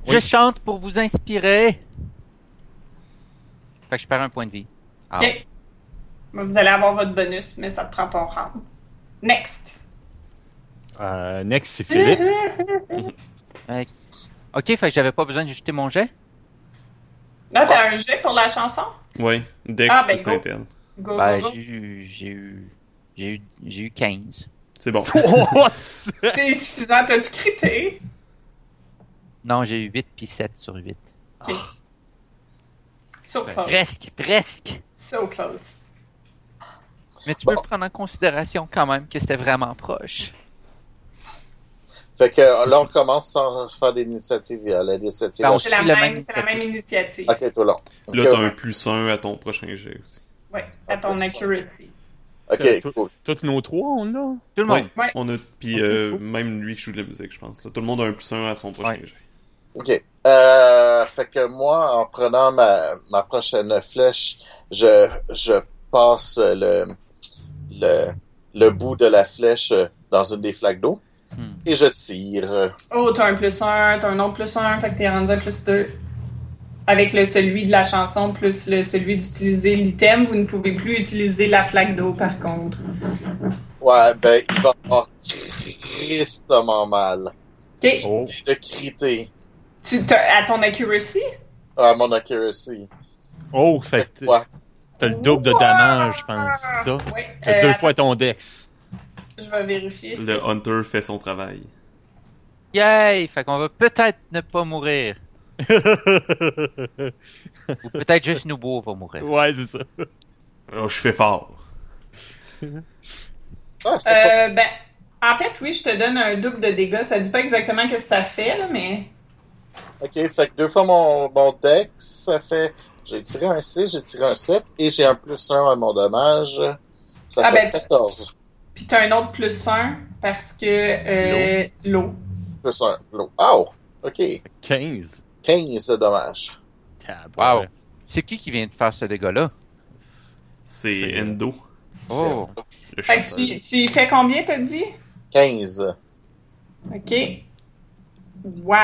Speaker 2: Je chante pour vous inspirer. Fait que je perds un point de vie. Ah.
Speaker 1: OK. Bon, Vous allez avoir votre bonus, mais ça te prend ton round. Next.
Speaker 5: Euh, next, c'est Philippe.
Speaker 2: Ok, fait que j'avais pas besoin de jeter mon jet.
Speaker 1: Là, t'as un jet pour la chanson?
Speaker 3: Ouais. Dex
Speaker 1: Ah, ben,
Speaker 3: plus
Speaker 1: go.
Speaker 3: interne.
Speaker 1: Go,
Speaker 2: Ben,
Speaker 1: go, go.
Speaker 2: j'ai eu, j'ai eu, j'ai eu, j'ai eu 15.
Speaker 3: C'est bon.
Speaker 5: Oh, c'est-
Speaker 1: C'est suffisant, t'as-tu crité?
Speaker 2: Non, j'ai eu 8 puis 7 sur 8.
Speaker 1: So
Speaker 2: Oh.
Speaker 5: C'est
Speaker 1: close.
Speaker 2: Presque, presque. Oh.
Speaker 1: So close.
Speaker 2: Mais tu peux
Speaker 4: Bon.
Speaker 2: prendre en considération quand même que c'était vraiment proche.
Speaker 4: Fait que euh, là, on commence sans faire d'initiative. Il y a l'initiative.
Speaker 2: Non,
Speaker 4: on-
Speaker 1: C'est
Speaker 2: C'est
Speaker 1: la,
Speaker 2: la
Speaker 1: même,
Speaker 2: même
Speaker 1: c'est la même initiative.
Speaker 4: Ok, tout long.
Speaker 3: Là,
Speaker 4: Ok,
Speaker 3: t'as un
Speaker 4: ouais.
Speaker 3: plus 1 à ton prochain jet aussi.
Speaker 1: Ouais, à ton
Speaker 4: Ok, ça.
Speaker 1: accuracy.
Speaker 4: Ok, cool.
Speaker 5: Toutes nos trois, on l'a.
Speaker 2: Tout le monde.
Speaker 3: Ouais.
Speaker 1: Ouais.
Speaker 3: On a, puis
Speaker 5: Ok,
Speaker 3: euh,
Speaker 5: cool.
Speaker 3: même lui qui joue de la musique, je pense. là. Tout le monde a un plus 1 à son prochain
Speaker 2: Ouais.
Speaker 3: jet.
Speaker 4: OK. Euh, fait que moi, en prenant ma, ma prochaine flèche, je, je passe le, le, le bout de la flèche euh, dans une des flaques d'eau
Speaker 2: Hmm.
Speaker 4: et je tire.
Speaker 1: Oh, t'as un plus un, t'as un autre plus un, fait que t'es rendu à plus deux. Avec le celui de la chanson plus le celui d'utiliser l'item, vous ne pouvez plus utiliser la flaque d'eau par contre.
Speaker 4: Ouais, ben, il va avoir tristement mal.
Speaker 1: Ok,
Speaker 5: Oh.
Speaker 4: De criter
Speaker 1: tu t'as- à ton accuracy?
Speaker 4: à mon accuracy.
Speaker 5: Oh, fait que
Speaker 4: Ouais.
Speaker 5: t'as le double de damage, je pense, c'est ça?
Speaker 1: Ouais,
Speaker 5: T'as
Speaker 1: euh,
Speaker 5: deux
Speaker 1: attends,
Speaker 5: fois ton dex.
Speaker 1: Je vais vérifier. si
Speaker 3: Le
Speaker 1: c'est-
Speaker 3: Hunter fait son travail.
Speaker 2: Yay! Fait qu'on va peut-être ne pas mourir.
Speaker 5: ouais,
Speaker 2: Ou peut-être juste Nubo va mourir.
Speaker 5: c'est ça.
Speaker 3: Oh, je fais fort.
Speaker 4: Ah, c'est pas-
Speaker 1: Euh, ben, en fait, oui, je te donne un double de dégâts. Ça dit pas exactement ce que ça fait, là, mais.
Speaker 4: OK, fait que deux fois mon, mon deck, ça fait... J'ai tiré un 6, j'ai tiré un 7 et j'ai un plus 1 à mon dommage. Ça
Speaker 1: Ah,
Speaker 4: fait
Speaker 1: ben, tu-
Speaker 4: 14.
Speaker 1: Puis t'as un autre plus un parce que euh, l'eau.
Speaker 4: Plus 1. Oh! OK.
Speaker 5: 15.
Speaker 4: 15 de dommage.
Speaker 5: Tab.
Speaker 2: Wow. C'est qui qui vient de faire ce dégât-là?
Speaker 3: C'est
Speaker 5: C'est-
Speaker 3: Endo,
Speaker 2: Oh!
Speaker 3: le
Speaker 1: Fait
Speaker 3: chasseur.
Speaker 1: que tu, tu y fais combien, t'as dit?
Speaker 4: 15.
Speaker 1: OK. Wow!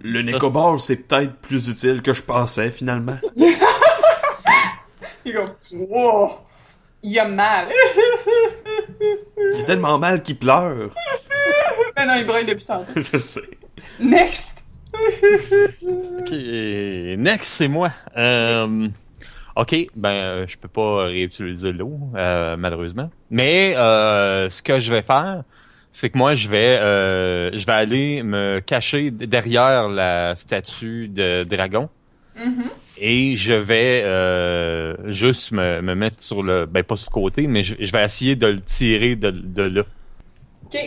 Speaker 3: Le
Speaker 5: Ça,
Speaker 3: Necoball, c'est peut-être plus utile que je pensais, finalement.
Speaker 1: Il a... Wow! Il a mal.
Speaker 3: Il est tellement mal qu'il pleure.
Speaker 1: Mais non, il brûle depuis tantôt.
Speaker 3: je sais.
Speaker 1: Next!
Speaker 5: Ok, next, c'est moi. Euh, ok, ben, euh, je peux pas réutiliser l'eau, euh, malheureusement. Mais euh, ce que je vais faire, c'est que moi, je vais, euh, je vais aller me cacher d- derrière la statue de dragon.
Speaker 1: Mhm.
Speaker 5: Et je vais euh, juste me, me mettre sur le... Ben, pas sur le côté, mais je, je vais essayer de le tirer de, de là.
Speaker 1: OK.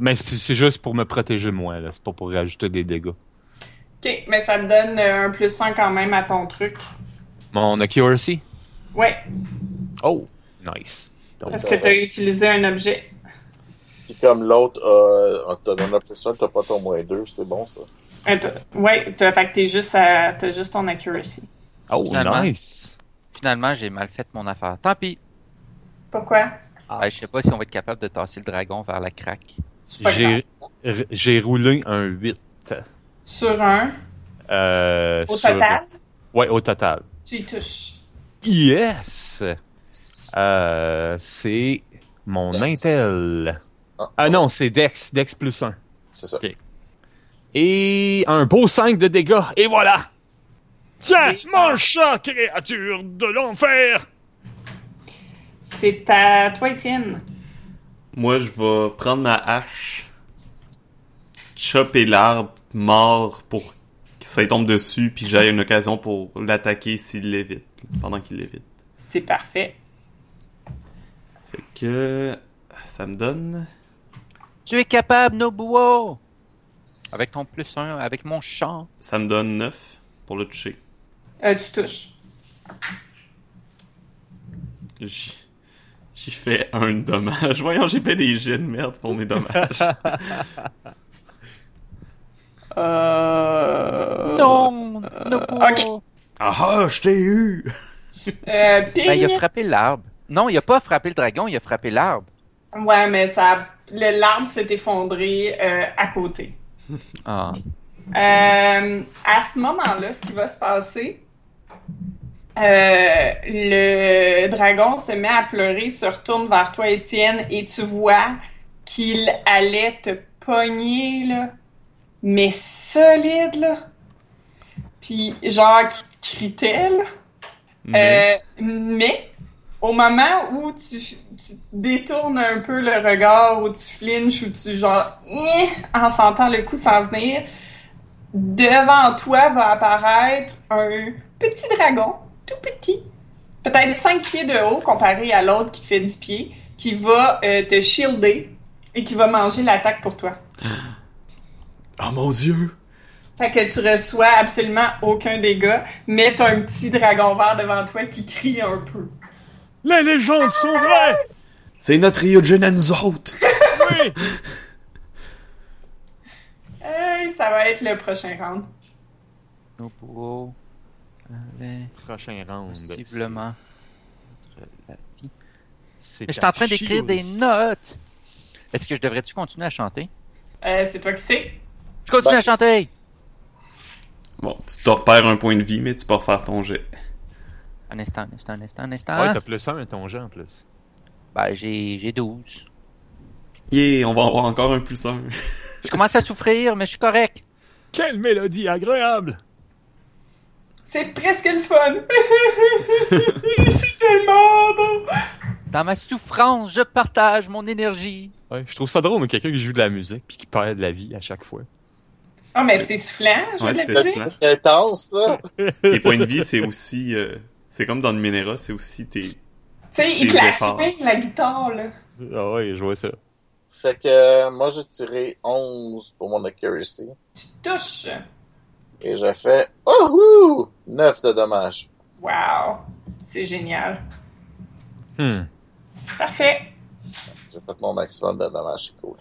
Speaker 5: Mais c'est c'est juste pour me protéger, moi. là. C'est pas pour rajouter des dégâts.
Speaker 1: OK. Mais ça te donne euh, un plus 1 quand même à ton truc.
Speaker 5: Mon accuracy?
Speaker 1: Ouais.
Speaker 5: Oh, nice. Donc,
Speaker 1: Parce que t'as utilisé un objet.
Speaker 4: Puis comme l'autre, euh, on te donne un plus 1, t'as pas ton moins 2, c'est bon ça.
Speaker 1: Euh, t'as- ouais. T'as, fait que t'es juste à- t'as juste ton accuracy.
Speaker 5: Oh,
Speaker 2: Finalement.
Speaker 5: nice.
Speaker 2: Finalement, j'ai mal fait mon affaire. Tant pis.
Speaker 1: Pourquoi?
Speaker 2: Ouais, je sais pas si on va être capable de tasser le dragon vers la craque.
Speaker 1: C'est pas
Speaker 5: J'ai r- j'ai roulé un 8.
Speaker 1: Sur un.
Speaker 5: euh,
Speaker 1: Au
Speaker 5: sur-
Speaker 1: total,
Speaker 5: Ouais, au total.
Speaker 1: tu y touches.
Speaker 5: Yes! Euh, c'est mon
Speaker 4: Dex.
Speaker 5: Intel.
Speaker 1: oh.
Speaker 5: Ah non, c'est Dex. Dex plus 1.
Speaker 4: C'est ça.
Speaker 5: Ok. Et un beau 5 de dégâts. Et voilà!
Speaker 6: Tiens,
Speaker 1: Oui.
Speaker 6: mange ça, créature de l'enfer
Speaker 1: C'est à toi, Étienne.
Speaker 3: Moi, je vais prendre ma hache, chopper l'arbre mort pour que ça tombe dessus, puis que j'aille une occasion pour l'attaquer s'il l'évite. pendant qu'il l'évite.
Speaker 1: C'est parfait.
Speaker 3: Fait que ça me donne.
Speaker 2: Tu es capable, Nobuo! Avec ton plus 1, avec mon chant.
Speaker 3: Ça me donne 9 pour le toucher.
Speaker 1: Euh, tu touches.
Speaker 3: J'y j'y fais un de dommage. Voyons, j'ai fait des jets de merde pour mes dommages.
Speaker 1: Euh...
Speaker 2: Non! Nobuo!
Speaker 1: ok.
Speaker 3: ah ah, je t'ai eu!
Speaker 1: Euh, ping.
Speaker 2: Ben, il a frappé l'arbre. Non, il a pas frappé le dragon, il a frappé l'arbre.
Speaker 1: Ouais, mais ça, le l'arbre s'est effondré euh, à côté.
Speaker 2: Ah.
Speaker 1: Euh, à ce moment-là, ce qui va se passer, euh, le dragon se met à pleurer, se retourne vers toi, Étienne, et tu vois qu'il allait te pogner, là, mais solide, là. Puis, genre, qui te critait, là.
Speaker 3: Mais
Speaker 1: Euh, mais au moment où tu, tu détournes un peu le regard, où tu flinches, où tu genre Ih en sentant le coup s'en venir, devant toi va apparaître un petit dragon, tout petit, peut-être 5 pieds de haut comparé à l'autre qui fait 10 pieds, qui va euh, te shielder et qui va manger l'attaque pour toi.
Speaker 3: Oh mon dieu!
Speaker 1: Fait que tu reçois absolument aucun dégât, mais t'as un petit dragon vert devant toi qui crie un peu.
Speaker 6: Les légendes sont vraies!
Speaker 3: C'est notre Ryujin à nous autres!
Speaker 6: Oui!
Speaker 1: Hey, ça va être le prochain round.
Speaker 2: Nobuo. avait
Speaker 5: Prochain round.
Speaker 2: Possiblement. contre la vie.
Speaker 5: C'est
Speaker 2: Mais je suis
Speaker 5: à
Speaker 2: en train d'écrire des
Speaker 5: Chiori.
Speaker 2: notes. Est-ce que je devrais-tu continuer à chanter?
Speaker 1: Euh, c'est toi qui sais.
Speaker 2: Je continue
Speaker 4: Ben-
Speaker 2: à chanter!
Speaker 3: Bon, tu te repères un point de vie, mais tu peux refaire ton jet.
Speaker 2: Un instant, un instant, un instant, un instant.
Speaker 5: Ouais, t'as plus 1 ton jeu en plus.
Speaker 2: Ben, j'ai j'ai 12.
Speaker 3: Yeah, on va avoir encore un plus un.
Speaker 2: Je commence à souffrir, mais je suis correct.
Speaker 6: Quelle mélodie agréable!
Speaker 1: C'est presque le fun. c'est tellement bon.
Speaker 2: Dans ma souffrance, je partage mon énergie.
Speaker 5: Ouais, je trouve ça drôle, mais quelqu'un qui joue de la musique puis qui perd de la vie à chaque fois.
Speaker 1: Ah, mais c'était soufflant, je
Speaker 3: Ouais,
Speaker 1: veux
Speaker 3: c'était
Speaker 1: dire.
Speaker 3: soufflant.
Speaker 4: Intense, là.
Speaker 3: Tes points de vie, c'est aussi. euh, c'est comme dans le Minera, c'est aussi tes.
Speaker 1: Tu sais, il
Speaker 3: Des
Speaker 1: claque
Speaker 3: efforts.
Speaker 1: swing la guitare, là.
Speaker 5: Ah ouais, je vois ça.
Speaker 4: Fait que euh, moi, j'ai tiré 11 pour mon accuracy.
Speaker 1: Touche.
Speaker 4: Et j'ai fait, oh, 9 de dommages.
Speaker 1: Wow. C'est génial.
Speaker 5: Hmm.
Speaker 1: Parfait.
Speaker 4: J'ai fait mon maximum de dommages, c'est cool.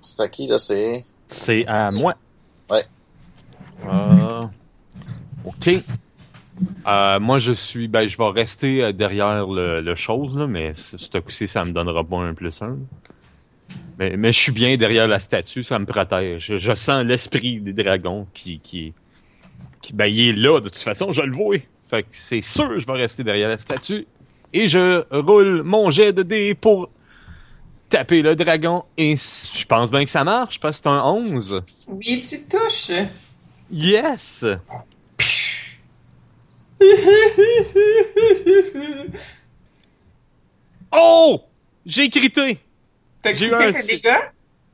Speaker 4: C'est à qui, là, c'est...
Speaker 5: C'est à moi.
Speaker 4: Ouais.
Speaker 5: Euh, OK. Euh, moi, je suis. Ben, je vais rester euh, derrière le, le chose, là, mais c- ce coup-ci, ça me donnera pas un plus un. Mais, mais je suis bien derrière la statue, ça me protège. Je, je sens l'esprit des dragons qui, qui, qui. Ben, il est là, de toute façon, je le vois. Fait que c'est sûr, je vais rester derrière la statue. Et je roule mon jet de dés pour taper le dragon. Et s- je pense bien que ça marche, parce que c'est un 11.
Speaker 1: Oui, tu touches.
Speaker 5: Yes! Oh! J'ai crité!
Speaker 1: T'as
Speaker 5: J'ai eu
Speaker 1: quitté
Speaker 5: un
Speaker 1: tes
Speaker 5: six.
Speaker 1: dégâts?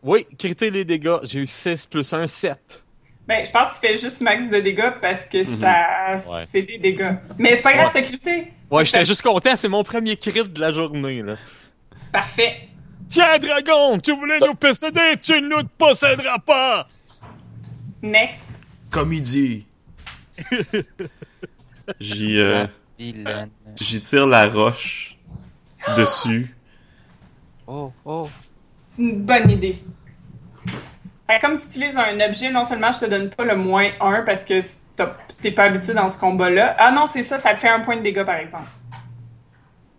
Speaker 5: Oui, crité les dégâts. J'ai eu 6 plus 1, 7.
Speaker 1: Ben, je pense que tu fais juste max de dégâts parce que
Speaker 3: Mhm.
Speaker 1: ça,
Speaker 5: Ouais.
Speaker 1: c'est des dégâts. Mais c'est pas grave,
Speaker 5: Ouais.
Speaker 1: t'as quitté.
Speaker 5: Ouais, j'étais juste content, c'est mon premier crit de la journée, là.
Speaker 1: C'est parfait.
Speaker 6: Tiens, dragon, tu voulais nous posséder, tu ne nous posséderas pas!
Speaker 1: Next.
Speaker 3: Comme il dit! J'y. euh,
Speaker 2: La vilaine.
Speaker 3: J'y tire la roche dessus.
Speaker 2: Oh, oh.
Speaker 1: C'est une bonne idée. Fait que Comme tu utilises un objet, non seulement je te donne pas le moins 1 parce que t'as- t'es pas habitué dans ce combat-là. Ah non, c'est ça, ça te fait un point de dégâts par exemple.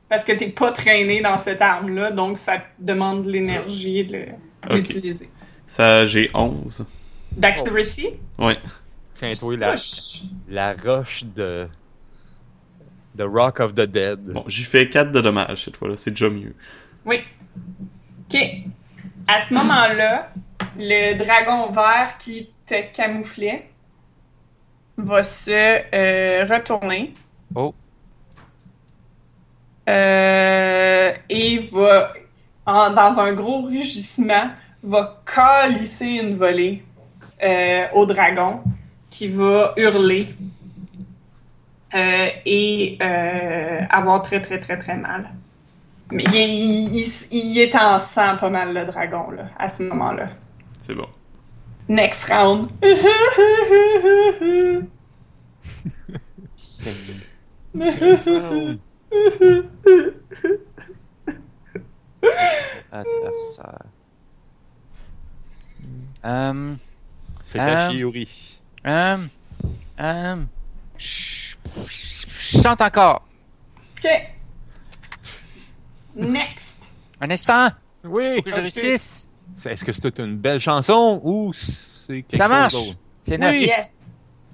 Speaker 1: Parce que t'es pas traîné dans cette arme-là, donc ça te demande de l'énergie de
Speaker 3: Ok.
Speaker 1: l'utiliser.
Speaker 3: Ça, j'ai 11.
Speaker 1: D'accuracy?
Speaker 3: Ouais.
Speaker 5: C'est toi, la,
Speaker 1: Touche.
Speaker 5: la roche de. The Rock of the Dead.
Speaker 3: Bon, j'y fais 4 de dommages cette fois-là. C'est déjà mieux.
Speaker 1: Oui. OK. À ce moment-là, le dragon vert qui te camouflait va se euh, retourner.
Speaker 2: Oh.
Speaker 1: Euh, et va, en- dans un gros rugissement, va calisser une volée euh, au dragon qui va hurler. euh, et euh, avoir très, très, très, très mal. Mais il, est- il- il- il est en sang pas mal, le dragon, là, à ce moment-là.
Speaker 3: C'est bon.
Speaker 1: Next round.
Speaker 2: C'est- adversaire. Hum,
Speaker 5: C'est
Speaker 2: Ah.
Speaker 5: à Chiori.
Speaker 2: hum, hum. Chut, Je chante encore.
Speaker 1: OK. Next.
Speaker 2: Un instant,
Speaker 5: Oui!
Speaker 2: faut que je
Speaker 1: Excuse.
Speaker 2: réussisse.
Speaker 5: C'est- Est-ce que c'est toute une belle chanson ou c'est quelque
Speaker 2: Ça
Speaker 5: chose
Speaker 2: marche.
Speaker 5: d'autre?
Speaker 2: C'est neuf.
Speaker 5: Oui!
Speaker 1: Yes.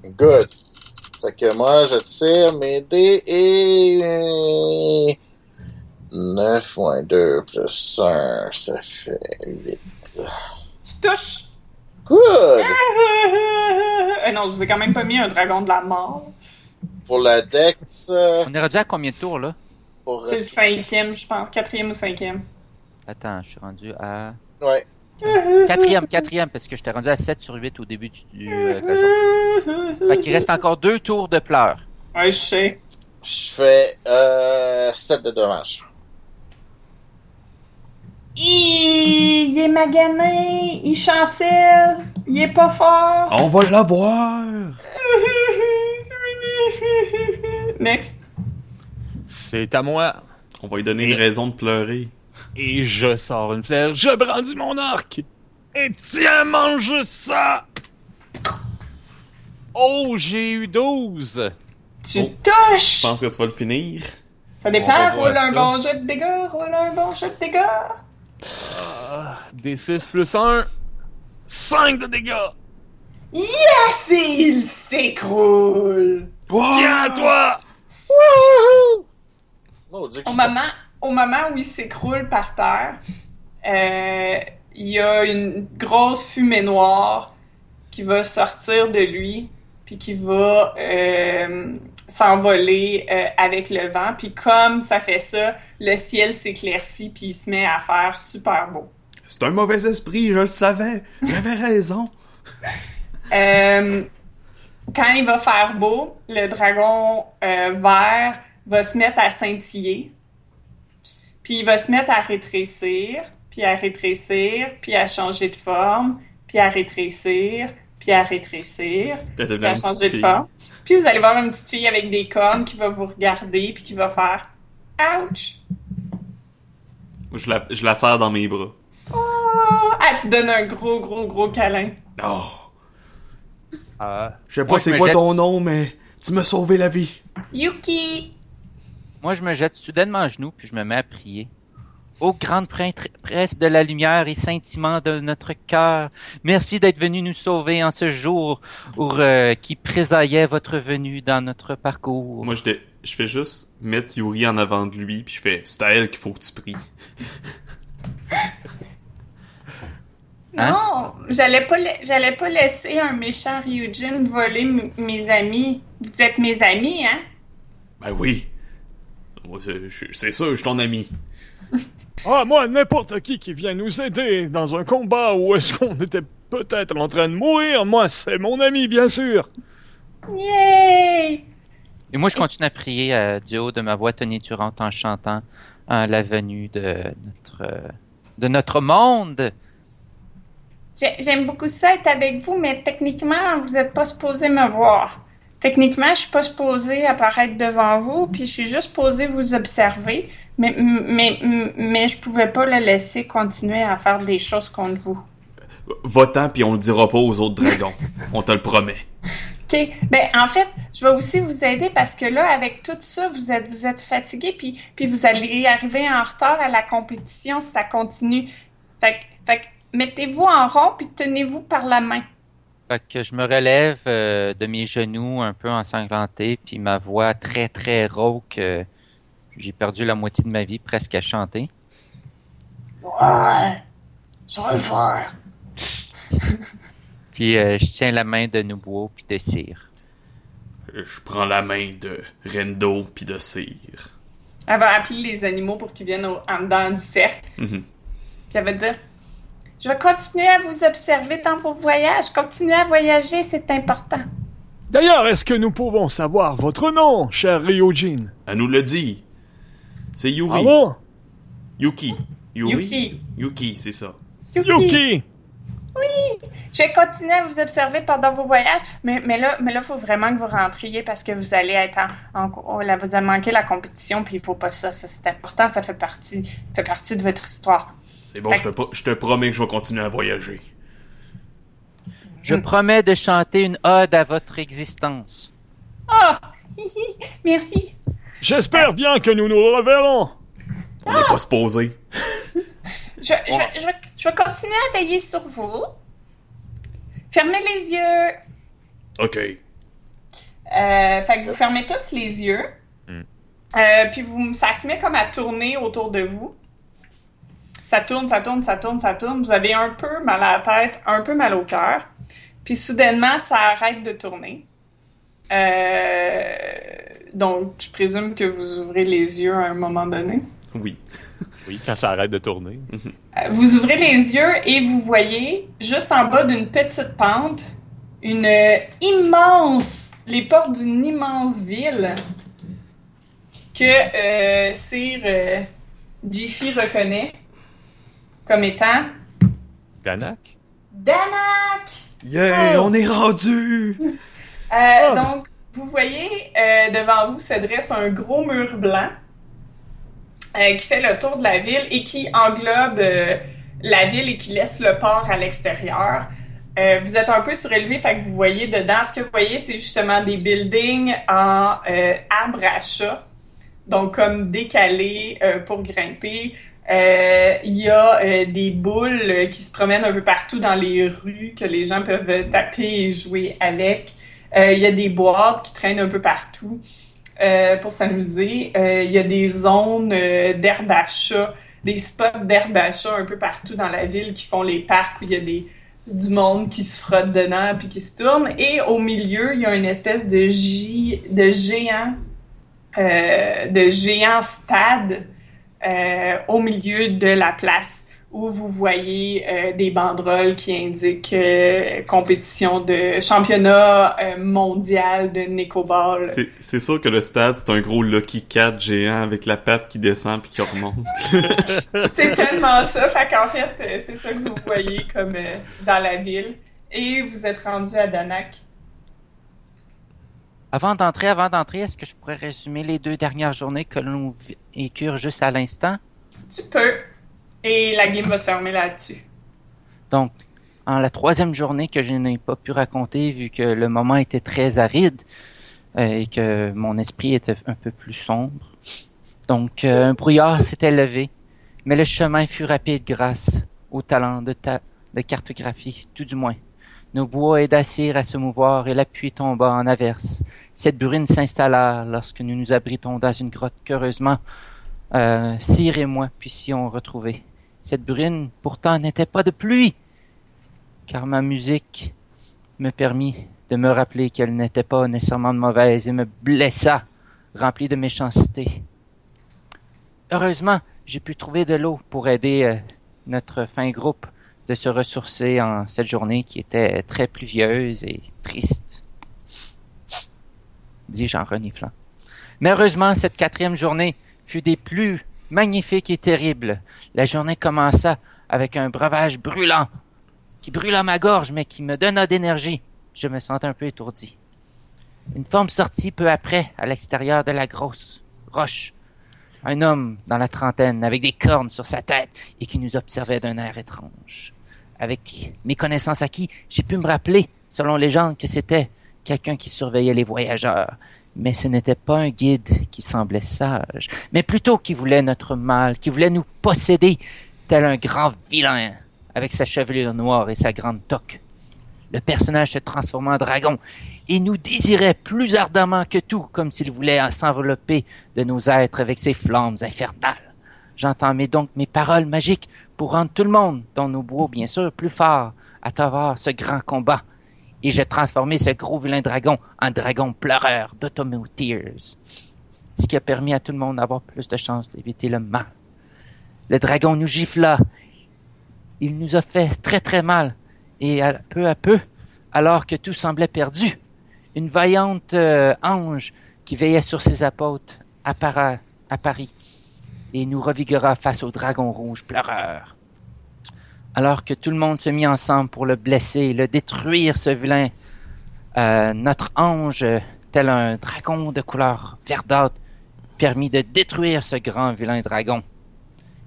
Speaker 4: Good. Fait que moi, je tire mes dés et... 9 moins 2 plus 1, ça fait 8.
Speaker 1: Tu touches.
Speaker 4: Good!
Speaker 1: Ah non, je vous ai quand même pas mis un dragon de la mort.
Speaker 4: Pour la Dex, euh,
Speaker 2: On est rendu à combien de tours là?
Speaker 4: pour...
Speaker 1: C'est le cinquième, je pense. Quatrième ou cinquième.
Speaker 2: Attends, je suis rendu à.
Speaker 4: Ouais.
Speaker 2: Quatrième, quatrième, parce que j'étais rendu à 7 sur 8 au début du. du, euh, de la journée. fait qu'il reste encore deux tours de pleurs.
Speaker 1: Ouais, je sais.
Speaker 4: Je fais euh, 7 de dommages.
Speaker 1: Hi, Il est magané, il chancelle, il est pas fort.
Speaker 3: On va l'avoir!
Speaker 1: C'est fini. Next.
Speaker 5: C'est à moi.
Speaker 3: On va lui donner une raison de pleurer.
Speaker 5: Et je sors une flèche. Je brandis mon arc. Et tiens, mange ça! Oh, j'ai eu 12.
Speaker 1: Tu
Speaker 3: Oh. Je
Speaker 1: touches!
Speaker 3: pense que tu vas le finir.
Speaker 1: Ça
Speaker 5: On va
Speaker 1: dépend,
Speaker 5: voir
Speaker 1: roule un
Speaker 5: ça.
Speaker 1: bon jet de dégâts, roule un bon jet de dégâts.
Speaker 5: D6 plus 1. 5 de dégâts.
Speaker 1: Yes! et il Ah, s'écroule!
Speaker 5: Tiens, toi!
Speaker 4: Mon Dieu, que
Speaker 1: Au
Speaker 4: je-
Speaker 1: moment, au moment où il s'écroule par terre, euh, il y a une grosse fumée noire qui va sortir de lui, puis qui va euh, s'envoler euh, avec le vent. Puis comme ça fait ça, le ciel s'éclaircit, puis il se met à faire super beau.
Speaker 3: C'est un mauvais esprit, je le savais. J'avais raison.
Speaker 1: Euh, quand il va faire beau, le dragon euh, vert va se mettre à scintiller, puis il va se mettre à rétrécir, puis à rétrécir, puis à changer de forme, puis à rétrécir, puis à rétrécir,
Speaker 3: Puis
Speaker 1: puis
Speaker 3: elle devenait
Speaker 1: à
Speaker 3: une
Speaker 1: changer
Speaker 3: petite
Speaker 1: de
Speaker 3: fille.
Speaker 1: forme. Puis vous allez voir une petite fille avec des cornes qui va vous regarder, puis qui va faire « Ouch!
Speaker 3: Je la, je la serre dans mes bras.
Speaker 1: Oh! » Elle te donne un gros, gros, gros câlin.
Speaker 3: Oh.
Speaker 5: Ah,
Speaker 3: Je sais
Speaker 2: Moi,
Speaker 3: pas
Speaker 2: je
Speaker 3: c'est
Speaker 2: me
Speaker 3: quoi
Speaker 2: jette-
Speaker 3: ton nom, mais tu m'as sauvé la vie.
Speaker 1: Yuki!
Speaker 2: Moi, je me jette soudainement à genoux, puis je me mets à prier. Ô grande prêtresse de la lumière et scintillement de notre cœur, merci d'être venu nous sauver en ce jour où, euh, qui présaillait votre venue dans notre parcours.
Speaker 3: Moi, je, dé- je fais juste mettre Yuri en avant de lui, puis je fais c'est à elle qu'il faut que tu pries.
Speaker 2: Hein?
Speaker 1: Non, j'allais pas, la- j'allais pas laisser un méchant Ryujin voler m- mes amis. Vous êtes mes amis, hein?
Speaker 3: Ben oui. Moi, c'est je- c'est sûr, je suis ton ami.
Speaker 6: Ah, moi, n'importe qui qui vient nous aider dans un combat où est-ce qu'on était peut-être en train de mourir, moi, c'est mon ami, bien sûr.
Speaker 1: Yay!
Speaker 2: Et moi, je continue à prier euh, du haut de ma voix tonitruante en chantant euh, la venue de notre, euh, de notre monde.
Speaker 1: J'ai- J'aime beaucoup ça être avec vous, mais techniquement, vous n'êtes pas supposé me voir. Techniquement, je suis pas supposée apparaître devant vous, puis je suis juste posée vous observer, mais, mais, mais je pouvais pas le laisser continuer à faire des choses contre vous.
Speaker 3: Va-t'en, puis on le dira pas aux autres dragons. on te le promet.
Speaker 1: OK. Ben, en fait, je vais aussi vous aider parce que là, avec tout ça, vous êtes, vous êtes fatigué, puis, puis vous allez arriver en retard à la compétition si ça continue. Fait, que- fait que mettez-vous en rond, puis tenez-vous par la main.
Speaker 2: Fait que je me relève euh, de mes genoux un peu ensanglanté, puis ma voix très très rauque. euh, J'ai perdu la moitié de ma vie presque à chanter.
Speaker 4: Ouais, ça va le faire.
Speaker 2: Puis euh, je tiens la main de Nubuo puis de Cyr.
Speaker 3: Je prends la main de Rendo, puis de Cyr.
Speaker 1: Elle va appeler les animaux pour qu'ils viennent au- en dedans du cercle,
Speaker 3: Mhm.
Speaker 1: puis elle va dire « Je vais continuer à vous observer dans vos voyages. Continuez à voyager, c'est important.
Speaker 6: D'ailleurs, est-ce que nous pouvons savoir votre nom, cher Ryojin
Speaker 3: Elle nous le dit. C'est Yuri.
Speaker 6: Ah bon
Speaker 3: Yuki. Yuri?
Speaker 1: Yuki.
Speaker 3: Yuki, c'est ça.
Speaker 6: Yuki
Speaker 1: Je vais continuer à vous observer pendant vos voyages, mais, mais là, mais là, faut vraiment que vous rentriez parce que vous allez être en, en- oh là, vous allez manquer la compétition, puis il faut pas ça. Ça, c'est important, ça fait partie, fait partie de votre histoire.
Speaker 3: C'est bon, je te, pro- je te promets que je vais continuer à voyager.
Speaker 4: Hmm.
Speaker 2: Je promets de chanter une ode à votre existence.
Speaker 1: Ah, Hi, hi. merci.
Speaker 6: J'espère bien que nous nous reverrons.
Speaker 3: On n'est pas supposé.
Speaker 1: Je, je, je, vais- je vais continuer à veiller sur vous. Fermez les yeux.
Speaker 3: Ok.
Speaker 1: Euh, fait que vous fermez tous les yeux.
Speaker 5: Mm.
Speaker 1: Euh, puis vous, ça se met comme à tourner autour de vous. Ça tourne, ça tourne, ça tourne, ça tourne. Vous avez un peu mal à la tête, un peu mal au cœur. Puis soudainement, ça arrête de tourner. Euh, donc, je présume que vous ouvrez les yeux à un moment donné.
Speaker 3: Oui.
Speaker 5: Oui, quand ça arrête de tourner.
Speaker 1: Vous ouvrez les yeux et vous voyez, juste en bas d'une petite pente, une euh, immense, les portes d'une immense ville que euh, Sir euh, Jiffy reconnaît comme étant
Speaker 5: Danak?
Speaker 1: Danak!
Speaker 3: Yeah, on est rendu!
Speaker 1: Euh,
Speaker 6: Oh.
Speaker 1: Donc, vous voyez, euh, devant vous se dresse un gros mur blanc euh, qui fait le tour de la ville et qui englobe euh, la ville et qui laisse le port à l'extérieur. Euh, vous êtes un peu surélevé, fait que vous voyez dedans, ce que vous voyez, c'est justement des buildings en euh, arbre à chat, donc comme décalés euh, pour grimper. Euh, Il y a euh, des boules euh, qui se promènent un peu partout dans les rues que les gens peuvent euh, taper et jouer avec. Euh, Il y a des boîtes qui traînent un peu partout euh, pour s'amuser. Euh, Il y a des zones euh, d'herbe à chat, des spots d'herbe à chat un peu partout dans la ville qui font les parcs où il y a des, du monde qui se frotte dedans puis qui se tourne. Et au milieu, il y a une espèce de, gi- de géant, euh, de géant stade euh, au milieu de la place où vous voyez euh, des banderoles qui indiquent euh, compétition de championnat euh, mondial de Nécoball.
Speaker 3: C'est- C'est sûr que le stade, c'est un gros Lucky Cat géant avec la patte qui descend puis qui remonte.
Speaker 1: C'est tellement ça. Fait qu'en fait, euh, c'est ça que vous voyez comme euh, dans la ville. Et vous êtes rendu à Danak.
Speaker 2: Avant d'entrer, avant d'entrer, est-ce que je pourrais résumer les deux dernières journées que l'on vi- vécurent juste à l'instant?
Speaker 1: Tu peux. Et la game va se fermer là-dessus.
Speaker 2: Donc, en la troisième journée que je n'ai pas pu raconter, vu que le moment était très aride euh, et que mon esprit était un peu plus sombre. Donc, euh, un brouillard s'était levé, mais le chemin fut rapide grâce au talent de, ta- de cartographie, tout du moins. Nos bois aidèrent à se mouvoir et la pluie tomba en averse. Cette brune s'installa lorsque nous nous abritons dans une grotte qu'heureusement euh, Cyr et moi puissions retrouver. Cette brune, pourtant, n'était pas de pluie, car ma musique me permit de me rappeler qu'elle n'était pas nécessairement mauvaise et me blessa, remplie de méchanceté. Heureusement, j'ai pu trouver de l'eau pour aider euh, notre fin groupe de se ressourcer en cette journée qui était très pluvieuse et triste, dis-je en reniflant. Mais heureusement, cette quatrième journée fut des plus magnifiques et terribles. La journée commença avec un breuvage brûlant qui brûla ma gorge mais qui me donna d'énergie. Je me sentais un peu étourdi. Une forme sortit peu après à l'extérieur de la grosse roche. Un homme dans la trentaine avec des cornes sur sa tête et qui nous observait d'un air étrange. Avec mes connaissances acquis, j'ai pu me rappeler, selon les gens, que c'était quelqu'un qui surveillait les voyageurs. Mais ce n'était pas un guide qui semblait sage, mais plutôt qui voulait notre mal, qui voulait nous posséder, tel un grand vilain, avec sa chevelure noire et sa grande toque. Le personnage se transforma en dragon et nous désirait plus ardemment que tout, comme s'il voulait s'envelopper de nos êtres avec ses flammes infernales. J'entendais donc mes paroles magiques pour rendre tout le monde, dont nos bois bien sûr, plus forts à travers ce grand combat. Et j'ai transformé ce gros vilain dragon en dragon pleureur d'Otomo Tears, ce qui a permis à tout le monde d'avoir plus de chances d'éviter le mal. Le dragon nous gifla il nous a fait très très mal, et à- peu à peu, alors que tout semblait perdu, une vaillante euh, ange qui veillait sur ses apôtres à, Para- à Paris et nous revigora face au dragon rouge pleureur. Alors que tout le monde se mit ensemble pour le blesser, le détruire, ce vilain, euh, notre ange, tel un dragon de couleur verdâtre, permit de détruire ce grand vilain dragon.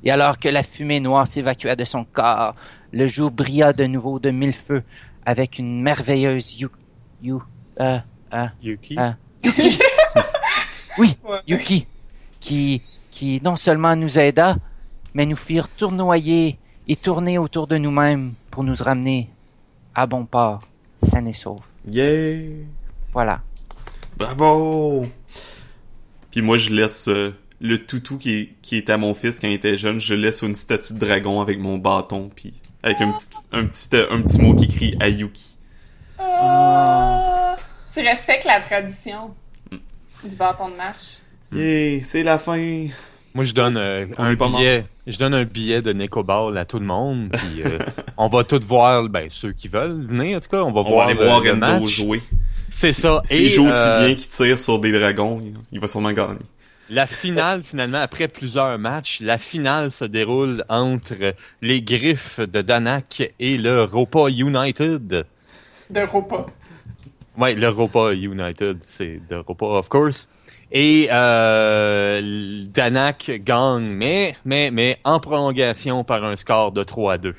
Speaker 2: Et alors que la fumée noire s'évacua de son corps, le jour brilla de nouveau de mille feux avec une merveilleuse yu, yu- euh,
Speaker 7: Yuki.
Speaker 2: Ah. Yuki, qui, qui non seulement nous aida, mais nous firent tournoyer et tourner autour de nous-mêmes pour nous ramener à bon port, sains et saufs.
Speaker 3: Yeah!
Speaker 2: Voilà.
Speaker 3: Bravo! Puis moi, je laisse euh, le toutou qui, est- qui était à mon fils quand il était jeune, je laisse une statue de dragon avec mon bâton, puis avec un petit, un petit, euh, un petit mot qui crie Ayuki.
Speaker 1: Ah. Tu respectes la tradition
Speaker 3: Mm.
Speaker 1: du bâton de marche.
Speaker 3: Yeah! C'est la fin!
Speaker 5: Moi, je donne euh,
Speaker 3: On
Speaker 5: un
Speaker 3: est pas mort.
Speaker 5: billet. Je donne un billet de Neko Ball à tout le monde. Puis euh, on va tous voir, ben ceux qui veulent venir en tout cas, on va
Speaker 3: On va
Speaker 5: voir
Speaker 3: aller
Speaker 5: le,
Speaker 3: voir
Speaker 5: le
Speaker 3: Endo
Speaker 5: match.
Speaker 3: jouer.
Speaker 5: C'est ça.
Speaker 3: S'il
Speaker 5: Et
Speaker 3: joue aussi
Speaker 5: euh,
Speaker 3: bien qu'il tire sur des dragons, il- il va sûrement gagner.
Speaker 5: la finale, finalement, après plusieurs matchs, la finale se déroule entre les griffes de Danak et le Ropa United.
Speaker 1: De repas.
Speaker 5: Ouais, le Ropa United, c'est de Ropa, of course. Et euh, l- Danak gagne, mais, mais, mais en prolongation par un score de 3 à 2.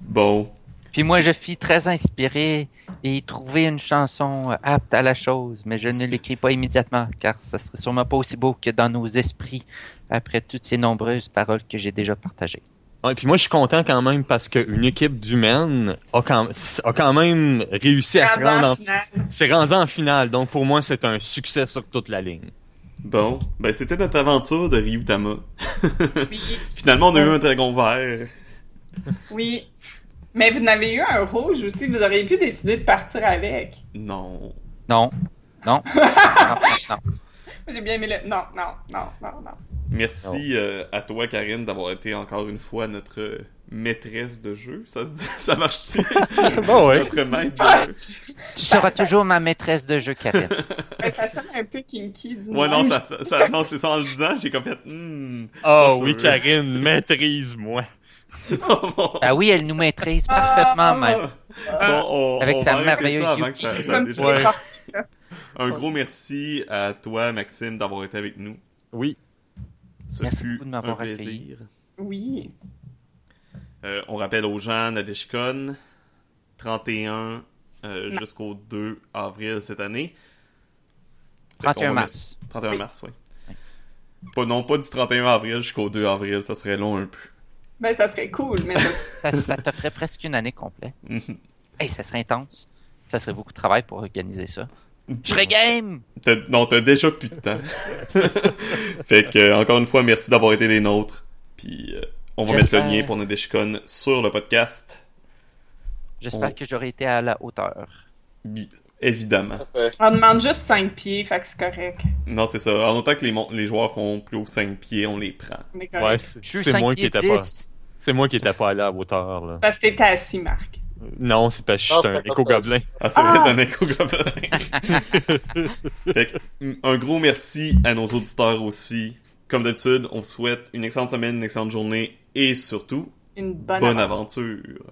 Speaker 3: Bon.
Speaker 2: Puis moi, je fis très inspiré et trouver une chanson euh, apte à la chose, mais je ne l'écris pas immédiatement, car ça serait sûrement pas aussi beau que dans nos esprits après toutes ces nombreuses paroles que j'ai déjà partagées.
Speaker 5: Ouais, puis moi, je suis content quand même parce qu'une équipe d'humaines a quand, a quand même réussi à se
Speaker 1: Avant
Speaker 5: rendre en,
Speaker 1: finale.
Speaker 5: s'est rendu en finale. Donc, pour moi, c'est un succès sur toute la ligne.
Speaker 3: Bon. Ben, c'était notre aventure de Ryutama.
Speaker 1: Oui,
Speaker 3: Finalement, on a eu un dragon vert.
Speaker 1: oui. Mais vous n'avez eu un rouge aussi, vous auriez pu décider de partir avec.
Speaker 3: Non.
Speaker 2: Non. Non. non, non, non.
Speaker 1: J'ai bien aimé le. Non, non, non, non, non.
Speaker 3: Merci euh, à toi, Karine, d'avoir été encore une fois notre euh, maîtresse de jeu. Ça se dit, ça marche-tu?
Speaker 7: Bon, ouais.
Speaker 3: Notre maître de jeu.
Speaker 1: Ah,
Speaker 2: Tu seras toujours ma maîtresse de jeu, Karine.
Speaker 1: mais ça sonne un peu kinky, dis
Speaker 3: Ouais, non, ça, ça, ça- non, c'est ça en le disant, j'ai comme fait, hmm.
Speaker 5: Oh
Speaker 3: sûr.
Speaker 5: oui, Karine, maîtrise-moi.
Speaker 3: Oh, bon.
Speaker 2: Ah oui, elle nous maîtrise parfaitement, même.
Speaker 3: Bon, on-
Speaker 2: Avec
Speaker 3: on
Speaker 2: sa
Speaker 3: va arrêter
Speaker 2: merveilleuse
Speaker 3: ça avant
Speaker 2: Yuki.
Speaker 3: que ça- ça
Speaker 1: Ouais.
Speaker 3: dégénère.
Speaker 5: Ouais.
Speaker 3: Un gros merci à toi, Maxime, d'avoir été avec nous.
Speaker 5: Oui.
Speaker 3: Ce
Speaker 2: Merci
Speaker 3: fut
Speaker 2: beaucoup de m'avoir
Speaker 3: un
Speaker 2: accueilli.
Speaker 3: plaisir.
Speaker 1: Oui.
Speaker 3: Euh, on rappelle aux gens, Nadeshikon, 31 euh,
Speaker 1: Mars.
Speaker 3: jusqu'au 2 avril cette année. Fait qu'on
Speaker 2: 31
Speaker 3: va
Speaker 2: mars.
Speaker 3: mettre- 31
Speaker 1: Oui.
Speaker 3: mars, oui. Pas, non, pas du 31 avril jusqu'au 2 avril, ça serait long un peu.
Speaker 1: Ben, ça serait cool, mais ça-
Speaker 2: Ça, ça te ferait presque une année complète.
Speaker 3: Mhm.
Speaker 2: Hey, ça serait intense. Ça serait beaucoup de travail pour organiser ça. Je serais game!
Speaker 3: T'as- non, t'as déjà plus de temps. fait que, euh, encore une fois, merci d'avoir été des nôtres. Puis, euh, on va mettre le
Speaker 2: J'espère.
Speaker 3: lien pour Nadeshikon sur le podcast,
Speaker 2: J'espère
Speaker 3: On-
Speaker 2: que j'aurai été à la hauteur.
Speaker 3: bi- évidemment.
Speaker 4: Parfait.
Speaker 1: on demande juste 5 pieds, fait que c'est correct.
Speaker 3: Non, c'est ça. En longtemps que les, mon- les joueurs font plus haut que 5 pieds, on les prend.
Speaker 1: On est correct.
Speaker 5: Ouais, c'est
Speaker 2: Je suis
Speaker 5: c'est
Speaker 2: 5
Speaker 5: moi qui
Speaker 2: pieds
Speaker 5: étais pas,
Speaker 2: 10.
Speaker 5: c'est moi qui étais pas allé à la hauteur, là.
Speaker 1: Parce que t'étais assis, Marc.
Speaker 5: Euh, Non, c'est parce que je
Speaker 4: Non,
Speaker 5: suis
Speaker 4: c'est
Speaker 5: un
Speaker 4: pas
Speaker 5: éco-gobelin.
Speaker 3: Ah, c'est
Speaker 1: Ah!
Speaker 3: vrai, c'est un écho gobelin. fait que, mm, un gros merci à nos auditeurs aussi. Comme d'habitude, on vous souhaite une excellente semaine, une excellente journée et surtout,
Speaker 1: Une bonne,
Speaker 3: bonne
Speaker 1: avance.
Speaker 3: aventure.